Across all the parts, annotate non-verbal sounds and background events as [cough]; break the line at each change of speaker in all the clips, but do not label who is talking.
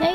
哎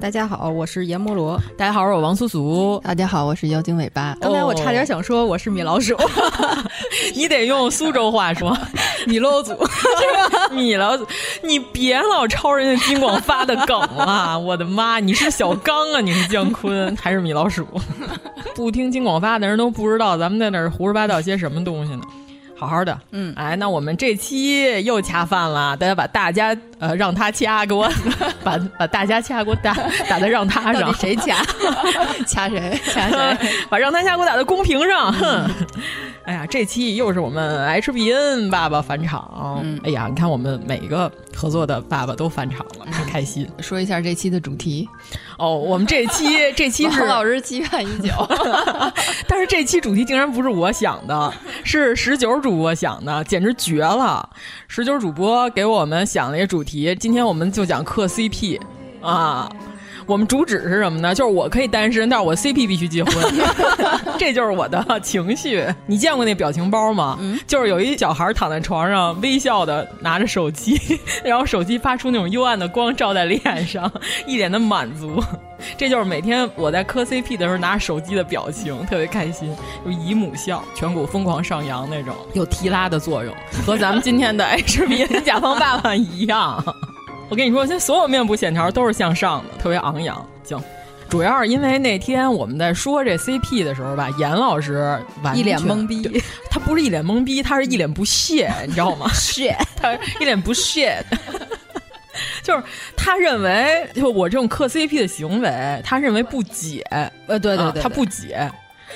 大家好，我是阎摩罗。
大家好，我是王苏苏。
大家好，我是妖精尾巴。
刚才哦我差点想说我是米老鼠，
[laughs] 你得用苏州话说，
[laughs] 米老祖，
[laughs] 米老祖，你别老抄人家金广发的梗
[laughs]
了，我的妈！你是小刚啊，你是姜昆还是米老鼠？ [laughs] 不听金广发的人都不知道咱们在那儿胡说八道些什么东西呢。好好的，
嗯，
哎，那我们这期又恰饭了，大家把大家呃让他掐给我， [laughs] 把把大家掐给我
[laughs]
打打在让他上，
谁掐？
[laughs]
[laughs]
掐
[laughs]
谁？
掐谁？
把让他掐给我打在公屏
嗯
上。哼， [laughs] 哎呀，这期又是我们 HBN 爸爸返场，
嗯、
哎呀，你看我们每个合作的爸爸都返场
嗯
了，很开心。
说一下这期的主
[laughs]
题。
哦，我们这
[laughs]
期这期是
老师期盼已久，
[laughs] 但是这期主题竟然不是我想的，是十九主播想的，简直绝了！十九主播给我们想了一个主题，今天我们就讲磕 CP 啊。我们主旨是什么呢？就是我可以单身，但是我 CP 必须结
[laughs]
婚，这就是我的情绪。你见过那表情包吗？
嗯、
就是有一小孩躺在床上，微笑的拿着手机，然后手机发出那种幽暗的光照在脸上，一脸的满足。这就是每天我在磕 CP 的时候拿手机的表情，特别开心，就姨母笑，颧骨疯狂上扬那种，有提拉的作用，和咱们今天的 [laughs] HBN 甲方爸爸一样。 [laughs] 我跟你说，现在所有面部线条都是向上的，特别昂扬。行，主要是因为那天我们在说这 CP 的时候吧，严老师
一脸懵逼，
他不是一脸懵逼，他是一脸不屑，你知道吗？
[laughs] 屑，
他一脸不屑， [laughs] 就是他认为就我这种磕 CP 的行为，他认为不解。
呃，对对对,对,对、啊，
他不解。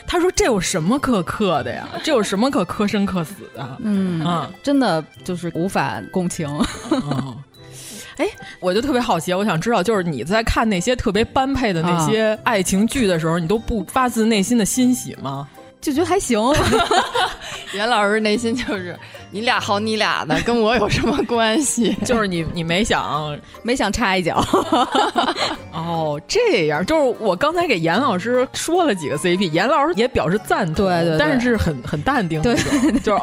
他说：“这有什么可磕 [laughs] 的呀？这有什么可磕生磕死的？
嗯
啊、
嗯，真的就是无法共情。 [laughs]
哦” [laughs] 哎，我就特别好奇，我想知道，就是你在看那些特别般配的那些爱情剧的时候，啊、你都不发自内心的欣喜 [laughs] 吗？
就觉得还行。
[laughs] 袁老师内心就是你俩好，你俩的，跟我有什么关系？
就是你，你没想
[laughs] 没想插一脚。
哦，这样就是我刚才给严老师说了几个 CP，严老师也表示赞同，
对,对对，
但是很很淡定，
对,对，
[laughs] 就是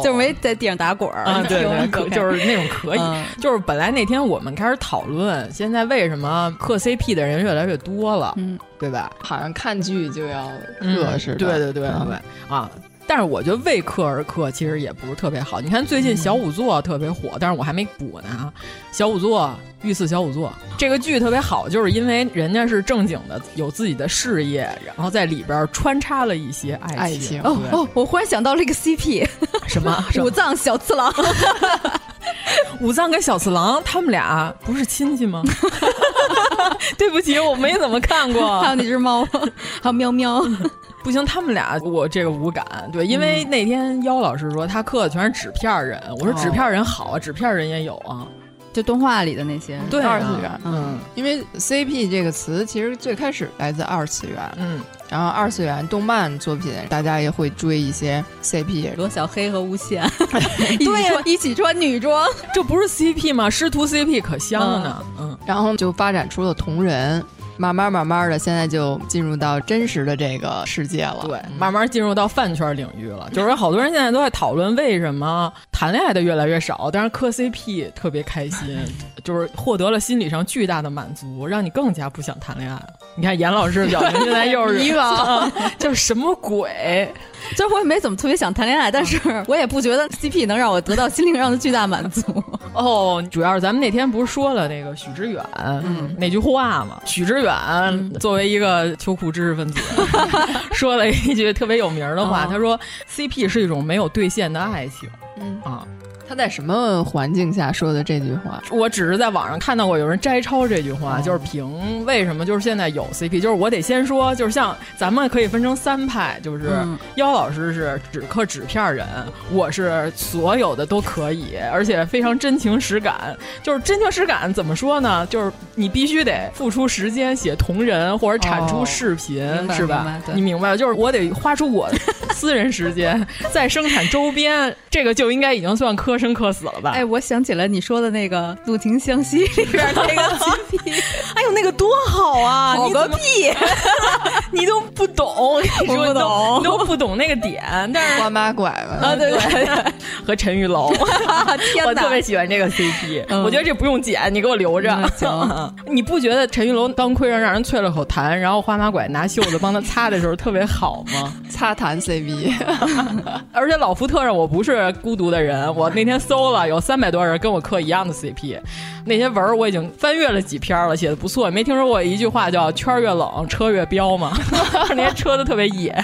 [laughs] 就没在地上打滚儿
啊，对对，可就是那种可以，嗯、就是本来那天我们开始讨论，现在为什么磕 CP 的人越来越多了，
嗯，
对吧？嗯
好像看剧就要热似的，
对对对对、嗯、啊。但是我觉得为课而课其实也不是特别好。你看最近小仵作特别火，嗯、但是我还没补呢。啊小仵作《御赐小仵作》这个剧特别好，就是因为人家是正经的，有自己的事业，然后在里边穿插了一些
爱情。啊
哦哦，我忽然想到了一个 CP，
什么？什么
武藏小次郎。
武藏跟小次郎他们俩不是亲戚吗？ [laughs] 对不起，我没怎么看
哦
过。
还有那只猫， [laughs] 还有喵喵。
不行，他们俩我这个无感，对，因为那天妖老师说他刻的全是纸片人，我说纸片人好啊，纸片人也有啊，
就动画里的那些
对
二次元，
嗯，
啊因为 CP 这个词其实最开始来自二次元，
嗯，
然后二次元动漫作品大家也会追一些 CP，
罗小黑和无
[laughs]
限，对，一起穿女装，
这不是 CP 吗？师徒 CP 可香了呢，嗯，
然后就发展出了同人。慢慢慢慢的，现在就进入到真实的这个世界了。嗯
对，慢慢进入到饭圈领域了。就是好多人现在都在讨论为什么 [laughs] 谈恋爱的越来越少，但是磕 CP 特别开心， [laughs] 就是获得了心理上巨大的满足，让你更加不想谈恋爱。你看严老师表情现在又是
迷
[laughs]
茫，
叫什么鬼？
这我也没怎么特别想谈恋爱，但是
嗯
我也不觉得 CP 能让我得到心灵上的巨大满足。
哦，主要是咱们那天不是说了那个许知远、
嗯、
那句话吗？许知远、嗯、作为一个秋裤知识分
[laughs]
子，说了一句特别有名的话，哦、他说：“CP 是一种没有兑现的爱情。”
嗯
啊。
[laughs] 他在什么环境下说的这句话？
我只是在网上看到过有人摘抄这句
哦
话，就是评为什么就是现在有 CP，就是我得先说，就是像咱们可以分成三派，就是
嗯
妖老师是只刻纸片人，我是所有的都可以，而且非常真情实感。就是真情实感怎么说呢？就是你必须得付出时间写同人或者产出
哦
视频，
明白
是
明白
吧？
对
你明白吧？就是我得花出我私人时
[laughs]
间在生产周边，这个就应该已经算磕生磕死了吧？
哎，我想起了你说的那个《怒晴湘西》里边那个 CP，
[laughs] 哎呦，那个多好
[laughs]
啊！
好
你
个
怎么
屁！
你都不懂，我跟你说
我不懂
你都你都不懂那个点，但是
花妈拐
啊，
吧，
对 [laughs] 对对，和陈玉楼，
天
我
哪
特别喜欢这个 CP，、
嗯
我觉得这不用剪，你给我留着。
嗯行
[laughs] 你不觉得陈玉楼当盔上让人啐了口痰，然后花马拐拿袖子帮他擦的时候特别好吗？
[laughs] 擦弹 CP，
[laughs] 而且老福特上我不是孤独的人，我那天搜了有三百多人跟我磕一样的 CP，那些文儿我已经翻阅了几篇了，写的不错，没听说过一句话叫“圈儿越冷，车越彪”吗？ [laughs] 那些车都特别野。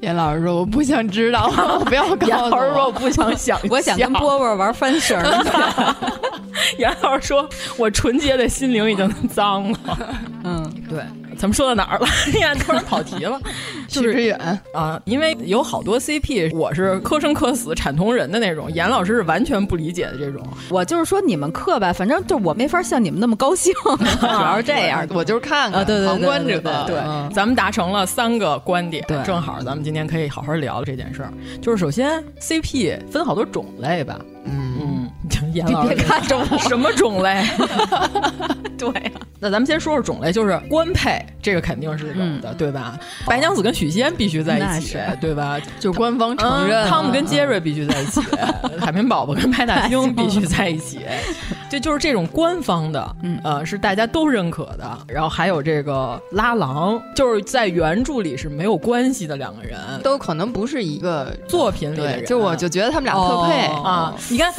严老师说我不想知道，不要告
严
诉
老师说我
[laughs] 我。
不想想
我想跟
波。
波波玩翻绳儿去。
[laughs] 严老师说我纯洁的心灵已经脏了。 [laughs]
嗯，
对，咱们说到哪儿了？ [laughs] 你看，突然跑题了。
许知远，
[laughs] 啊，因为有好多 CP，我是磕生磕死、惨同人的那种，严老师是完全不理解的 [laughs] 这种。
我就是说你们课吧，反正就我没法像你们那么高
[laughs]
兴，主要是这样。
我就是看看
啊对对对
旁观者
对对，
对，
嗯
咱们达成了三个观点，
对
正好咱们今天可以好好聊这件事儿。就是首先 CP 分好多种类吧，嗯嗯，严老师，别看着 [laughs] 什么种类，对、
啊
那咱们先说说种类，就是官配，这个肯定是有
嗯
的，对吧？白娘子跟许仙必须在
那
一起
是，
对吧？
就官方承认
嗯
了
汤姆跟杰瑞必须在一
[laughs]
起，海绵宝宝跟派大星必须在一起，这就是这种官方的，
嗯
呃，是大家都认可的。然后还有这个拉郎，就是在原著里是没有关系的两个人，
都可能不是一个
作品里的
对
人，，
就我就觉得他们俩特配
哦
啊，你看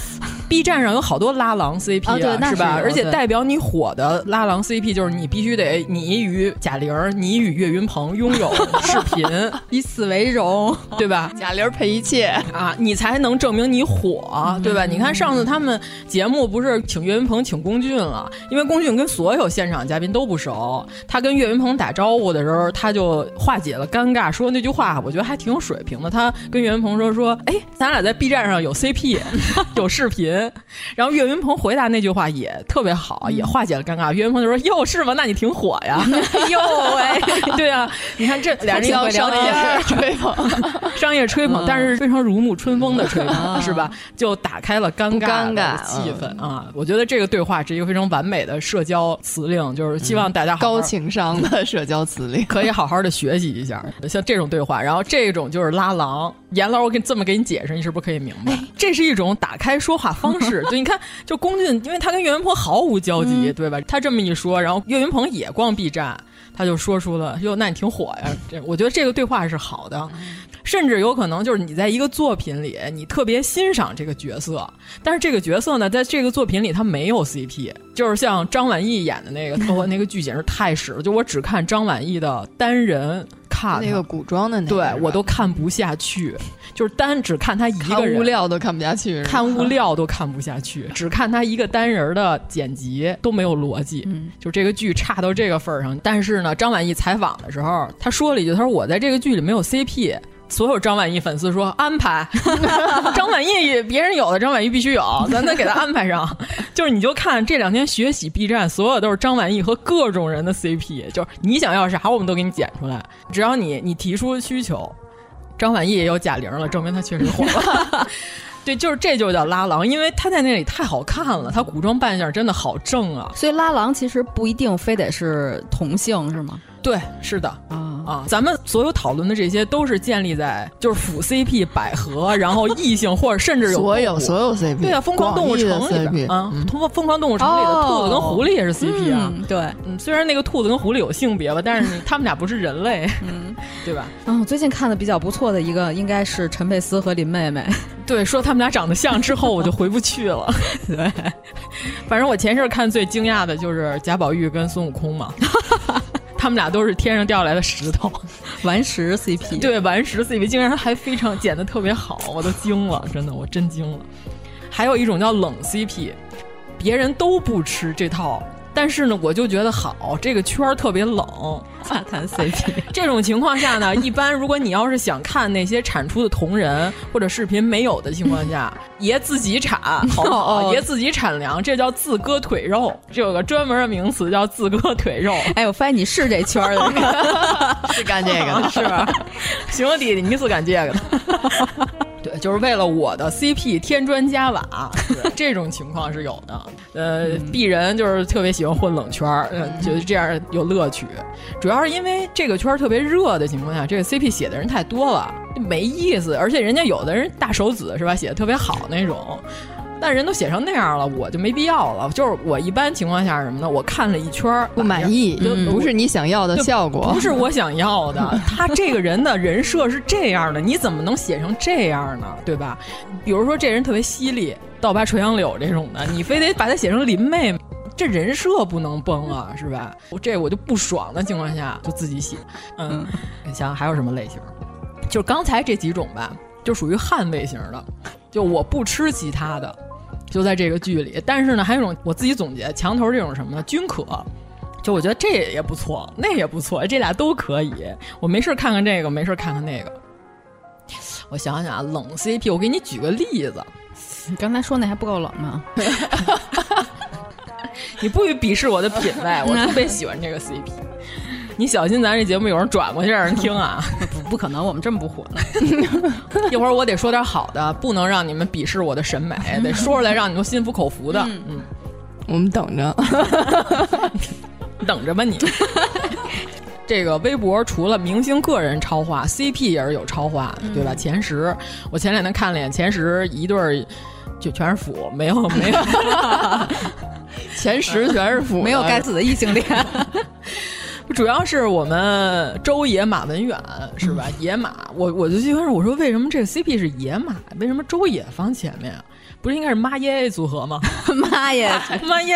B 站上有好多拉郎 CP
啊对那
是吧？
是有
而且
对
代表你火的拉郎 CP 就是你必须得你与贾玲儿，你与岳云鹏拥有视频，
以此为
[laughs]
荣，
对吧？
[laughs] 贾玲配一切，嗯
啊，你才能证明你火，对吧？你看上次他们节目不是请岳云鹏、请龚俊了，因为龚俊跟所有现场嘉宾都不熟，他跟岳云鹏打招呼的时候，他就化解了尴尬，说那句话，我觉得还挺有水平的。他跟岳云鹏说说，哎，咱俩在 B 站上有 CP，有 [laughs] 视频。然后岳云鹏回答那句话也特别好，
嗯
也化解了尴尬。岳云鹏就说：“哟，是吗？那你挺火
[laughs]
呀！”哟喂， [laughs] 对啊，你看这
[laughs]
俩人
挺 [laughs] 会聊
商业 [laughs]
天吹捧，
商业吹
嗯
捧，但是非常如沐春风的吹捧， [laughs] 是吧？就打开了尴
不
尬
尴
的
尬嗯
气氛啊！我觉得这个对话是一个非常完美的社交词令，就是希望大家好好
高情商的社交词令。
可以好好的学习一下，像这种对话，然后这种就是拉郎。严老师，我给你这么给你解释，你是不是可以明白？
哎
这是一种打开说话方
[laughs]
式。就你看，就龚俊，因为他跟岳云鹏毫无交
嗯
集，对吧？他这么一说，然后岳云鹏也逛 B 站，他就说出了哟，那你挺火呀。这我觉得这个对话是好的，甚至有可能就是你在一个作品里，你特别欣赏这个角色，但是这个角色呢，在这个作品里他没有 CP，就是像张晚意演的那
[laughs]
个，我那个剧简直太屎了，就我只看张晚意的单人看
那个。古装的那个
对
是吧，
我都看不下去，就是单只看他一
看
个人，
物料都看不下去，是吧
看物料都看不下去，只看他一个单人的剪辑都没有逻辑，就这个剧差到这个份儿上。但是呢，张晚意采访的时候，他说了一句：“他说我在这个剧里没有 CP。”所有张晚意粉丝说安排， [laughs] 张晚意别人有的张晚意必须有，咱得给他安排上。 [laughs] 就是你就看这两天学习 B 站，所有都是张晚意和各种人的 CP，就是你想要啥我们都给你剪出来，只要你你提出需求。张晚意也有贾玲了，证明她确实火了。对，就是这就叫拉郎，因为她在那里太好看了，她古装扮相真的好正啊。
所以拉郎其实不一定非得是同性，是吗？
对，是的。
嗯
啊，
啊，咱们所有讨论的这些都是建立在就是腐 CP 百合，然后异性或者甚至有
所有
动物
所有 CP，
对啊，疯狂动物城
广义
里
的
边
CP
啊
嗯，哦
通过疯狂动物城里的兔子跟狐狸也是 CP 啊。
嗯，对。
嗯，虽然那个兔子跟狐狸有性别吧，但是你他们俩不是人类， [laughs] 对吧？
嗯，我最近看的比较不错的一个应该是陈佩斯和林妹 [laughs] 妹，
对，说他们俩长得像之后，我就回不去了。对，反正我前阵儿看最惊讶的就是贾宝玉跟孙悟空嘛，他们俩都是天上掉下来的石头。
顽石 CP。 [laughs]
对，顽石 CP 竟然还非常剪的特别好，我都惊了，真的，我真惊了。还有一种叫冷 CP，别人都不吃这套，但是呢，我就觉得好，这个圈儿特别冷。
发坛 CP，
这种情况下呢，一般如果你要是想看那些产出的同人或者视频没有的情况下，爷自己产，好不
哦
好？
哦
爷自己产粮，这叫自割腿肉，这有个专门的名词叫自割腿肉。
哎，我发现你是这圈儿的，
是干这个
[laughs]
的，
是吧？行了，弟弟，你死敢这个的？ [laughs] 对，就是为了我的 CP 添砖加瓦，对这种情况是有的。呃，鄙人就是特别喜欢混冷圈儿，呃，觉得这样有乐趣。主要是因为这个圈儿特别热的情况下，这个 CP 写的人太多了，没意思。而且人家有的人大手指是吧，写的特别好那种，但人都写成那样了，我就没必要了。就是我一般情况下是什么呢？我看了一圈儿，
[laughs]
哎
不满意嗯
就，
嗯
不是你想要的
就
效果，
不是我想要的。他这个人的人设是这样的，你怎么能写成这样呢？对吧？比如说这人特别犀利，倒拔垂杨柳这种的，你非得把他写成林妹。这人设不能崩啊，是吧？我这我就不爽的情况下就自己写。嗯，你想想还有什么类型？就是刚才这几种吧，就属于捍卫型的，就我不吃其他的，就在这个剧里。但是呢，还有一种我自己总结，墙头这种什么呢？均可。就我觉得这也不错，那也不错，这俩都可以。我没事看看这个，没事看看那个。我想想啊，冷 CP，我给你举个例子，
你 [laughs] 刚才说那还不够冷吗？
你不许鄙视我的品味，我特别喜欢这个 CP。你小心咱这节目有人转过去让人听啊！ [laughs]
不，不可能，我们这么不火呢。
一会儿我得说点好的，不能让你们鄙视我的审美，得说出来让你们心服口服的。嗯，
我们等着。 [laughs]
等着吧你。这个微博除了明星个人超话，CP 也是有超话的，对吧？前十，我前两天看了一眼，前十一对儿就全是腐，没有 [laughs] 没有，
前十全是腐，
没有该死的异性恋， [laughs]
主要是我们周野马文远是吧？野马，我我就就开始我说为什么这个 CP 是野马？为什么周野放前面啊？不是应该是妈耶组合吗？
妈
[laughs]
呀！
妈耶，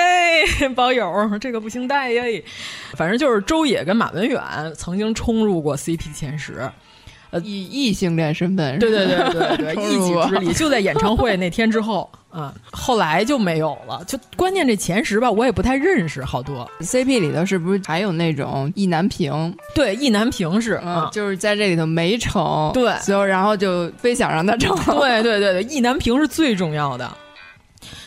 包友，这个不行带耶。反正就是周野跟马文远曾经冲入过 CP 前十，
以异性恋身份，
呃 [laughs] 对对对
[laughs]
对对，
冲
一
入啊
己
过
之力，就在演唱会那天之后啊，后来就没有了。就关键这前十吧，我也不太认识好多。
CP 里头是不是还有那种意难平？
对，意难平是
嗯
啊，，
就是在这里头没成，
对
最后然后就非想让他成， [laughs]
对对对对，意难平是最重要的。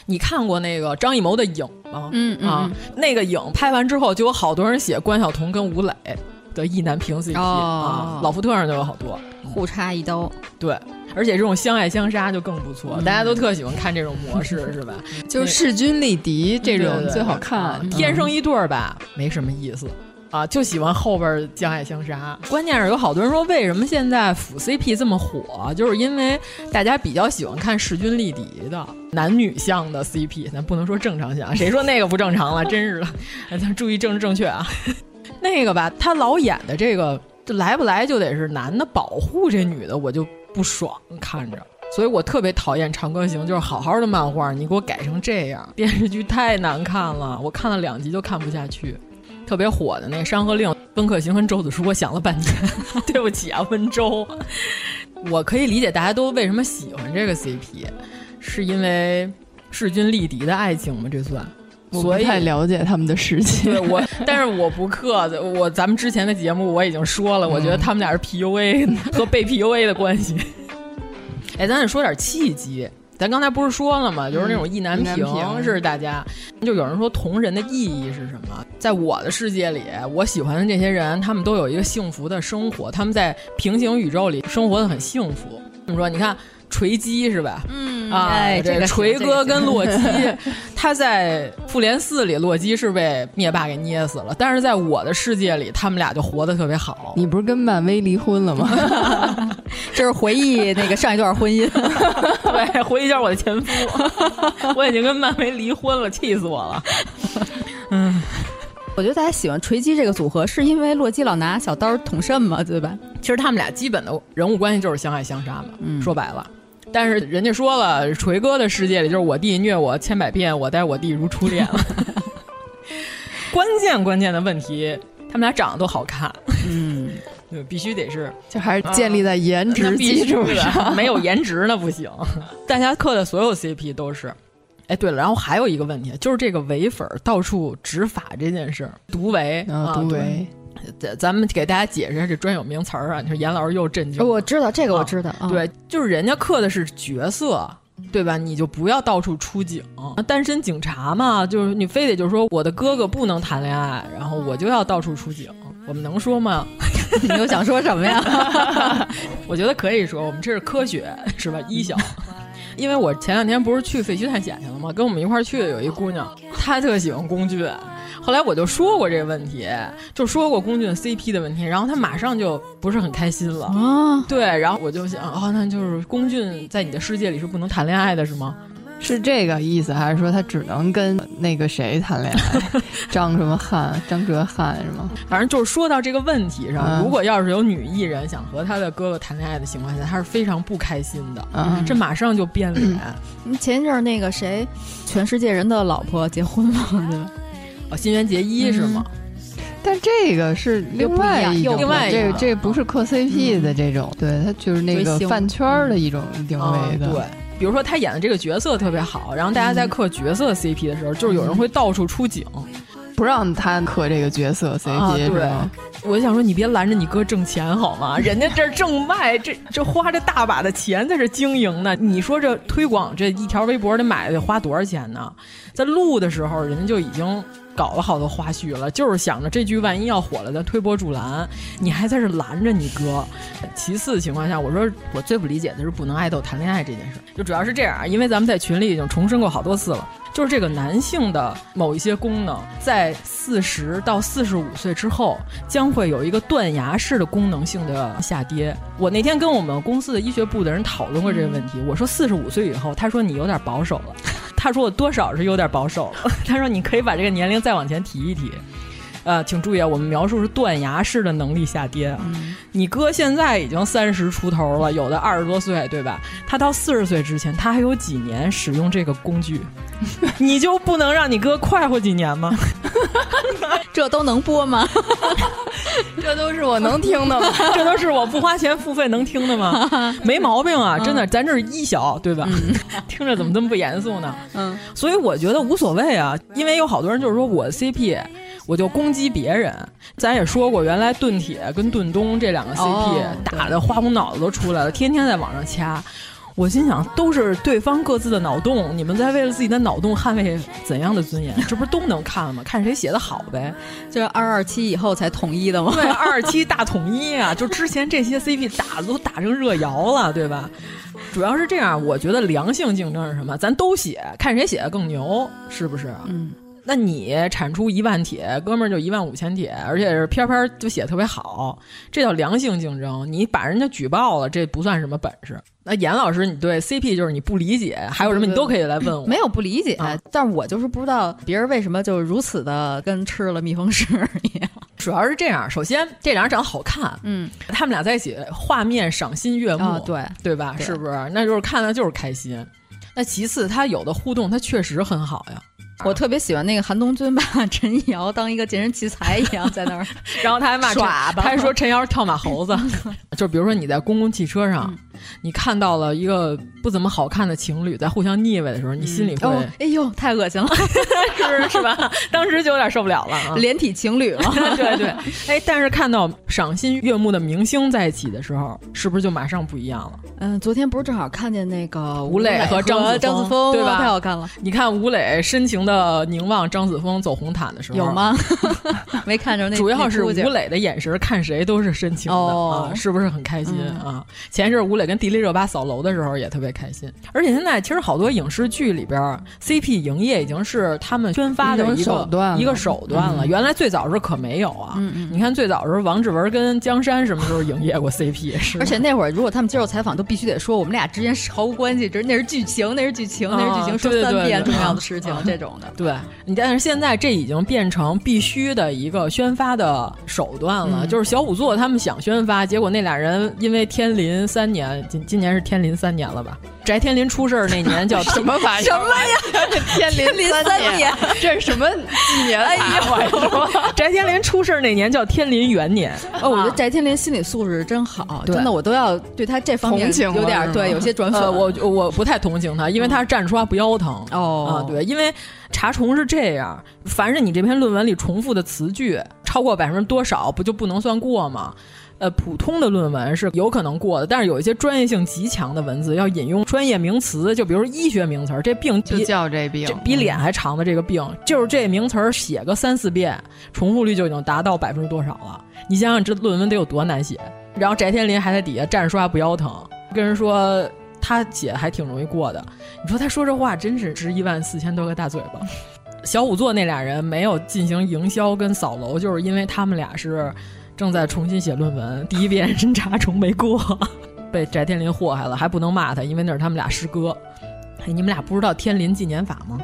你看过那个张艺谋的《影》吗？
嗯嗯
啊，那个《影》拍完之后，就有好多人写关晓彤跟吴磊的意难平 CP、
哦
啊，老福特上就有好多。
互插一刀，
对，而且这种相爱相杀就更不错，大家都特喜欢看这种模式，是吧？
就是势均力敌这
对
种
对
最好
啊
看。
天生一对儿吧，没什么意思。啊，就喜欢后边儿相爱相杀。关键是有好多人说，为什么现在腐 CP 这么火，就是因为大家比较喜欢看势均力敌的男女向的 CP，咱不能说正常向，谁说那个不正常了？真是的， [laughs] 哎咱注意政治正确啊。那个吧，他老演的这个，这来不来就得是男的保护这女的，我就不爽看着。所以我特别讨厌《长歌行》，就是好好的漫画，你给我改成这样，电视剧太难看了，我看了两集就看不下去。特别火的那个《山河令》，温客行跟周子舒，我想了半天， [laughs] 对不起啊，温州。我可以理解大家都为什么喜欢这个 CP，是因为势均力敌的爱情吗？这算？
嗯我
所
不
以
太了解他们的世
对
界，
我，但是我不客气，我咱们之前的节目我已经说了，我觉得他们俩是 PUA 和被 PUA 的关系。哎，咱得说点契机。咱刚才不是说了吗？就是那嗯种意难
意难
平
平
是大家，就有人说同人的意义是什么？在我的世界里，我喜欢的这些人，他们都有一个幸福的生活，他们在平行宇宙里生活的很幸福。怎么说？你看锤击是吧？
嗯
啊，
哎，这个
锤哥跟
路
洛基，他在《复联四》里，洛基是被灭霸给捏死了，但是在我的世界里，他们俩就活得特别好。
你不是跟漫威离婚了吗？
这是回忆那个上一段婚姻，
对，回忆一下我的前夫，我已经跟漫威离婚了，气死我了。
嗯
我觉得大家喜欢锤击这个组合，是因为洛基老拿小刀捅肾嘛，对吧？
其实他们俩基本的人物关系就是相爱相杀嘛，说白了。但是人家说了，锤哥的世界里就是我弟虐我千百遍，我待我弟如初恋了。关键关键的问题，他们俩长得都好看， [laughs]
嗯，
对，必须得是
就还是建立在颜
那
值
必须
基础
的 [laughs]
上。
没有颜值那不行。大家磕的所有 CP 都是。哎，对了，然后还有一个问题，就是这个唯粉儿到处执法这件事儿，毒唯
啊，杜
对
维，
咱咱们给大家解释一下这专有名词儿啊。你说严老师又震惊了，
我知道这
个我
知道，啊，
对，就是人家刻的是角色，对吧？你就不要到处出警，单身警察嘛，就是你非得就是说我的哥哥不能谈恋爱，然后我就要到处出警，我们能说吗？ [laughs]
你又想说什么呀？
我觉得可以说，我们这是科学， [laughs] 是吧？一小。因为我前两天不是去废墟探险去了吗？跟我们一块儿去的有一姑娘，她特喜欢龚俊。后来我就说过这个问题，就说过龚俊 CP 的问题，然后她马上就不是很开心了。
啊，
对，然后我就想，哦，那就是龚俊在你的世界里是不能谈恋爱的，是吗？
是这个意思，还是说他只能跟那个谁谈恋爱？张什么汉？张哲瀚是吗？
反正就是说到这个问题上，
嗯
如果要是有女艺人想和她的哥哥谈恋爱的情况下，她是非常不开心的，
嗯
这马上就变脸。
嗯前一阵儿那个谁，全世界人的老婆结婚
[laughs]
了，对吧？
哦，新垣结衣是吗？
但这个是另外一
又不一样又
种的，
另外一
这
种
个这个不是磕 CP 的这种，对，它就是那
追
个
星
饭圈儿的一种
嗯
定
啊
位的。
对，比如说他演的这个角色特别好，然后大家
嗯
在磕角色 CP 的时候，就是有人会到处出警。
不让他磕这个角色 CP 是吗？
啊我就想说，你别拦着你哥挣钱好
[laughs]
吗？人家这儿正卖，这这花着大把的钱在这经营呢。你说这推广这一条微博得买得花多少钱呢？在录的时候，人家就已经。搞了好多花絮了，就是想着这剧万一要火了，咱推波助澜。你还在这拦着你哥。其次的情况下，我说我最不理解的是不能爱豆谈恋爱这件事，就主要是这样啊，因为咱们在群里已经重申过好多次了，就是这个男性的某一些功能，在四十到四十五岁之后，将会有一个断崖式的功能性的下跌。我那天跟我们公司的医学部的人讨论过这个问题，我说四十五岁以后，他说你有点保守了，他说我多少是有点保守 [laughs] 了，他说你可以把这个年龄再往前提一提。呃，请注意啊，我们描述是断崖式的能力下跌啊。你哥现在已经三十出头了，有的二十多岁，对吧？他到四十岁之前，他还有几年使用这个工具？ [laughs] 你就不能让你哥快活几年吗？
这都能播吗？
这都是我能听
[laughs]
的吗？
[laughs] 这都是我不花钱付费能听的吗？没毛病啊，真的，咱这是一小，对吧？ [laughs] 听着怎么这么不严肃呢？
嗯，
所以我觉得无所谓啊，因为有好多人就是说我 CP，我就攻击别人。咱也说过，原来盾铁跟盾东这两个 CP、
哦
打的花红脑子都出来了，天天在网上掐。我心想，都是对方各自的脑洞，你们在为了自己的脑洞捍卫怎样的尊严？这不是都能看吗？看谁写的好呗。
就是二二七以后才统一的吗？
对，二七大统一啊，就之前这些 CP 打都打成热窑了，对吧？主要是这样，我觉得良性竞争是什么？咱都写，看谁写的更牛，是不是？啊
嗯，
那你产出一万帖，哥们儿就一万五千帖，而且是篇篇儿就写得特别好，这叫良性竞争。你把人家举报了，这不算什么本事。那严老师，你对 CP 就是你不理解，还有什么你都可以来
[laughs]
问我。
没有不理解
啊，
但是我就是不知道别人为什么就如此的跟吃了蜜蜂屎一样。
主要是这样，首先这俩人长得好看，
嗯
他们俩在一起画面赏心悦目，
啊，对，
对吧？
对
是不是？那就是看了就是开心。那其次，他有的互动，他确实很好呀。
我特别喜欢那个韩东君把陈意瑶当一个健身器材一样在那儿
然后他还骂陈
耍吧
他还说陈瑶是跳马猴子。 [laughs] 嗯就比如说你在公共汽车上，你看到了一个不怎么好看的情侣在互相腻歪的时候，你心里会、
哦，哎呦，太恶心了， [laughs]
是是吧？嗯当时就有点受不了 [laughs] 了啊。
连体情侣了。
对对， [laughs] 哎，但是看到赏心悦目的明星在一起的时候，是不是就马上不一样了？
嗯，昨天不是正好看见那个
吴磊和张子枫
张子枫
对吧
太好看了，
你看吴磊深情的凝望张子枫走红毯的时候，
有吗？
[laughs]
没看着那
主要是
那
吴
出去
磊的眼神儿看谁都是深情的、
哦嗯
啊，是不是很开心、啊？前一阵儿吴磊跟迪丽热巴扫楼的时候也特别开心，而且现在其实好多影视剧里边儿 CP 营业已经是他们宣发的一
一种
个
手段了嗯
一个手段了。原来最早时候可没有啊，
嗯
你看最早时候王志文跟江山什么时候营业过 CP？是
[laughs]
吧
而且那会儿，如果他们接受采访，都必须得说我们俩之间是毫无关系，这那是剧情，那是剧情，
啊
那是剧情，
对
说
对对
三遍
对
重要的事情
啊
这
[laughs]
种的。
对你，但是现在这已经变成必须的一个宣发
嗯
的手段了。就是小仵作他们想宣发，结果那俩人因为天临三年年，今今年是天临三年了吧？翟天临出事儿那年叫
[laughs] 什么玩意儿？什么呀？天临三年，这是什
[laughs]
么纪年
啊
哎
大会？
[laughs] 翟天临出事儿那年叫天临元年，
哦，我觉得翟天临心理素质真好，
对
真的，我都要对他这方面
同情
有
了
点
是
对
吗
有些转粉。
呃，我我不太同情他，因为他是站出来不腰疼。
哦
啊，对，因为查重是这样，凡是你这篇论文里重复的词句超过百分之多少，不就不能算过吗？呃，普通的论文是有可能过的，但是有一些专业性极强的文字要引用专业名词，就比如说医学名词儿，这病
就
比
叫这病
这，比脸还长的这个病，就是这名词儿写个三四遍，重复率就已经达到百分之多少了？你想想这论文得有多难写？然后翟天临还在底下站着说话不腰疼，跟人说他姐还挺容易过的。你说他说这话真是值一万四千多个大嘴巴。小仵作那俩人没有进行营销跟扫楼，就是因为他们俩是正在重新写论文，第一遍 [laughs] 侦查重没过， [laughs] 被翟天临祸害了，还不能骂他，因为那是他们俩师哥。哎，你们俩不知道天临纪年法吗？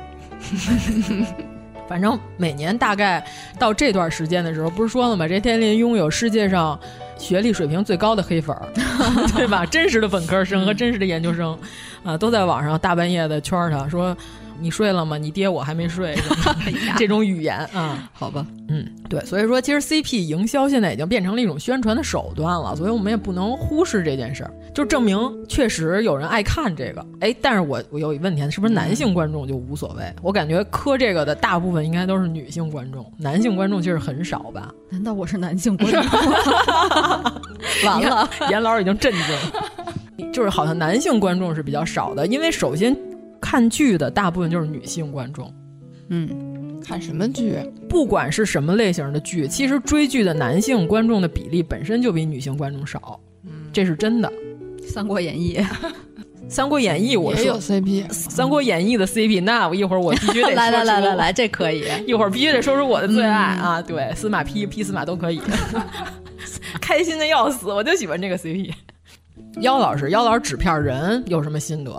反正每年大概到这段时间的时候，不是说了吗？这天林拥有世界上学历水平最高的黑粉儿， [laughs] 对吧？真实的本科生和真实的研究生，啊，都在网上大半夜的圈儿他说：“你睡了吗？你爹我还没睡。什么的”这种语言啊，
好吧？
嗯，对，所以说其实 CP 营销现在已经变成了一种宣传的手段了，所以我们也不能忽视这件事儿，就证明确实有人爱看这个。哎，但是我我有一问题，是不是男性观众就无所谓？我感觉磕这个的大部分应该都是女性观众，男性观众其实很少吧？
难道我是男性观众？
[laughs]
完了，
严老师已经震惊，就是好像男性观众是比较少的，因为首先看剧的大部分就是女性观众。
嗯，看什么剧？
不管是什么类型的剧，其实追剧的男性观众的比例本身就比女性观众少，这是真的。
《三国演义》
《三国演义》我
也有
说，《
CP，
三国演义》的 CP，那我一会儿我必须
[laughs]
得
[laughs]
来来来
说出
来嗯来，这可以。
一会儿必须得说出我的最爱啊！对，司马批批司马都可以，
[laughs]
开心的要死，我就喜欢这个 CP。妖老师，妖老师纸片人有什么心得？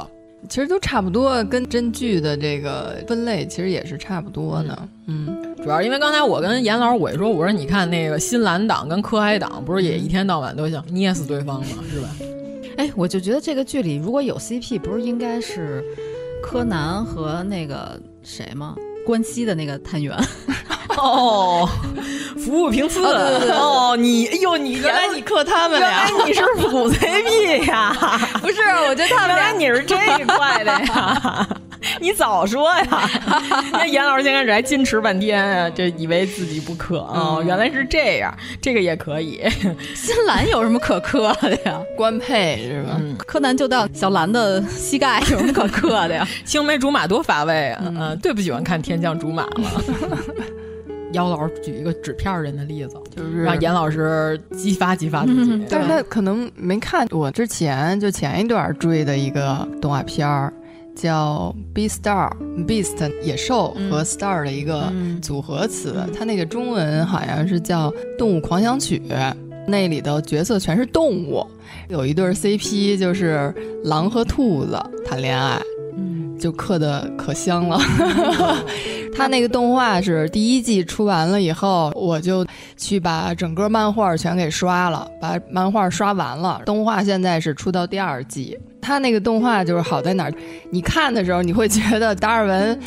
其实都差不
嗯
多，跟真剧的这个分类其实也是差不多的。嗯，
主要是因为刚才我跟严老师我一说，我说你看那个新蓝党跟科黑党不是也一天到晚都想捏死对方吗？是吧？
哎，我就觉得这个剧里如果有 CP，不是应该是柯南和那个谁吗？关西的那个探
[laughs]
员，
哦，服务平次哦，你哎呦，你原来你克他们俩，原来你是腐 CP 呀？
不是，我觉得他
[laughs]
[laughs]
原来你是这一块的 [laughs] 呀？你早说呀！那严老师先开始还矜持半天啊，这以为自己不克啊、哦，原来是这样，这个也可以。
新兰有什么可磕的呀？
官配是吧？
嗯
柯南就到小兰的膝盖，有什么可磕
啊
的呀？
青梅竹马多乏味啊！嗯、最不喜欢看天降竹马了。 [laughs] 姚老师举一个纸片人的例子，
就是
让严老师激发激发自己。
但是他可能没看我之前就前一段追的一个动画片儿，叫《B Star》，Beast 野兽和 Star 的一个组合词，它那个中文好像是叫《动物狂想曲》。那里头角色全是动物，有一对儿 CP 就是狼和兔子谈恋爱，嗯，就刻的可香了。 [laughs] 他那个动画是第一季出完了以后，我就去把整个漫画全给刷了，把漫画刷完了。动画现在是出到第二季，他那个动画就是好在哪儿？你看的时候你会觉得达尔文。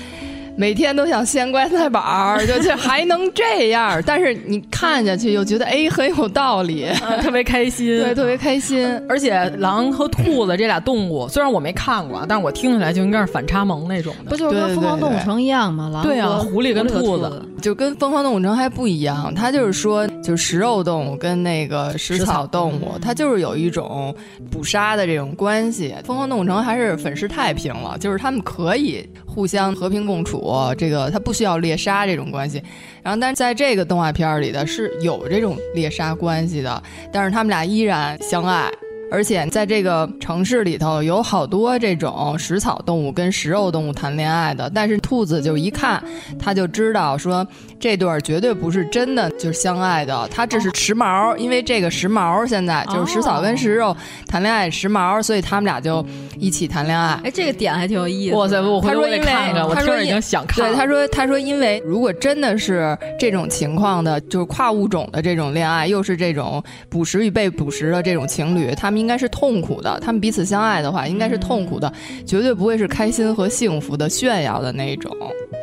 每天都想掀棺材板儿，就是还能这样，但是你看下去又觉得哎很有道理，
嗯 [laughs] 特别开心，
啊对，特别开心。
而且狼和兔子这俩动物，虽然我没看过啊，但是我听起来就应该是反差萌那种
不
的。
就是跟
对
《疯狂
对
动物
对
城》一样吗？狼
对啊
和
狐狸跟
和兔
兔子
就跟《疯狂动物城》还不一样，它就是说，就是食肉动物跟那个食草嗯动物，它就是有一种捕杀的这种关系。《疯狂动物城》还是粉饰太平了，就是他们可以互相和平共处，这个它不需要猎杀这种关系。然后，但是在这个动画片里的是有这种猎杀关系的，但是他们俩依然相爱。而且在这个城市里头，有好多这种食草动物跟食肉动物谈恋爱的，但是兔子就一看，他就知道说这对儿绝对不是真的就是相爱的，他这是时髦，因为这个时髦现在就是食草跟食肉谈恋爱时髦，所以他们俩就一起谈恋爱。
哎，这个点还挺有意思的。
哇塞，我回
他
头
说
我得
因为
看看，我
他
听
说
着已
因
经想看了。
对，他说，他说，因为如果真的是这种情况的，就是跨物种的这种恋爱，又是这种捕食与被捕食的这种情侣，他们应该是痛苦的。他们彼此相爱的话，应该是痛苦的，绝对不会是开心和幸福的、炫耀的那一种。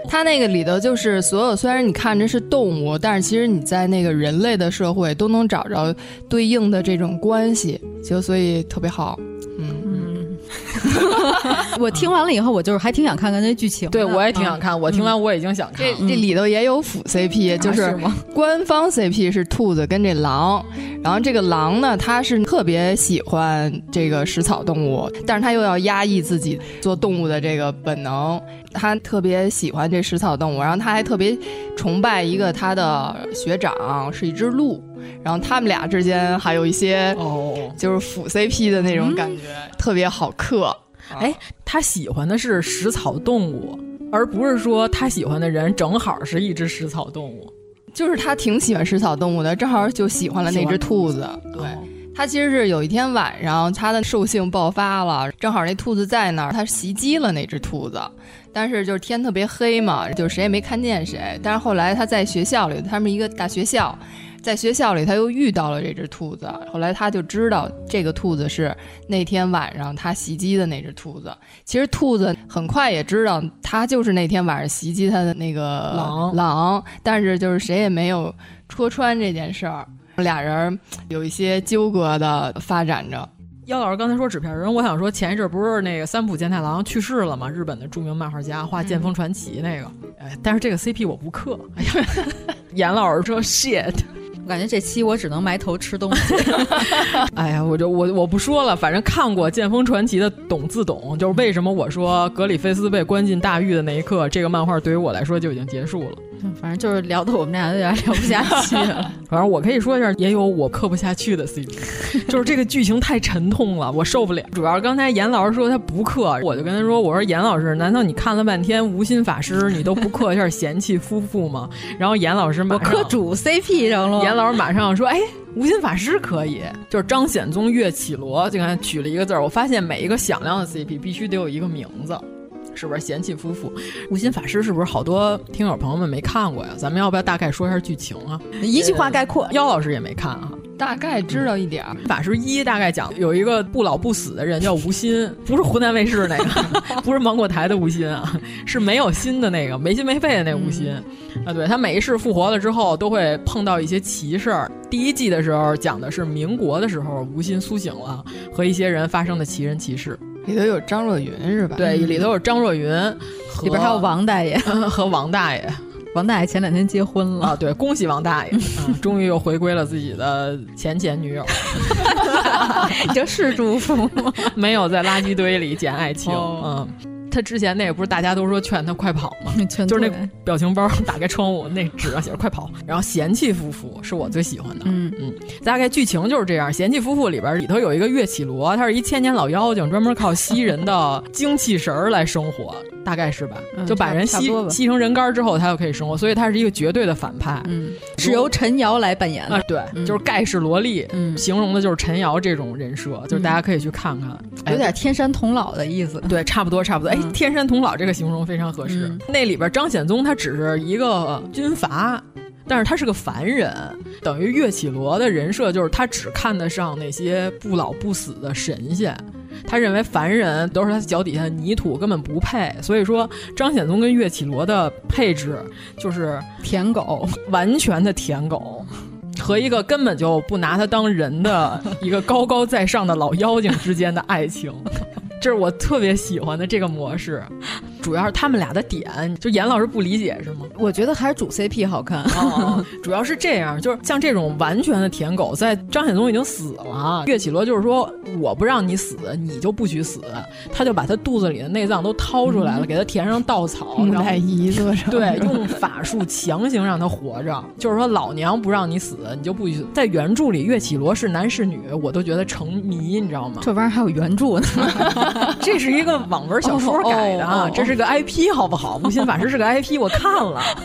他那个里头就是所有，虽然你看着是动物，但是其实你在那个人类的社会都能找着对应的这种关系，就所以特别好。嗯，
我听完了以后，我就是还挺想看看那剧情的。
对我也挺想
嗯。
看，我听完我已经想看
这嗯
了。
这里头也有腐 CP，、就
啊
是
是吗
[laughs] 官方 CP 是兔子跟这狼，然后这个狼呢，它是特别喜欢这个食草动物，但是它又要压抑自己做动物的这个本能，它特别喜欢这食草动物，然后它还特别崇拜一个它的学长是一只鹿，然后他们俩之间还有一些
哦，
就是腐 CP 的那
嗯
种感觉，特别好嗑。
哎，他喜欢的是食草动物，而不是说他喜欢的人正好是一只食草动物。
就是他挺喜欢食草动物的，正好就喜欢了那只兔子。哦对，他其实是有一天晚上，他的兽性爆发了，正好那兔子在那儿，他袭击了那只兔子。但是就是天特别黑嘛，就谁也没看见谁。但是后来他在学校里，他们一个大学校，在学校里他又遇到了这只兔子。后来他就知道这个兔子是那天晚上他袭击的那只兔子。其实兔子很快也知道他就是那天晚上袭击他的那个
狼
狼，但是就是谁也没有戳穿这件事儿。俩人有一些纠葛的发展着。
妖老师刚才说纸片人，我想说前一阵不是那个三浦健太郎去世了吗？日本的著名漫画家，画《剑锋传奇》那个。哎，但是这个 CP 我不磕。哎呀， [laughs] 严老师说 shit。
[laughs]
[laughs]
我感觉这期我只能埋头吃东西。
哎呀，我就我我不说了，反正看过《剑锋传奇》的懂自懂，就是为什么我说格里菲斯被关进大狱的那一刻，这个漫画对于我来说就已经结束了。
反正就是聊的我们俩有点聊不下去
[laughs]
了。
反正我可以说一下，也有我磕不下去
[laughs]
的 CP，就是这个剧情太沉痛了，我受不了。主要是刚才严老师说他不磕，我就跟他说，我说严老师，难道你看了半天无心法师，你都不磕一下嫌弃夫妇吗？然后严老师马
我
上
磕主 CP 上了，
严老师马上说：“哎，无心法师可以，就是张显宗、岳绮罗，就看取了一个字儿。我发现每一个响亮的 CP 必须得有一个名字，是不是？贤妻夫妇，无心法师是不是好多听友朋友们没看过呀？咱们要不要大概说一下剧情啊？呃
一句话概括。
妖老师也没看啊。
大概知道一点儿，
法师一大概讲有一个不老不死的人叫吴昕，不是湖南卫视那个， [laughs] 不是芒果台的吴昕啊，是没有心的那个，没心没肺的那吴昕、
嗯
啊。对他每一世复活了之后，都会碰到一些奇事儿。第一季的时候讲的是民国的时候，吴昕苏醒了，和一些人发生的奇人奇事。
里头有张若昀是吧？
对，里头有张若昀，
嗯里边还有王大爷，
和和王大爷。
王大爷前两天结婚了。
啊，对，恭喜王大爷，嗯终于又回归了自己的前前
[laughs]
女友，
你这是祝福吗？
[laughs] 没有在垃圾堆里捡爱情。
哦嗯
嗯，他之前那个不是大家都说劝他快跑吗？
全
[laughs] 就是
对
那表情包打开窗户，那纸上写着“快跑”，然后嫌弃夫妇是我最喜欢的。
嗯
嗯，大概剧情就是这样。嫌弃夫妇里边里头有一个岳绮罗，她是一千年老妖精，专门靠吸人的精气神儿来生活，大概是吧？
嗯
就把人
差不
吸
多吧
吸成人干儿之后，她就可以生活，所以她是一个绝对的反派。
嗯，是由陈瑶来扮演
啊
的。，
对，
嗯
就是盖世萝莉，
嗯
形容的就是陈瑶这种人设，就是大家可以去看看，哎
有点天山童姥的意思。
对，差不多，差不多。哎，
嗯
天山童姥这个形容非常合适。
嗯
那里边张显宗他只是一个呃军阀，但是他是个凡人，等于岳绮罗的人设就是他只看得上那些不老不死的神仙。他认为凡人都是他脚底下的泥土，根本不配。所以说，张显宗跟岳绮罗的配置就是
舔狗，
完全的舔狗，和一个根本就不拿他当人的一个高高在上的老妖精之间的爱情， [laughs] 这是我特别喜欢的这个模式。主要是他们俩的点，就严老师不理解是吗？
我觉得还是主 CP 好看。
哦， [laughs] 主要是这样，就是像这种完全的舔狗，在张显宗已经死了，岳绮罗就是说我不让你死，你就不许死，他就把他肚子里的内脏都掏出来了，给他填上稻草，
木
然后
乃伊做成
对，用法术强行让他活着，就是说老娘不让你死，你就不许死。在原著里，岳绮罗是男是女，我都觉得成谜，你知道吗？
[laughs]
这玩意儿还有原著呢，
[laughs]
这是一个网文小说改的啊，
哦哦哦
这是是个 IP，好不好？《无心法师》是个 IP，我看了。 [laughs]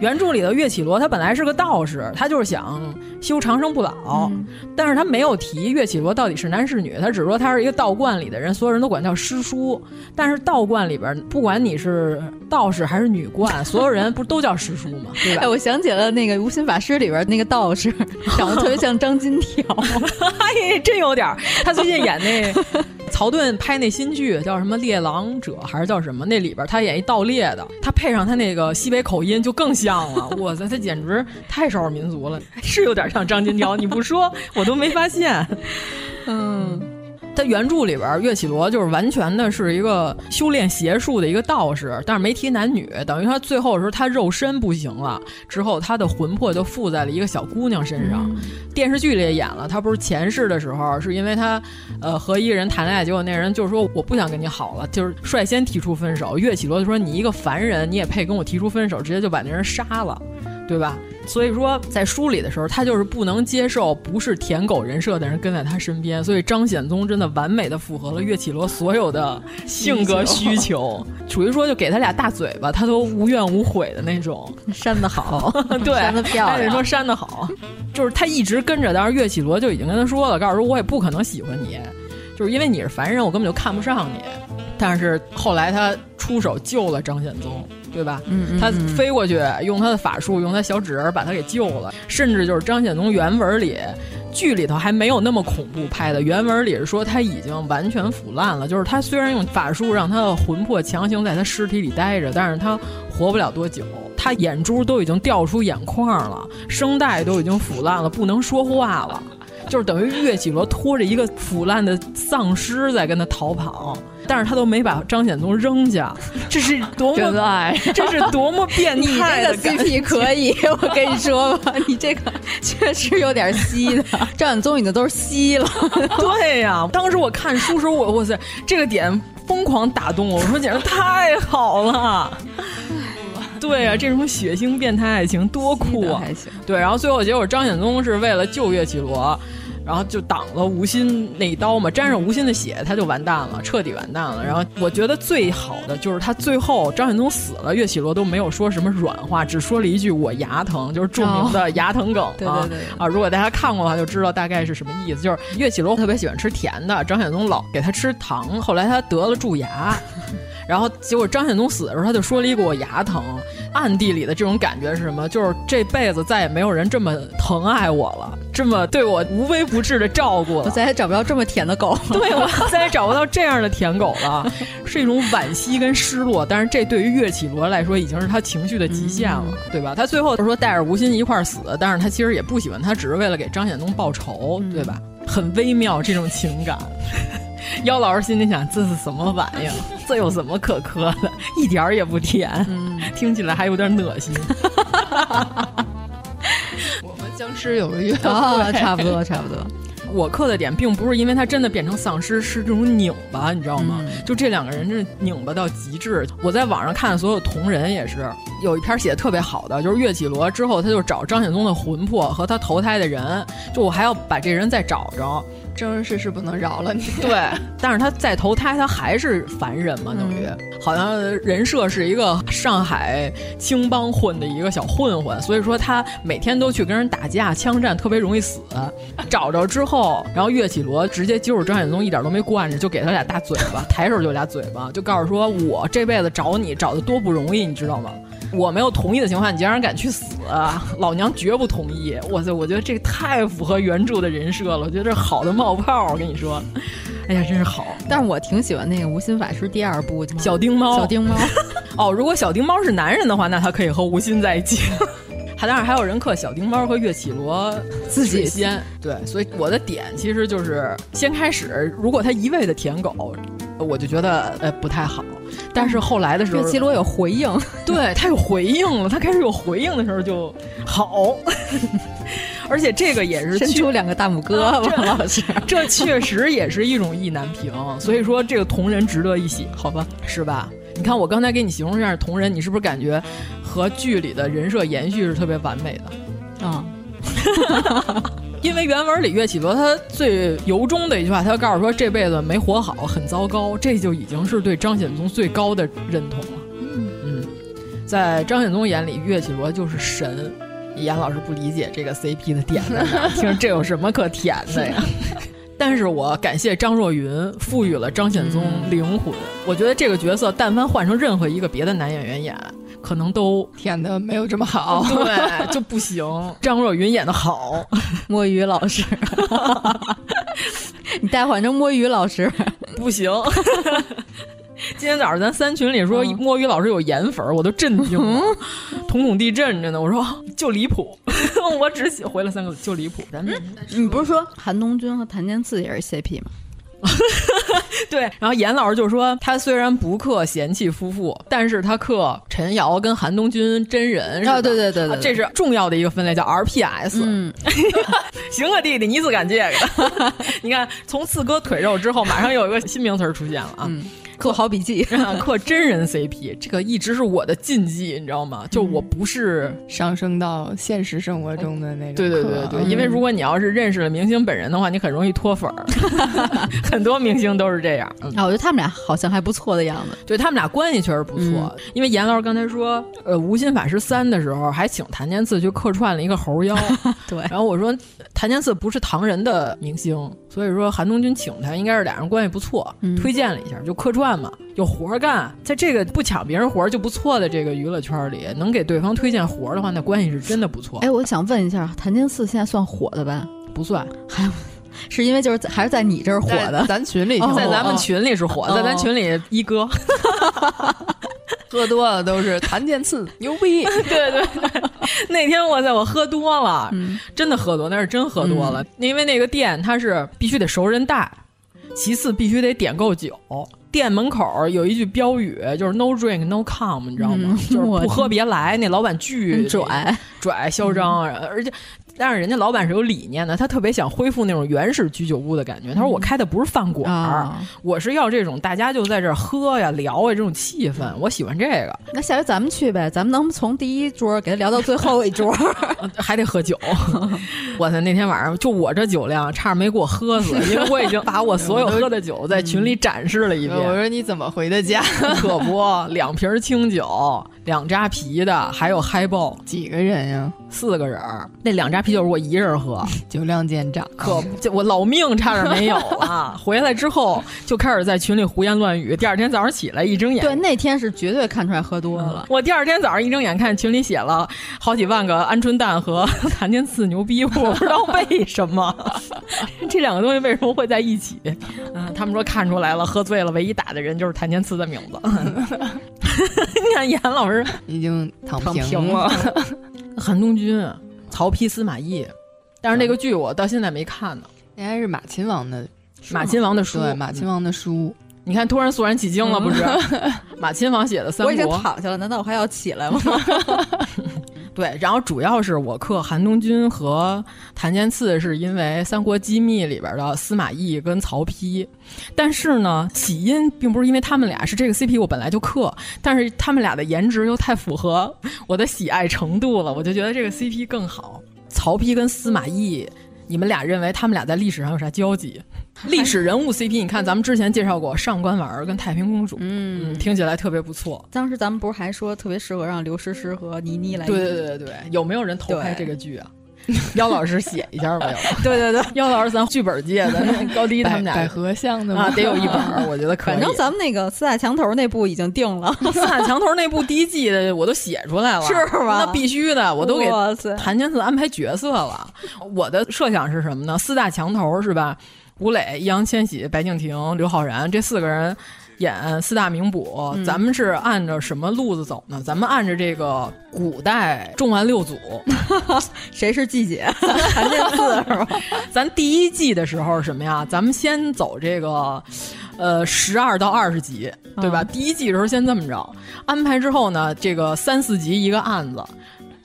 原著里的岳绮罗，她本来是个道士，她就是想修长生不老，
嗯
但是她没有提岳绮罗到底是男是女，她只说她是一个道观里的人，所有人都管叫师叔。但是道观里边，不管你是道士还是
[laughs]
女观，所有人不都叫师叔吗？对吧
哎，？我想起了那个《无心法师》里边那个道士，长得特别像张金条。
[laughs] 哎，真有点儿。他最近演那曹盾拍那新剧叫什么《猎狼者》还是叫什么？那里边他演一盗猎的，他配上他那个西北口音就更像了。哇塞，他简直太少数民族了，是有点像张金条。你不说我都没发现。嗯。在原著里边，岳绮罗就是完全的是一个修炼邪术的一个道士，但是没提男女，等于他最后的时候他肉身不行了，之后他的魂魄就附在了一个小姑娘身上。电视剧里也演了，他不是前世的时候，是因为他呃和一个人谈恋爱，结果那人就是说我不想跟你好了，就是率先提出分手。岳绮罗就说你一个凡人，你也配跟我提出分手，直接就把那人杀了，对吧？所以说，在书里的时候，他就是不能接受不是舔狗人设的人跟在他身边，所以张显宗真的完美的符合了岳绮罗所有的性
[laughs]
格需求，属于说就给他俩大嘴巴，他都无怨无悔的那种。，
扇的好
[laughs] 对，
扇的漂
还得说
亮。
扇的好，就是他一直跟着，当时岳绮罗就已经跟他说了，告诉说我也不可能喜欢你，就是因为你是凡人，我根本就看不上你。但是后来他出手救了张显宗，对吧？
嗯
他飞过去，用他的法术，用他小纸人儿把他给救了。甚至就是张显宗原文里，剧里头还没有那么恐怖拍的，原文里是说他已经完全腐烂了，就是他虽然用法术让他的魂魄强行在他尸体里待着，但是他活不了多久。他眼珠都已经掉出眼眶了，声带都已经腐烂了，不能说话了，就是等于岳绮罗拖着一个腐烂的丧尸在跟他逃跑，但是他都没把张显宗扔下，这是多么
真爱，
这是多么变
你这
态的
个
感觉！
CP 可以，我跟你说吧，你这个确实有点稀的。张远宗已经都是稀了，
对呀、当时我看书时候，我哇塞，这个点疯狂打动我，我说简直太好了。 [laughs] 对呀、这种血腥变态爱情多酷啊！
还行。
对，然后最后结果张显宗是为了救岳绮罗，然后就挡了吴昕那一刀嘛，沾上吴昕的血，他就完蛋了，彻底完蛋了。然后我觉得最好的就是他最后张显宗死了，岳绮罗都没有说什么软话，只说了一句“我牙疼”，就是著名的牙疼梗嘛。
哦对对对
啊，如果大家看过的话，就知道大概是什么意思。就是岳绮罗特别喜欢吃甜的，张显宗老给他吃糖，后来他得了蛀牙。然后结果张显宗死的时候，他就说了一个我牙疼。暗地里的这种感觉是什么？就是这辈子再也没有人这么疼爱我了，这么对我无微不至的照顾
我
了。
再也找不着这么甜的狗了。
对，我再也找不到这样的舔狗了，是一种惋惜跟失落。但是这对于岳绮罗来说，已经是他情绪的极限了，对吧？他最后说带着吴昕一块儿死，但是他其实也不喜欢他，只是为了给张显宗报仇，对吧？很微妙这种情感。 [laughs] 妖老师心里想：这是什么玩意儿？这有什么可磕的？一点儿也不甜，听起来还有点恶心。
[laughs] 僵尸有个月，
啊，差不多，差不多。
我刻的点并不是因为他真的变成丧尸，是这种拧巴，你知道吗？就这两个人真是拧巴到极致。我在网上看的所有同人也是，有一篇写的特别好的，就是岳绮罗之后，他就找张显宗的魂魄和他投胎的人，就我还要把这人再找着。
真是是不能饶 [laughs] 了你。
对， [laughs] 但是他再投胎，他还是凡人嘛，等于、好像人设是一个上海青帮混的一个小混混，所以说他每天都去跟人打架、枪战，特别容易死。找着之后，然后岳绮罗直接揪着张显宗，一点都没惯着，就给他俩大嘴巴，抬手就俩嘴巴，就告诉说我这辈子找你找的多不容易，你知道吗？我没有同意的情况下，你竟然敢去死，啊老娘绝不同意！哇塞，我觉得这个太符合原著的人设了，我觉得这好的冒泡，我跟你说，哎呀，真是好。
但是我挺喜欢那个《无心法师》第二部
小丁猫，
小丁猫，
哦，如果小丁猫是男人的话，那他可以和吴昕在一起。 [laughs] 还当然还有人刻小丁猫和岳绮罗
自己
水仙，对，所以我的点其实就是先开始，如果他一味的舔狗，我就觉得呃不太好。但是后来的时候，
岳绮罗有回应，
[laughs] 对他有回应了，他开始有回应的时候就好， [laughs] 而且这个也是
伸
去
出两个大拇哥，
啊这
王老师。
[laughs] 这确实也是一种意难平，所以说这个同人值得一写，好吧，是吧？你看我刚才给你形容这样的同人，你是不是感觉和剧里的人设延续是特别完美的？
嗯，
因为原文里岳绮罗她最由衷的一句话，她就告诉说这辈子没活好，很糟糕，这就已经是对张显宗最高的认同了。嗯，在张显宗眼里，岳绮罗就是神。严老师不理解这个 CP 的点
[laughs]
在哪，听着这有什么可舔的
啊
呀？但是我感谢张若昀赋予了张显宗
嗯
灵魂。我觉得这个角色，但凡换成任何一个别的男演员演，可能都
舔的没有这么好。 [laughs]
对就不行。张若昀演的好，
摸鱼老
[laughs]
师，你代换成摸鱼老师，
不行。 [laughs] 今天早上咱三群里说摸鱼老师有颜粉儿，我都震惊了，瞳孔地震，真的。我说哦就离谱，嗯 [laughs] 嗯我只写回了三个字，就离谱。咱们
你不是说韩东君和谭健次也是 CP 吗？
[laughs] 对，然后严老师就说，他虽然不克贤妻夫妇，但是他克陈瑶跟韩东君真人是吧
啊对对对对
啊这是重要的一个分类，叫 RPS。
嗯，
[laughs] 行啊， [laughs] 弟弟，你一次干这个，你看从四哥腿肉之后，马上又有一个新名词儿出现了啊。
嗯
啊
做好笔记。
克真人 CP 这个一直是我的禁忌，你知道吗？就我不是
[laughs]
嗯
上升到现实生活中的那种。
对对对对，
嗯
因为如果你要是认识了明星本人的话，你很容易
[laughs]
脱粉儿，很多明星都是这样。嗯
啊，我觉得他们俩好像还不错的样子。
对他们俩关系确实不错，因为严老师刚才说，呃，《无心法师三》的时候还请谭健次去客串了一个猴妖，
对
然后我说谭健次不是唐人的明星，所以说韩东君请他应该是俩人关系不错，推荐了一下就客串嘛，有活儿干，在这个不抢别人活儿就不错的这个娱乐圈里，能给对方推荐活儿的话，那关系是真的不错，
哎，我想问一下，谭健次现在算火的吧？
不算
[laughs] 是因为就是在还是在你这儿火
哦在
的？
咱群里啊
在咱们群里是火，在咱群里一哥。
喝多了都是 [laughs] 谭健次牛 [laughs] 逼，
对对对， [laughs] 那天我在我喝多了，
嗯
真的喝多，那是真喝多了。因为那个店它是必须得熟人带，其次必须得点够酒。店门口有一句标语，就是 “No drink, no come”，你知道吗？
嗯
就是
我
不喝别来。那老板巨
真拽嗯
拽嚣张，啊而且。但是人家老板是有理念的，他特别想恢复那种原始居酒屋的感觉。他说：“我开的不是饭馆儿，
嗯啊！
我是要这种大家就在这儿喝呀、聊呀这种气氛，
嗯
我喜欢这个。”
[laughs]
那下回咱们去呗，咱们能从第一桌给他聊到最后一桌？
[laughs]
还得喝酒， [laughs] 我操！那天晚上就我这酒量，差点没给我喝死，因为我已经把我所有喝的酒在群里展示了一
我
遍。
说你怎么回的家？ [laughs]
可不，两瓶清酒，两扎啤的，还有嗨爆，
几个人呀？
四个人儿。那两扎啤酒是我一人喝，
酒量见长，
可这我老命差点没有了。回来之后就开始在群里胡言乱语，第二天早上起来一睁眼
对，那天是绝对看出来喝多了。
我第二天早上一睁眼看群里写了好几万个鹌鹑蛋和 [laughs] 檀健次牛逼，我不知道为什么 [laughs] 这两个东西为什么会在一起。嗯，他们说看出来了，喝醉了唯一打的人就是檀健次的名字。 [laughs] 你看严老师，
嗯已经躺
躺
平
平
了。
韩东君、曹丕、司马懿，但是那个剧我到现在没看呢。
应该是马亲王的，
马亲王的书，
对马亲
嗯，
王的书，
你看突然肃然起敬了，不是？ [laughs] 马亲王写的三
我已经
国。
躺下了，难道我还要起来吗？ [laughs]
对，然后主要是我克韩东君和谭健次，是因为《三国机密》里边的司马懿跟曹丕，但是呢，起因并不是因为他们俩是这个 CP，我本来就克，但是他们俩的颜值又太符合我的喜爱程度了，我就觉得这个 CP 更好。曹丕跟司马懿，你们俩认为他们俩在历史上有啥交集？历史人物 CP，你看咱们之前介绍过上官婉儿跟太平公主，嗯，听起来特别不错。
当时咱们不是还说特别适合让刘诗诗和倪妮来
对对对对对，有没有人偷拍这个剧啊？ [laughs] 姚老师写一下吧，有。 [laughs]
对对对，
姚老师，咱剧本界的 [laughs] 高低他
百
们俩
百合像的
啊
吗，
得
[laughs]
有一本儿，我觉得可以。
反正咱们那个四大墙头那部已经定了，
四大墙头那部第一季的我都写出 [laughs] 来了，
是吧
那必须的，我都给
哇塞
谭健次安排角色了。我的设想是什么呢？四大墙头是吧？吴磊、易烊千玺、白敬亭、刘昊然这四个人演四大名捕，咱们是按照什么路子走呢？咱们按着这个古代重案六组，
谁是季姐？谭健次是吧？
咱第一季的时候是什么呀？咱们先走这个，呃，十二到二十集，对吧？第一季的时候先这么着安排之后呢，这个三四集一个案子。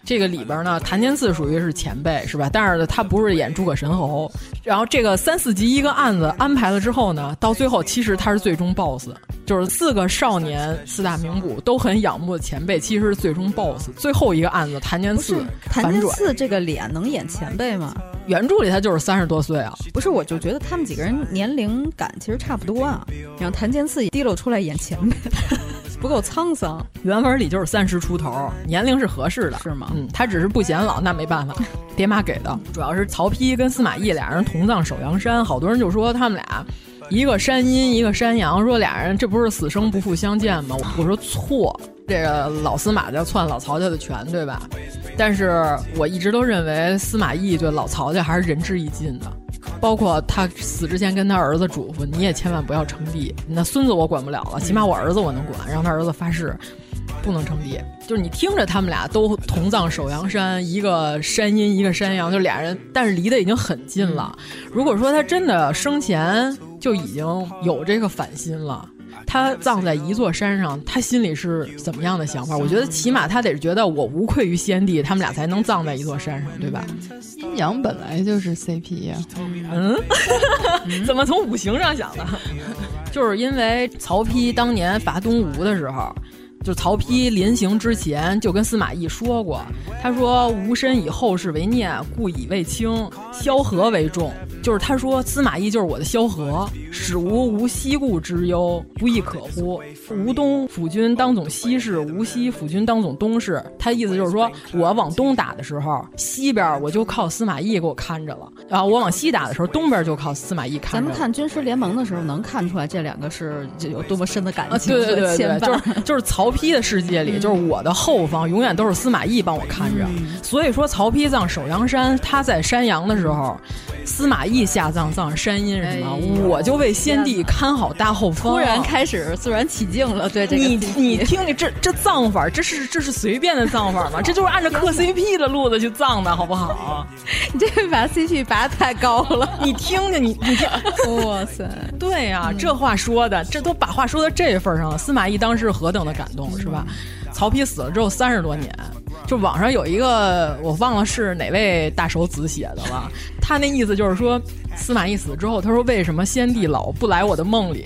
这个里边呢，谭健次属于是前辈，是吧？但是呢他不是演诸葛神侯。然后这个三四集一个案子安排了之后呢，到最后其实他是最终 BOSS，就是四个少年四大名捕都很仰慕的前辈，其实是最终 BOSS。最后一个案子，谭健
不是
次
谭
反
健
转。
次这个脸能演前辈吗？
原著里他就是三十多岁啊，
不是，我就觉得他们几个人年龄感其实差不多啊。然后谭健次也滴溜出来演前面， [laughs] 不够沧桑，
原文里就是三十出头，年龄是合适的。
是吗？
嗯，他只是不显老，那没办法，爹妈给的。主要是曹丕跟司马懿俩人同葬首阳山，好多人就说他们俩一个山阴，一个山阳，说俩人这不是死生不复相见吗？我说错，这个老司马家篡老曹家的权，对吧？但是我一直都认为司马懿对老曹家还是仁至义尽的。包括他死之前跟他儿子嘱咐，你也千万不要称帝。那孙子我管不了了，起码我儿子我能管，让他儿子发誓不能称帝。就是你听着，他们俩都同葬首阳山，一个山阴，一个山阳，就俩人，但是离得已经很近了。如果说他真的生前就已经有这个反心了。他葬在一座山上，他心里是怎么样的想法？我觉得起码他得是觉得我无愧于先帝，他们俩才能葬在一座山上，对吧？
阴阳本来就是 CP 呀、
嗯，怎么从五行上想的？就是因为曹丕当年伐东吴的时候，就曹丕临行之前就跟司马懿说过，他说：“吾身以后世为念，故以为轻，萧何为重。”就是他说司马懿就是我的萧何，使吾无西顾之忧，不亦可乎？吴东府君当总西事，吴西府君当总东事。他意思就是说，我往东打的时候，西边我就靠司马懿给我看着了；然后我往西打的时候，东边就靠司马懿看着了。
咱们看《军师联盟》的时候，能看出来这两个是就有多么深的感
啊，
情
对对
和
对
牵
对，
绊。 [laughs] 嗯
就是就是曹丕的世界里，就是我的后方永远都是司马懿帮我看着。所以说，曹丕葬首阳山，他在山阳的时候，司马懿下葬葬山阴是什么？
哎呦
我就为先帝
天哪
看好大后方。
突然开始肃然起敬了，对这个
你
CP
你听听这这葬法，这是这是随便的葬法吗？这就是
[laughs]
按照磕 CP 的路子去葬的，好不好？
你 [laughs] 这把 CP 拔得太高了，
你听听你你听，
哇塞！
对呀、这话说的，这都把话说到这份儿上了。司马懿当时何等的感动，是吧？曹丕死了之后三十多年，就网上有一个我忘了是哪位大手子写的了，他那意思就是说，司马懿死之后，他说为什么先帝老不来我的梦里，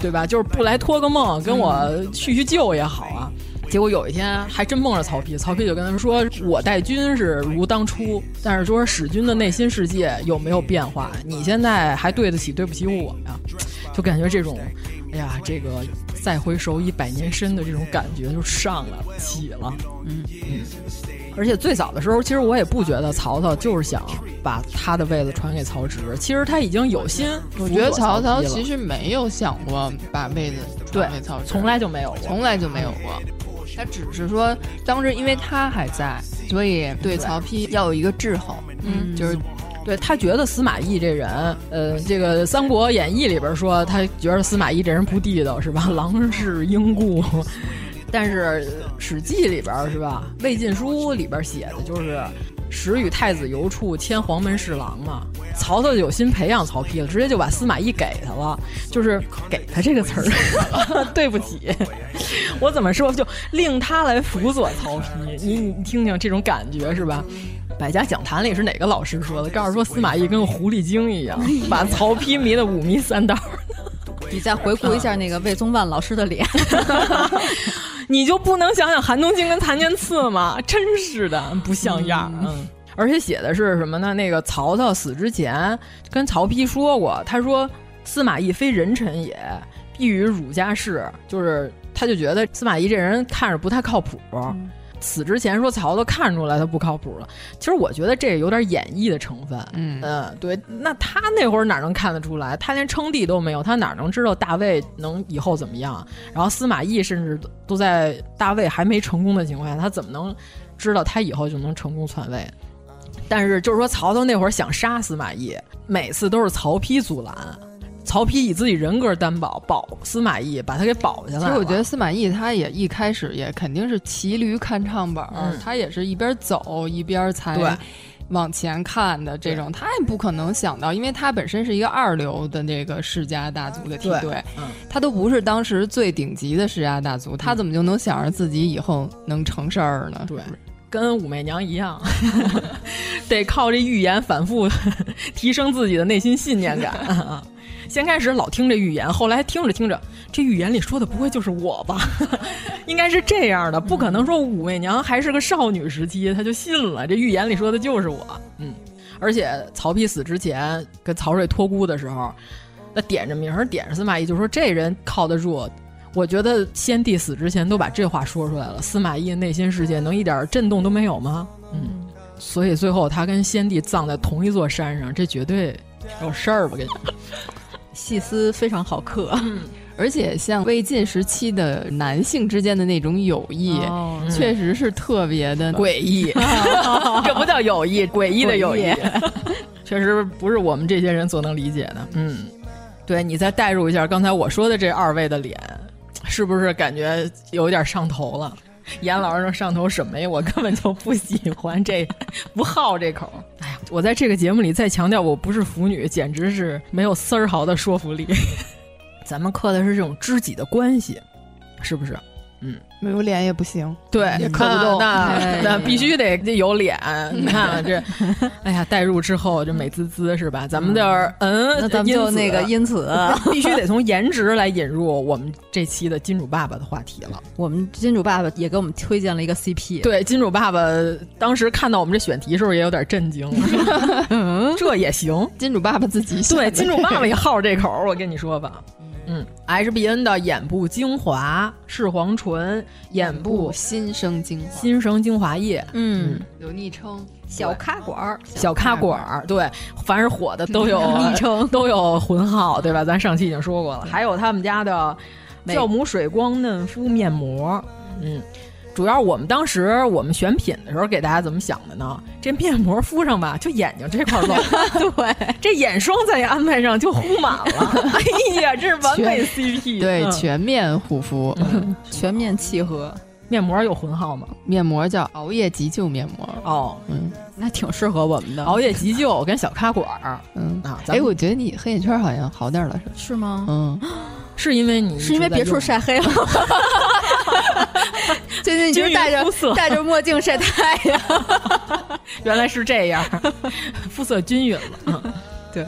对吧？就是不来托个梦，跟我
嗯
叙叙旧也好啊。结果有一天还真梦着曹丕，曹丕就跟他们说：“我待君是如当初，但是说使君的内心世界有没有变化？你现在还对得起对不起我呀？”就感觉这种，哎呀，这个再回首已百年身的这种感觉就上来了，起了。
嗯
嗯而且最早的时候，其实我也不觉得曹操就是想把他的位子传给曹植，其实他已经有心辅佐
我
丕了。
觉得曹操其实没有想过把位子
对
传给曹，植，
从来就没有过。
从来就没有过。他只是说，当时因为他还在，所以对曹丕要有一个制衡，嗯，就是
对他觉得司马懿这人，呃，这个《三国演义》里边说，他觉得司马懿这人不地道，是吧？ [laughs] 狼是英固。 [laughs] 但是《史记》里边是吧，《魏晋书》里边写的就是“时与太子游处，迁黄门侍郎”嘛。曹操有心培养曹丕了，直接就把司马懿给他了，就是“给他”这个词儿， [laughs] 对不起，我怎么说就令他来辅佐曹丕？你你听听这种感觉是吧？百家讲坛里是哪个老师说的？告诉说司马懿跟狐狸精一样，把曹丕迷得五迷三道。
你再回顾一下那个魏宗万老师的脸，
你就不能想想韩东进跟谭健次吗？真是的，不像样。嗯，而且写的是什么呢？那个曹操死之前跟曹丕说过，他说司马懿非人臣也，必与儒家事，就是他就觉得司马懿这人看着不太靠谱。死之前说曹操看出来他不靠谱了，其实我觉得这有点演绎的成分。
嗯
对，那他那会儿哪能看得出来？他连称帝都没有，他哪能知道大卫能以后怎么样？然后司马懿甚至都在大卫还没成功的情况下，他怎么能知道他以后就能成功篡位？但是就是说，曹操那会儿想杀司马懿，每次都是曹丕阻拦。曹丕以自己人格担保，保司马懿，把他给保下来了。
其实我觉得司马懿他也一开始也肯定是骑驴看唱本儿，
嗯
他也是一边走一边
对
才往前看的这种，他也不可能想到，因为他本身是一个二流的这个世家大族的梯
对
队，
嗯
他都不是当时最顶级的世家大族，他怎么就能想着自己以后能成事儿呢？
对，跟武媚娘一样， [laughs] 得靠这预言反复提升自己的内心信念感。 [laughs] 先开始老听这预言，后来听着听着，这预言里说的不会就是我吧？ [laughs] 应该是这样的，不可能说武媚娘还是个少女时期，她就信了这预言里说的就是我。嗯，而且曹丕死之前跟曹睿托孤的时候，那点着名儿点着司马懿，就说这人靠得住。我觉得先帝死之前都把这话说出来了，司马懿的内心世界能一点震动都没有吗？嗯，所以最后他跟先帝葬在同一座山上，这绝对有事儿吧？跟你说
细思非常好客，
而且像魏晋时期的男性之间的那种友谊，
哦
确实是特别的
诡异， [laughs] 这不叫友谊，诡异的友谊， [laughs] 确实不是我们这些人所能理解的。嗯，对你再代入一下刚才我说的这二位的脸，是不是感觉有点上头了？严老师说上头什么呀？我根本就不喜欢这，不好这口。哎呀，我在这个节目里再强调，我不是腐女，简直是没有丝儿毫的说服力。 [laughs] 咱们刻的是这种知己的关系，是不是？
没有脸也不行。
对，
也磕不
那
动
那
哎
那必须得有脸。你
[laughs]
看这，哎呀，代入之后这美滋滋是吧？咱们这儿嗯，
呃
那咱们就那
啊
[laughs]
个啊
因
因此，
此啊必须得从颜值来引入我们这期的金主爸爸的话题了。
我们金主爸爸也给我们推荐了一个 CP，
对，金主爸爸当时看到我们这选题时候也有点震惊，
[laughs]
嗯这也行。
金主爸爸自己选
对，
的
金主爸爸也好这口儿，我跟你说吧。嗯，HBN 的眼部精华视黄醇眼部
新生精华，
新生精华液，
嗯，
有昵称，
小咖管儿，
小咖馆儿，对，凡是火
[laughs]
的都有昵称，都有浑号，对吧？咱上期已经说过了，还有他们家的
美
酵母水光嫩肤面膜，嗯。主要我们当时我们选品的时候，给大家怎么想的呢？这面膜敷上吧，就眼睛这块儿露，
[laughs]
对，这眼霜再一安排上就敷满了。哎呀，这是完美 CP，
对，
嗯
全面护肤，
全面契合，
面膜有浑号吗？
哦
面膜叫熬夜急救面膜，
哦，
嗯那挺适合我们的，
熬夜急救跟小咖管儿
嗯。
啊，咱
哎，
们
我觉得你黑眼圈好像好点儿了，是吧？
是吗？
嗯，
是因为你
是因为别处晒
晒。
黑了， [laughs] 最
[laughs]
近一
均
直
匀
戴
肤
着
色
戴着墨镜晒太阳。
原来是这样， [laughs] 肤色均匀了。嗯、对，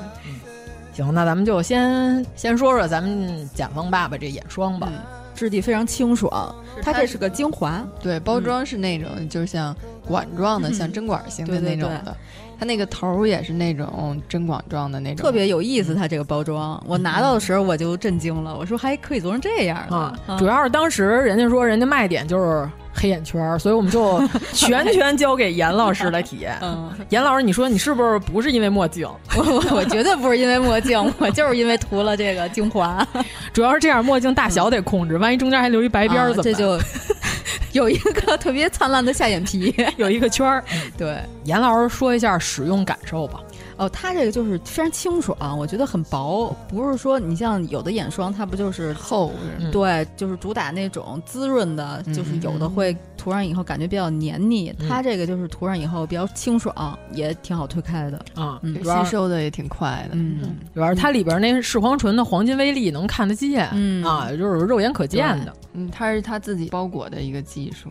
行，那咱们就先先说说咱们甲方爸爸这眼霜吧。
质地非常清爽，它这是个精华，
对，包装是那种就是像管状的，像针管型的那
嗯对
种
对
的，它那个头儿也是那种针管状的那种，
特别有意
嗯
思。它这个包装，我拿到的时候我就震惊了，我说还可以做成这样
嗯
呢
啊，主要是当时人家说人家卖点就是黑眼圈儿，所以我们就全权交给严老师来体验。 [laughs] 严老师，你说你是不是不是因为墨镜？
我 [laughs] 我我绝对不是因为墨镜，我就是因为涂了这个精华，
主要是这样，墨镜大小得控制，万一中间还留一白边
啊
儿怎么办？
这就 [laughs] 有一个特别灿烂的下眼皮。
[laughs] 有一个圈儿。
[laughs] 对，
严老师说一下使用感受吧。
哦，它这个就是非常清爽，我觉得很薄，不是说你像有的眼霜，它不就是
厚
嗯
是吗，
对，就是主打那种滋润的，就是有的
嗯
会涂上以后感觉比较黏腻，它这个就是涂上以后比较清爽，也挺好推开的。
啊、
嗯
主要
吸收的也挺快的。
嗯，
主要是它里边那视黄醇的黄金微粒能看得见，
嗯
啊，就是肉眼可见的，
嗯，它是它自己包裹的一个技术，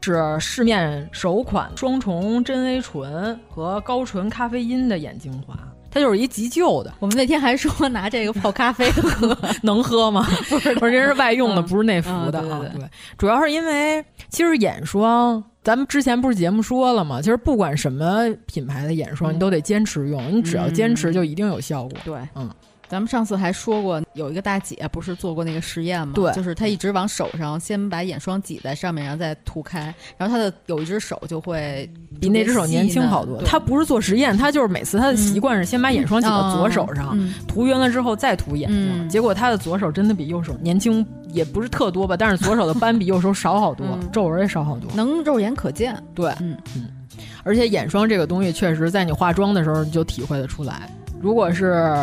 是市面首款双重真 A 醇和高纯咖啡因的眼精华。它就是一急救的， [laughs]
我们那天还说拿这个泡咖啡喝，
能
[laughs]
喝吗？不是，这是外用的，
嗯
不是内服的
嗯
啊。
对对
主要是因为其实眼霜，咱们之前不是节目说了吗？其实不管什么品牌的眼霜，你都
嗯
得坚持用，你只要坚持就一定有效果。
对，
嗯。
[laughs] 咱们上次还说过，有一个大姐不是做过那个实验吗？
对
就是她一直往手上先把眼霜挤在上面，然后再涂开，然后她的有一只手就会
比那只手年轻好多。
对
他不是做实验，他就是每次他的习惯是先把眼霜挤到左手上，
嗯
涂匀了之后再涂眼霜。
嗯
结果他的左手真的比右手年轻，也不是特多吧，但是左手的斑比右手少好多，
嗯
皱纹也少好多。
能肉眼可见。
对，
嗯
而且眼霜这个东西，确实在你化妆的时候你就体会得出来。如果是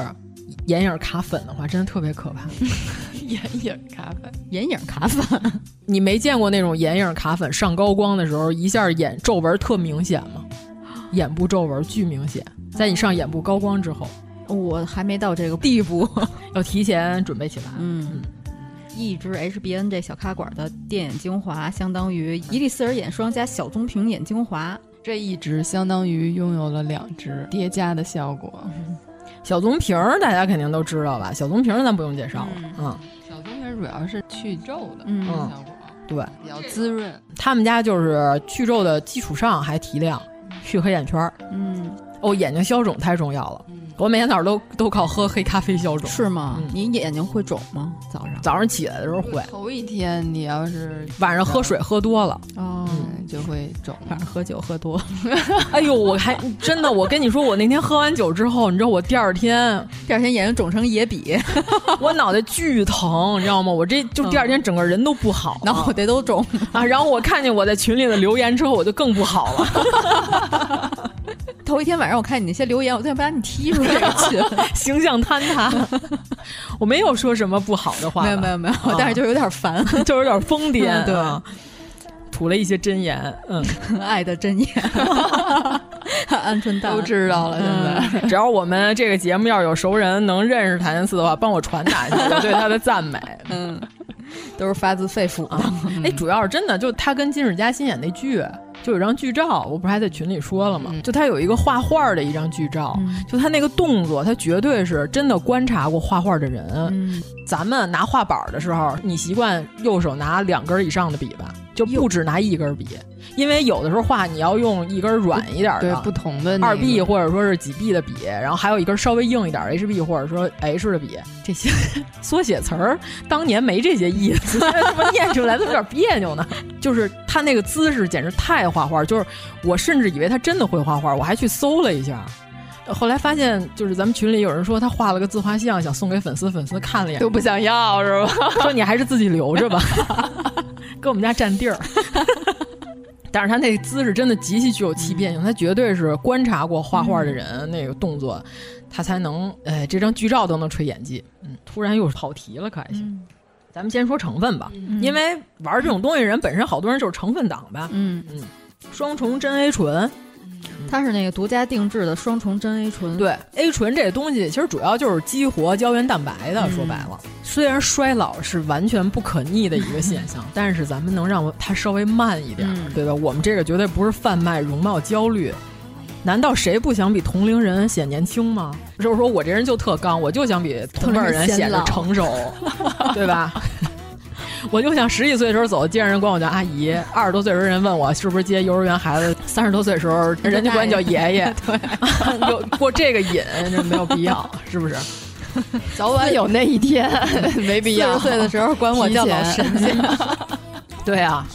眼影卡粉的话，真的特别可怕。
眼影咖啡，
眼影卡粉，
你没见过那种眼影卡粉上高光的时候，一下眼皱纹特明显吗？眼部皱纹巨明显，在你上眼部高光之后。
我还没到这个地步。
要提前准备起来。
嗯，一支 HBN 这小咖管的电眼精华，相当于一粒丝儿眼霜加小棕瓶眼精华。
这一支相当于拥有了两支叠加的效果。
嗯小棕瓶儿大家肯定都知道吧？小棕瓶儿咱不用介绍了。
嗯
嗯，
小棕瓶主要是去皱的
嗯
效果，啊
对，
比较滋润。
嗯
他们家就是去皱的基础上还提亮，去黑眼圈儿。
嗯，
哦，眼睛消肿太重要了，
嗯
我每天早上都都靠喝黑咖啡消肿。
是吗？你眼睛会肿吗？早上
早上起来的时候会，
头一天你要是
晚上喝水喝多了，
嗯
哦，就会肿。
晚上喝酒喝多
[laughs]
了，
[laughs] 哎呦，我还真的，我跟你说，我那天喝完酒之后，你知道我第二
[laughs]
天
第二天眼睛肿成野比，
我脑袋巨疼，你知道吗？我这就第二天整个人都不好了，
哦
脑袋都肿。
啊，然后我看见我在群里的留言之后，我就更不好了。
[laughs] 头一天晚上我看你那些留言，我想把你踢
[laughs]
出这个群，
形象坍
[laughs]
塌。我没有说什么不好的话，
没有没有
哦
没有，但是就有点烦，
[laughs] 就有点疯癫，
对，
吐了一些真言，嗯， [laughs]
爱的真言， [laughs] 鹌鹑蛋嗯
都知道了。现在
只要我们这个节目要有熟人能认识谭健次的话，帮我传达一下我对他的赞美，
嗯，都是发自肺腑的。
啊
哎，主要是真的，就他跟金世佳新演那剧。就有张剧照，我不是还在群里说了吗？就他有一个画画的一张剧照，就他那个动作，他绝对是真的观察过画画的人。
嗯
咱们拿画板的时候，你习惯右手拿两根以上的笔吧，就不只拿一根笔，因为有的时候画你要用一根软一点
对
的，
不同的那
啊二 B
个
或者说是几 B 的笔，然后还有一根稍微硬一点的 HB 或者说 H 的笔，这些 [laughs] 缩写词儿当年没这些意思， [laughs] 现在这么念出来都有点别扭呢。就是他那个姿势简直太画画，就是我甚至以为他真的会画画，我还去搜了一下。呃后来发现，就是咱们群里有人说他画了个自画像，想送给粉丝，粉丝看了一眼
都不想要是吧？
[laughs] 说你还是自己留着
[laughs]
吧，跟我们家占地儿。但是他那姿势真的极其具有欺骗性，他绝对是观察过画画的人、那个动作，他才能，哎，这张剧照都能吹演技。嗯，突然又跑题了，可还
嗯
行。
嗯
咱们先说成分吧，因为玩这种东西的人本身好多人就是成分党吧，
嗯，
双重真 A 醇，
它是那个独家定制的双重真 A 醇，，
对 A 醇这东西，其实主要就是激活胶原蛋白的。说白了，嗯虽然衰老是完全不可逆的一个现 [laughs] 象，但是咱们能让它稍微慢一点儿，
嗯
对吧？我们这个绝对不是贩卖容貌焦虑。难道谁不想比同龄人显年轻吗？就是说我这人就特刚，我就想比同辈儿人显得成熟， [laughs] 对吧？我就想十几岁的时候走，街上人管我叫阿姨；二十多岁的时候人问我是不是接幼儿园孩子；三十多岁的时候人家管你叫爷爷。对，有过这个瘾，这没有必要，是不是？
早晚有那一天，没必要。
四十岁的时候管我叫老
提前
神仙，
[laughs] 对啊，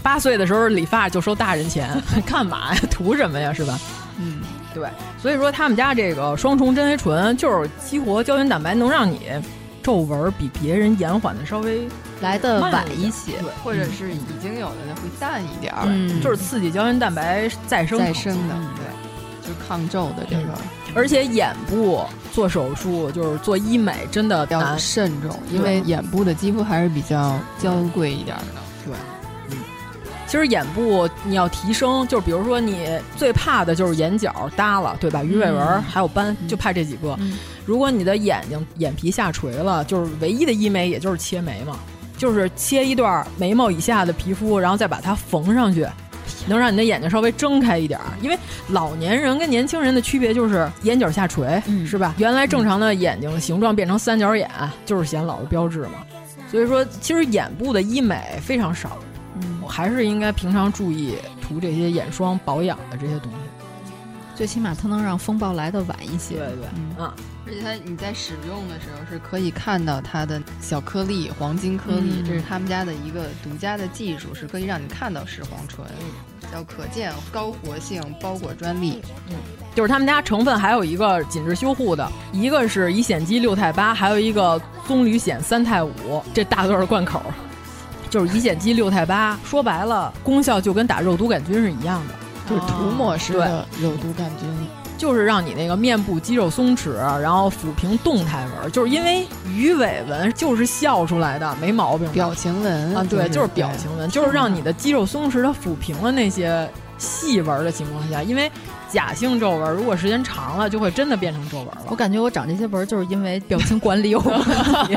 八岁的时候理发就收大人钱， [laughs] 干嘛呀？图什么呀？是吧？
嗯，
对，所以说他们家这个双重真 A 醇就是激活胶原蛋白，能让你皱纹比别人延缓的稍微
来的
慢
晚
一
一些，
对，
或者是已经有的会淡一点儿，
嗯，
就是刺激胶原蛋白再生
再
成
生的，对，就抗皱的这个
而且眼部做手术就是做医美真的
要
难。
慎重，因为眼部的肌肤还是比较娇贵一点儿的。
其实眼部你要提升，就是比如说你最怕的就是眼角耷了，对吧？鱼尾纹儿还有斑，就怕这几个。如果你的眼睛眼皮下垂了，就是唯一的医美，也就是切眉嘛，就是切一段眉毛以下的皮肤，然后再把它缝上去，能让你的眼睛稍微睁开一点儿。因为老年人跟年轻人的区别就是眼角下垂，
嗯
是吧？原来正常的眼睛形状变成三角眼，就是显老的标志嘛。所以说，其实眼部的医美非常少，
嗯
我还是应该平常注意涂这些眼霜保养的这些东西。
最起码它能让风暴来的晚一些，
对
嗯
啊，
而且它你在使用的时候是可以看到它的小颗粒、黄金颗粒，
嗯
这是他们家的一个独家的技术，是可以让你看到视黄醇，叫可见高活性包裹专利。
就是他们家成分还有一个紧致修护的，一个是乙酰基六肽八，还有一个棕榈酰三肽五，这大段的贯口，就是乙酰基六肽八。说白了，功效就跟打肉毒杆菌是一样的。哦
就是涂抹式的有毒杆菌，
就是让你那个面部肌肉松弛，然后抚平动态纹，就是因为鱼尾纹就是笑出来的，没毛病吧。
表情纹
嗯
啊，对，就是表情纹，就是让你的肌肉松弛，它抚平了那些细纹的情况下，因为假性皱纹如果时间长了，就会真的变成皱纹
我
了。
感觉我长这些纹儿就是因为表情管理有问题，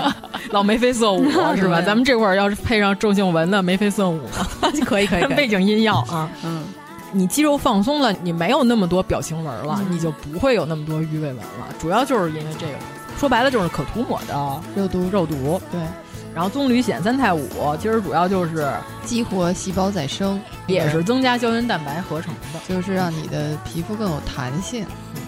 老眉飞色舞
[laughs]
是吧？
对
咱们这会儿要是配上郑秀文的眉飞色舞，
[laughs] 可以
[laughs]
可以可
背
以，
景音要啊，
嗯，
你肌肉放松了，你没有那么多表情纹了，
嗯
你就不会有那么多
哦
鱼尾纹了。主要就是因为这个，说白了就是可涂抹的
肉毒
肉毒。
对，
然后棕榈酰三肽五其实主要就是
激活细胞再生，
也是增加胶原蛋白合成的，
就是让你的皮肤更有弹性，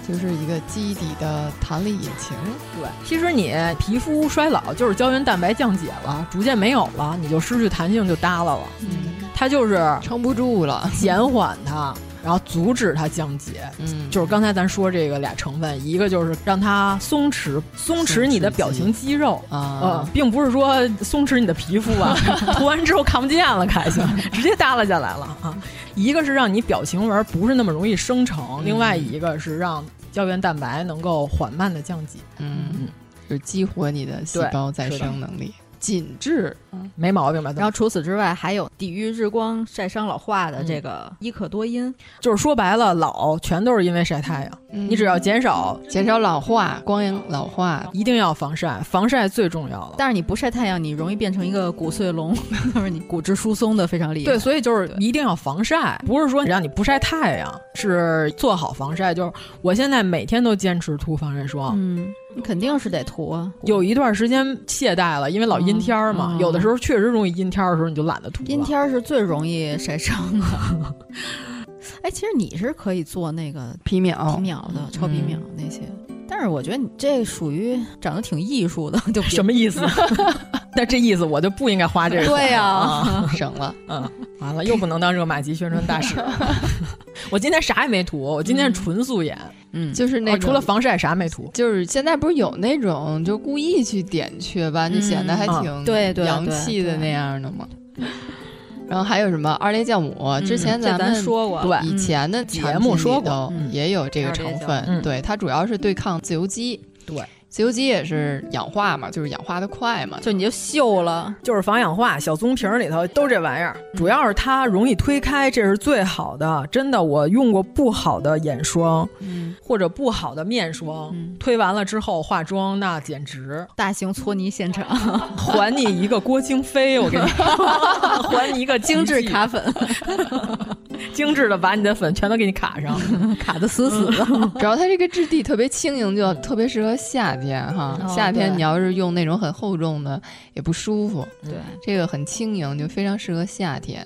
就是一个基底的弹力引擎。
对，其实你皮肤衰老就是胶原蛋白降解了，逐渐没有了，你就失去弹性就耷拉了，
嗯，
它就是
撑不住了，
减缓它。然后阻止它降解，
嗯，
就是刚才咱说这个俩成分，一个就是让它松弛，松弛你的表情肌肉
啊、
呃，并不是说松弛你的皮肤
[laughs]
啊，涂完之后看不见了，开心，直接耷拉下来了啊。一个是让你表情纹不是那么容易生成，
嗯
另外一个是让胶原蛋白能够缓慢的降解。
嗯，就是激活你的细胞再生能力。紧致，
没毛病吧？
然后除此之外，还有抵御日光晒伤老化的
嗯
这个伊可多因，
就是说白了，老全都是因为晒太阳。
嗯
你只要减少，
减少老化、光影老化，
一定要防晒，防晒最重要了。
但是你不晒太阳，你容易变成一个骨碎龙， [laughs] 就是你骨质疏松的非常厉害。
对，所以就是一定要防晒，不是说让你不晒太阳，是做好防晒。就是我现在每天都坚持涂防晒霜，
嗯，你肯定是得涂啊。
啊有一段时间懈怠了，因为老阴天儿嘛，
嗯嗯
有的时候确实容易阴天儿的时候你就懒得涂了。
阴天儿是最容易晒伤的。 [laughs] 哎，其实你是可以做那个
皮
皮
哦
秒，
秒的、
嗯
超皮秒那些，但是我觉得你这属于长得挺艺术的，
[laughs]
就别
什么意思？那这意思我就不应该花
[laughs]
这个钱。
对呀
啊
[laughs] 省了。
嗯，完了又不能当热玛吉宣传大使。我今天啥也没涂，我今天是纯素颜，
嗯，
就是那
哦除了
种
防晒啥没涂。
就是现在不是有那种就故意去点雀斑，就显得还
嗯
挺
对对
洋
对
气的
对
那样的吗？然后还有什么二裂酵母？之前
这咱
们
说过，
对
以前的
节目说过
过
嗯
也有这个成分，
嗯
对它主要是对抗自由基。
对，
自由基也是氧化嘛，就是氧化的快嘛。
就你就秀了，
就是防氧化，小棕瓶里头都这玩意儿，
嗯
主要是它容易推开，这是最好的。真的，我用过不好的眼霜，
嗯，
或者不好的面霜，
嗯
推完了之后化妆那简直
大型搓泥现
[laughs]
场，
还你一个郭京飞，我跟你说， [laughs] 还你一个
精致
奇迹
卡，粉，
精致的把你的粉全都给你卡上。
[laughs]
嗯
卡的死死
[laughs]
的，
主要它这个质地特别轻盈，就特别适合夏天哈。
哦
夏天
对
你要是用那种很厚重的也不舒服，
对，
这个很轻盈，就非常适合夏天。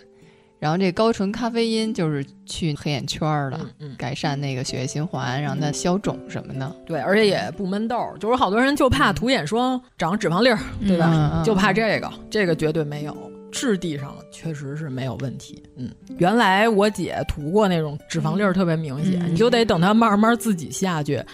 然后这高纯咖啡因就是去黑眼圈儿的，
嗯嗯，
改善那个血液循环，让它消肿什么的。
对，而且也不闷痘儿，就是好多人就怕涂眼霜长脂肪粒儿，对吧？
嗯嗯
就怕这个，这个绝对没有。质地上确实是没有问题，嗯，原来我姐涂过那种脂肪粒儿特别明显，
嗯
你就得等它慢慢自己下去啊，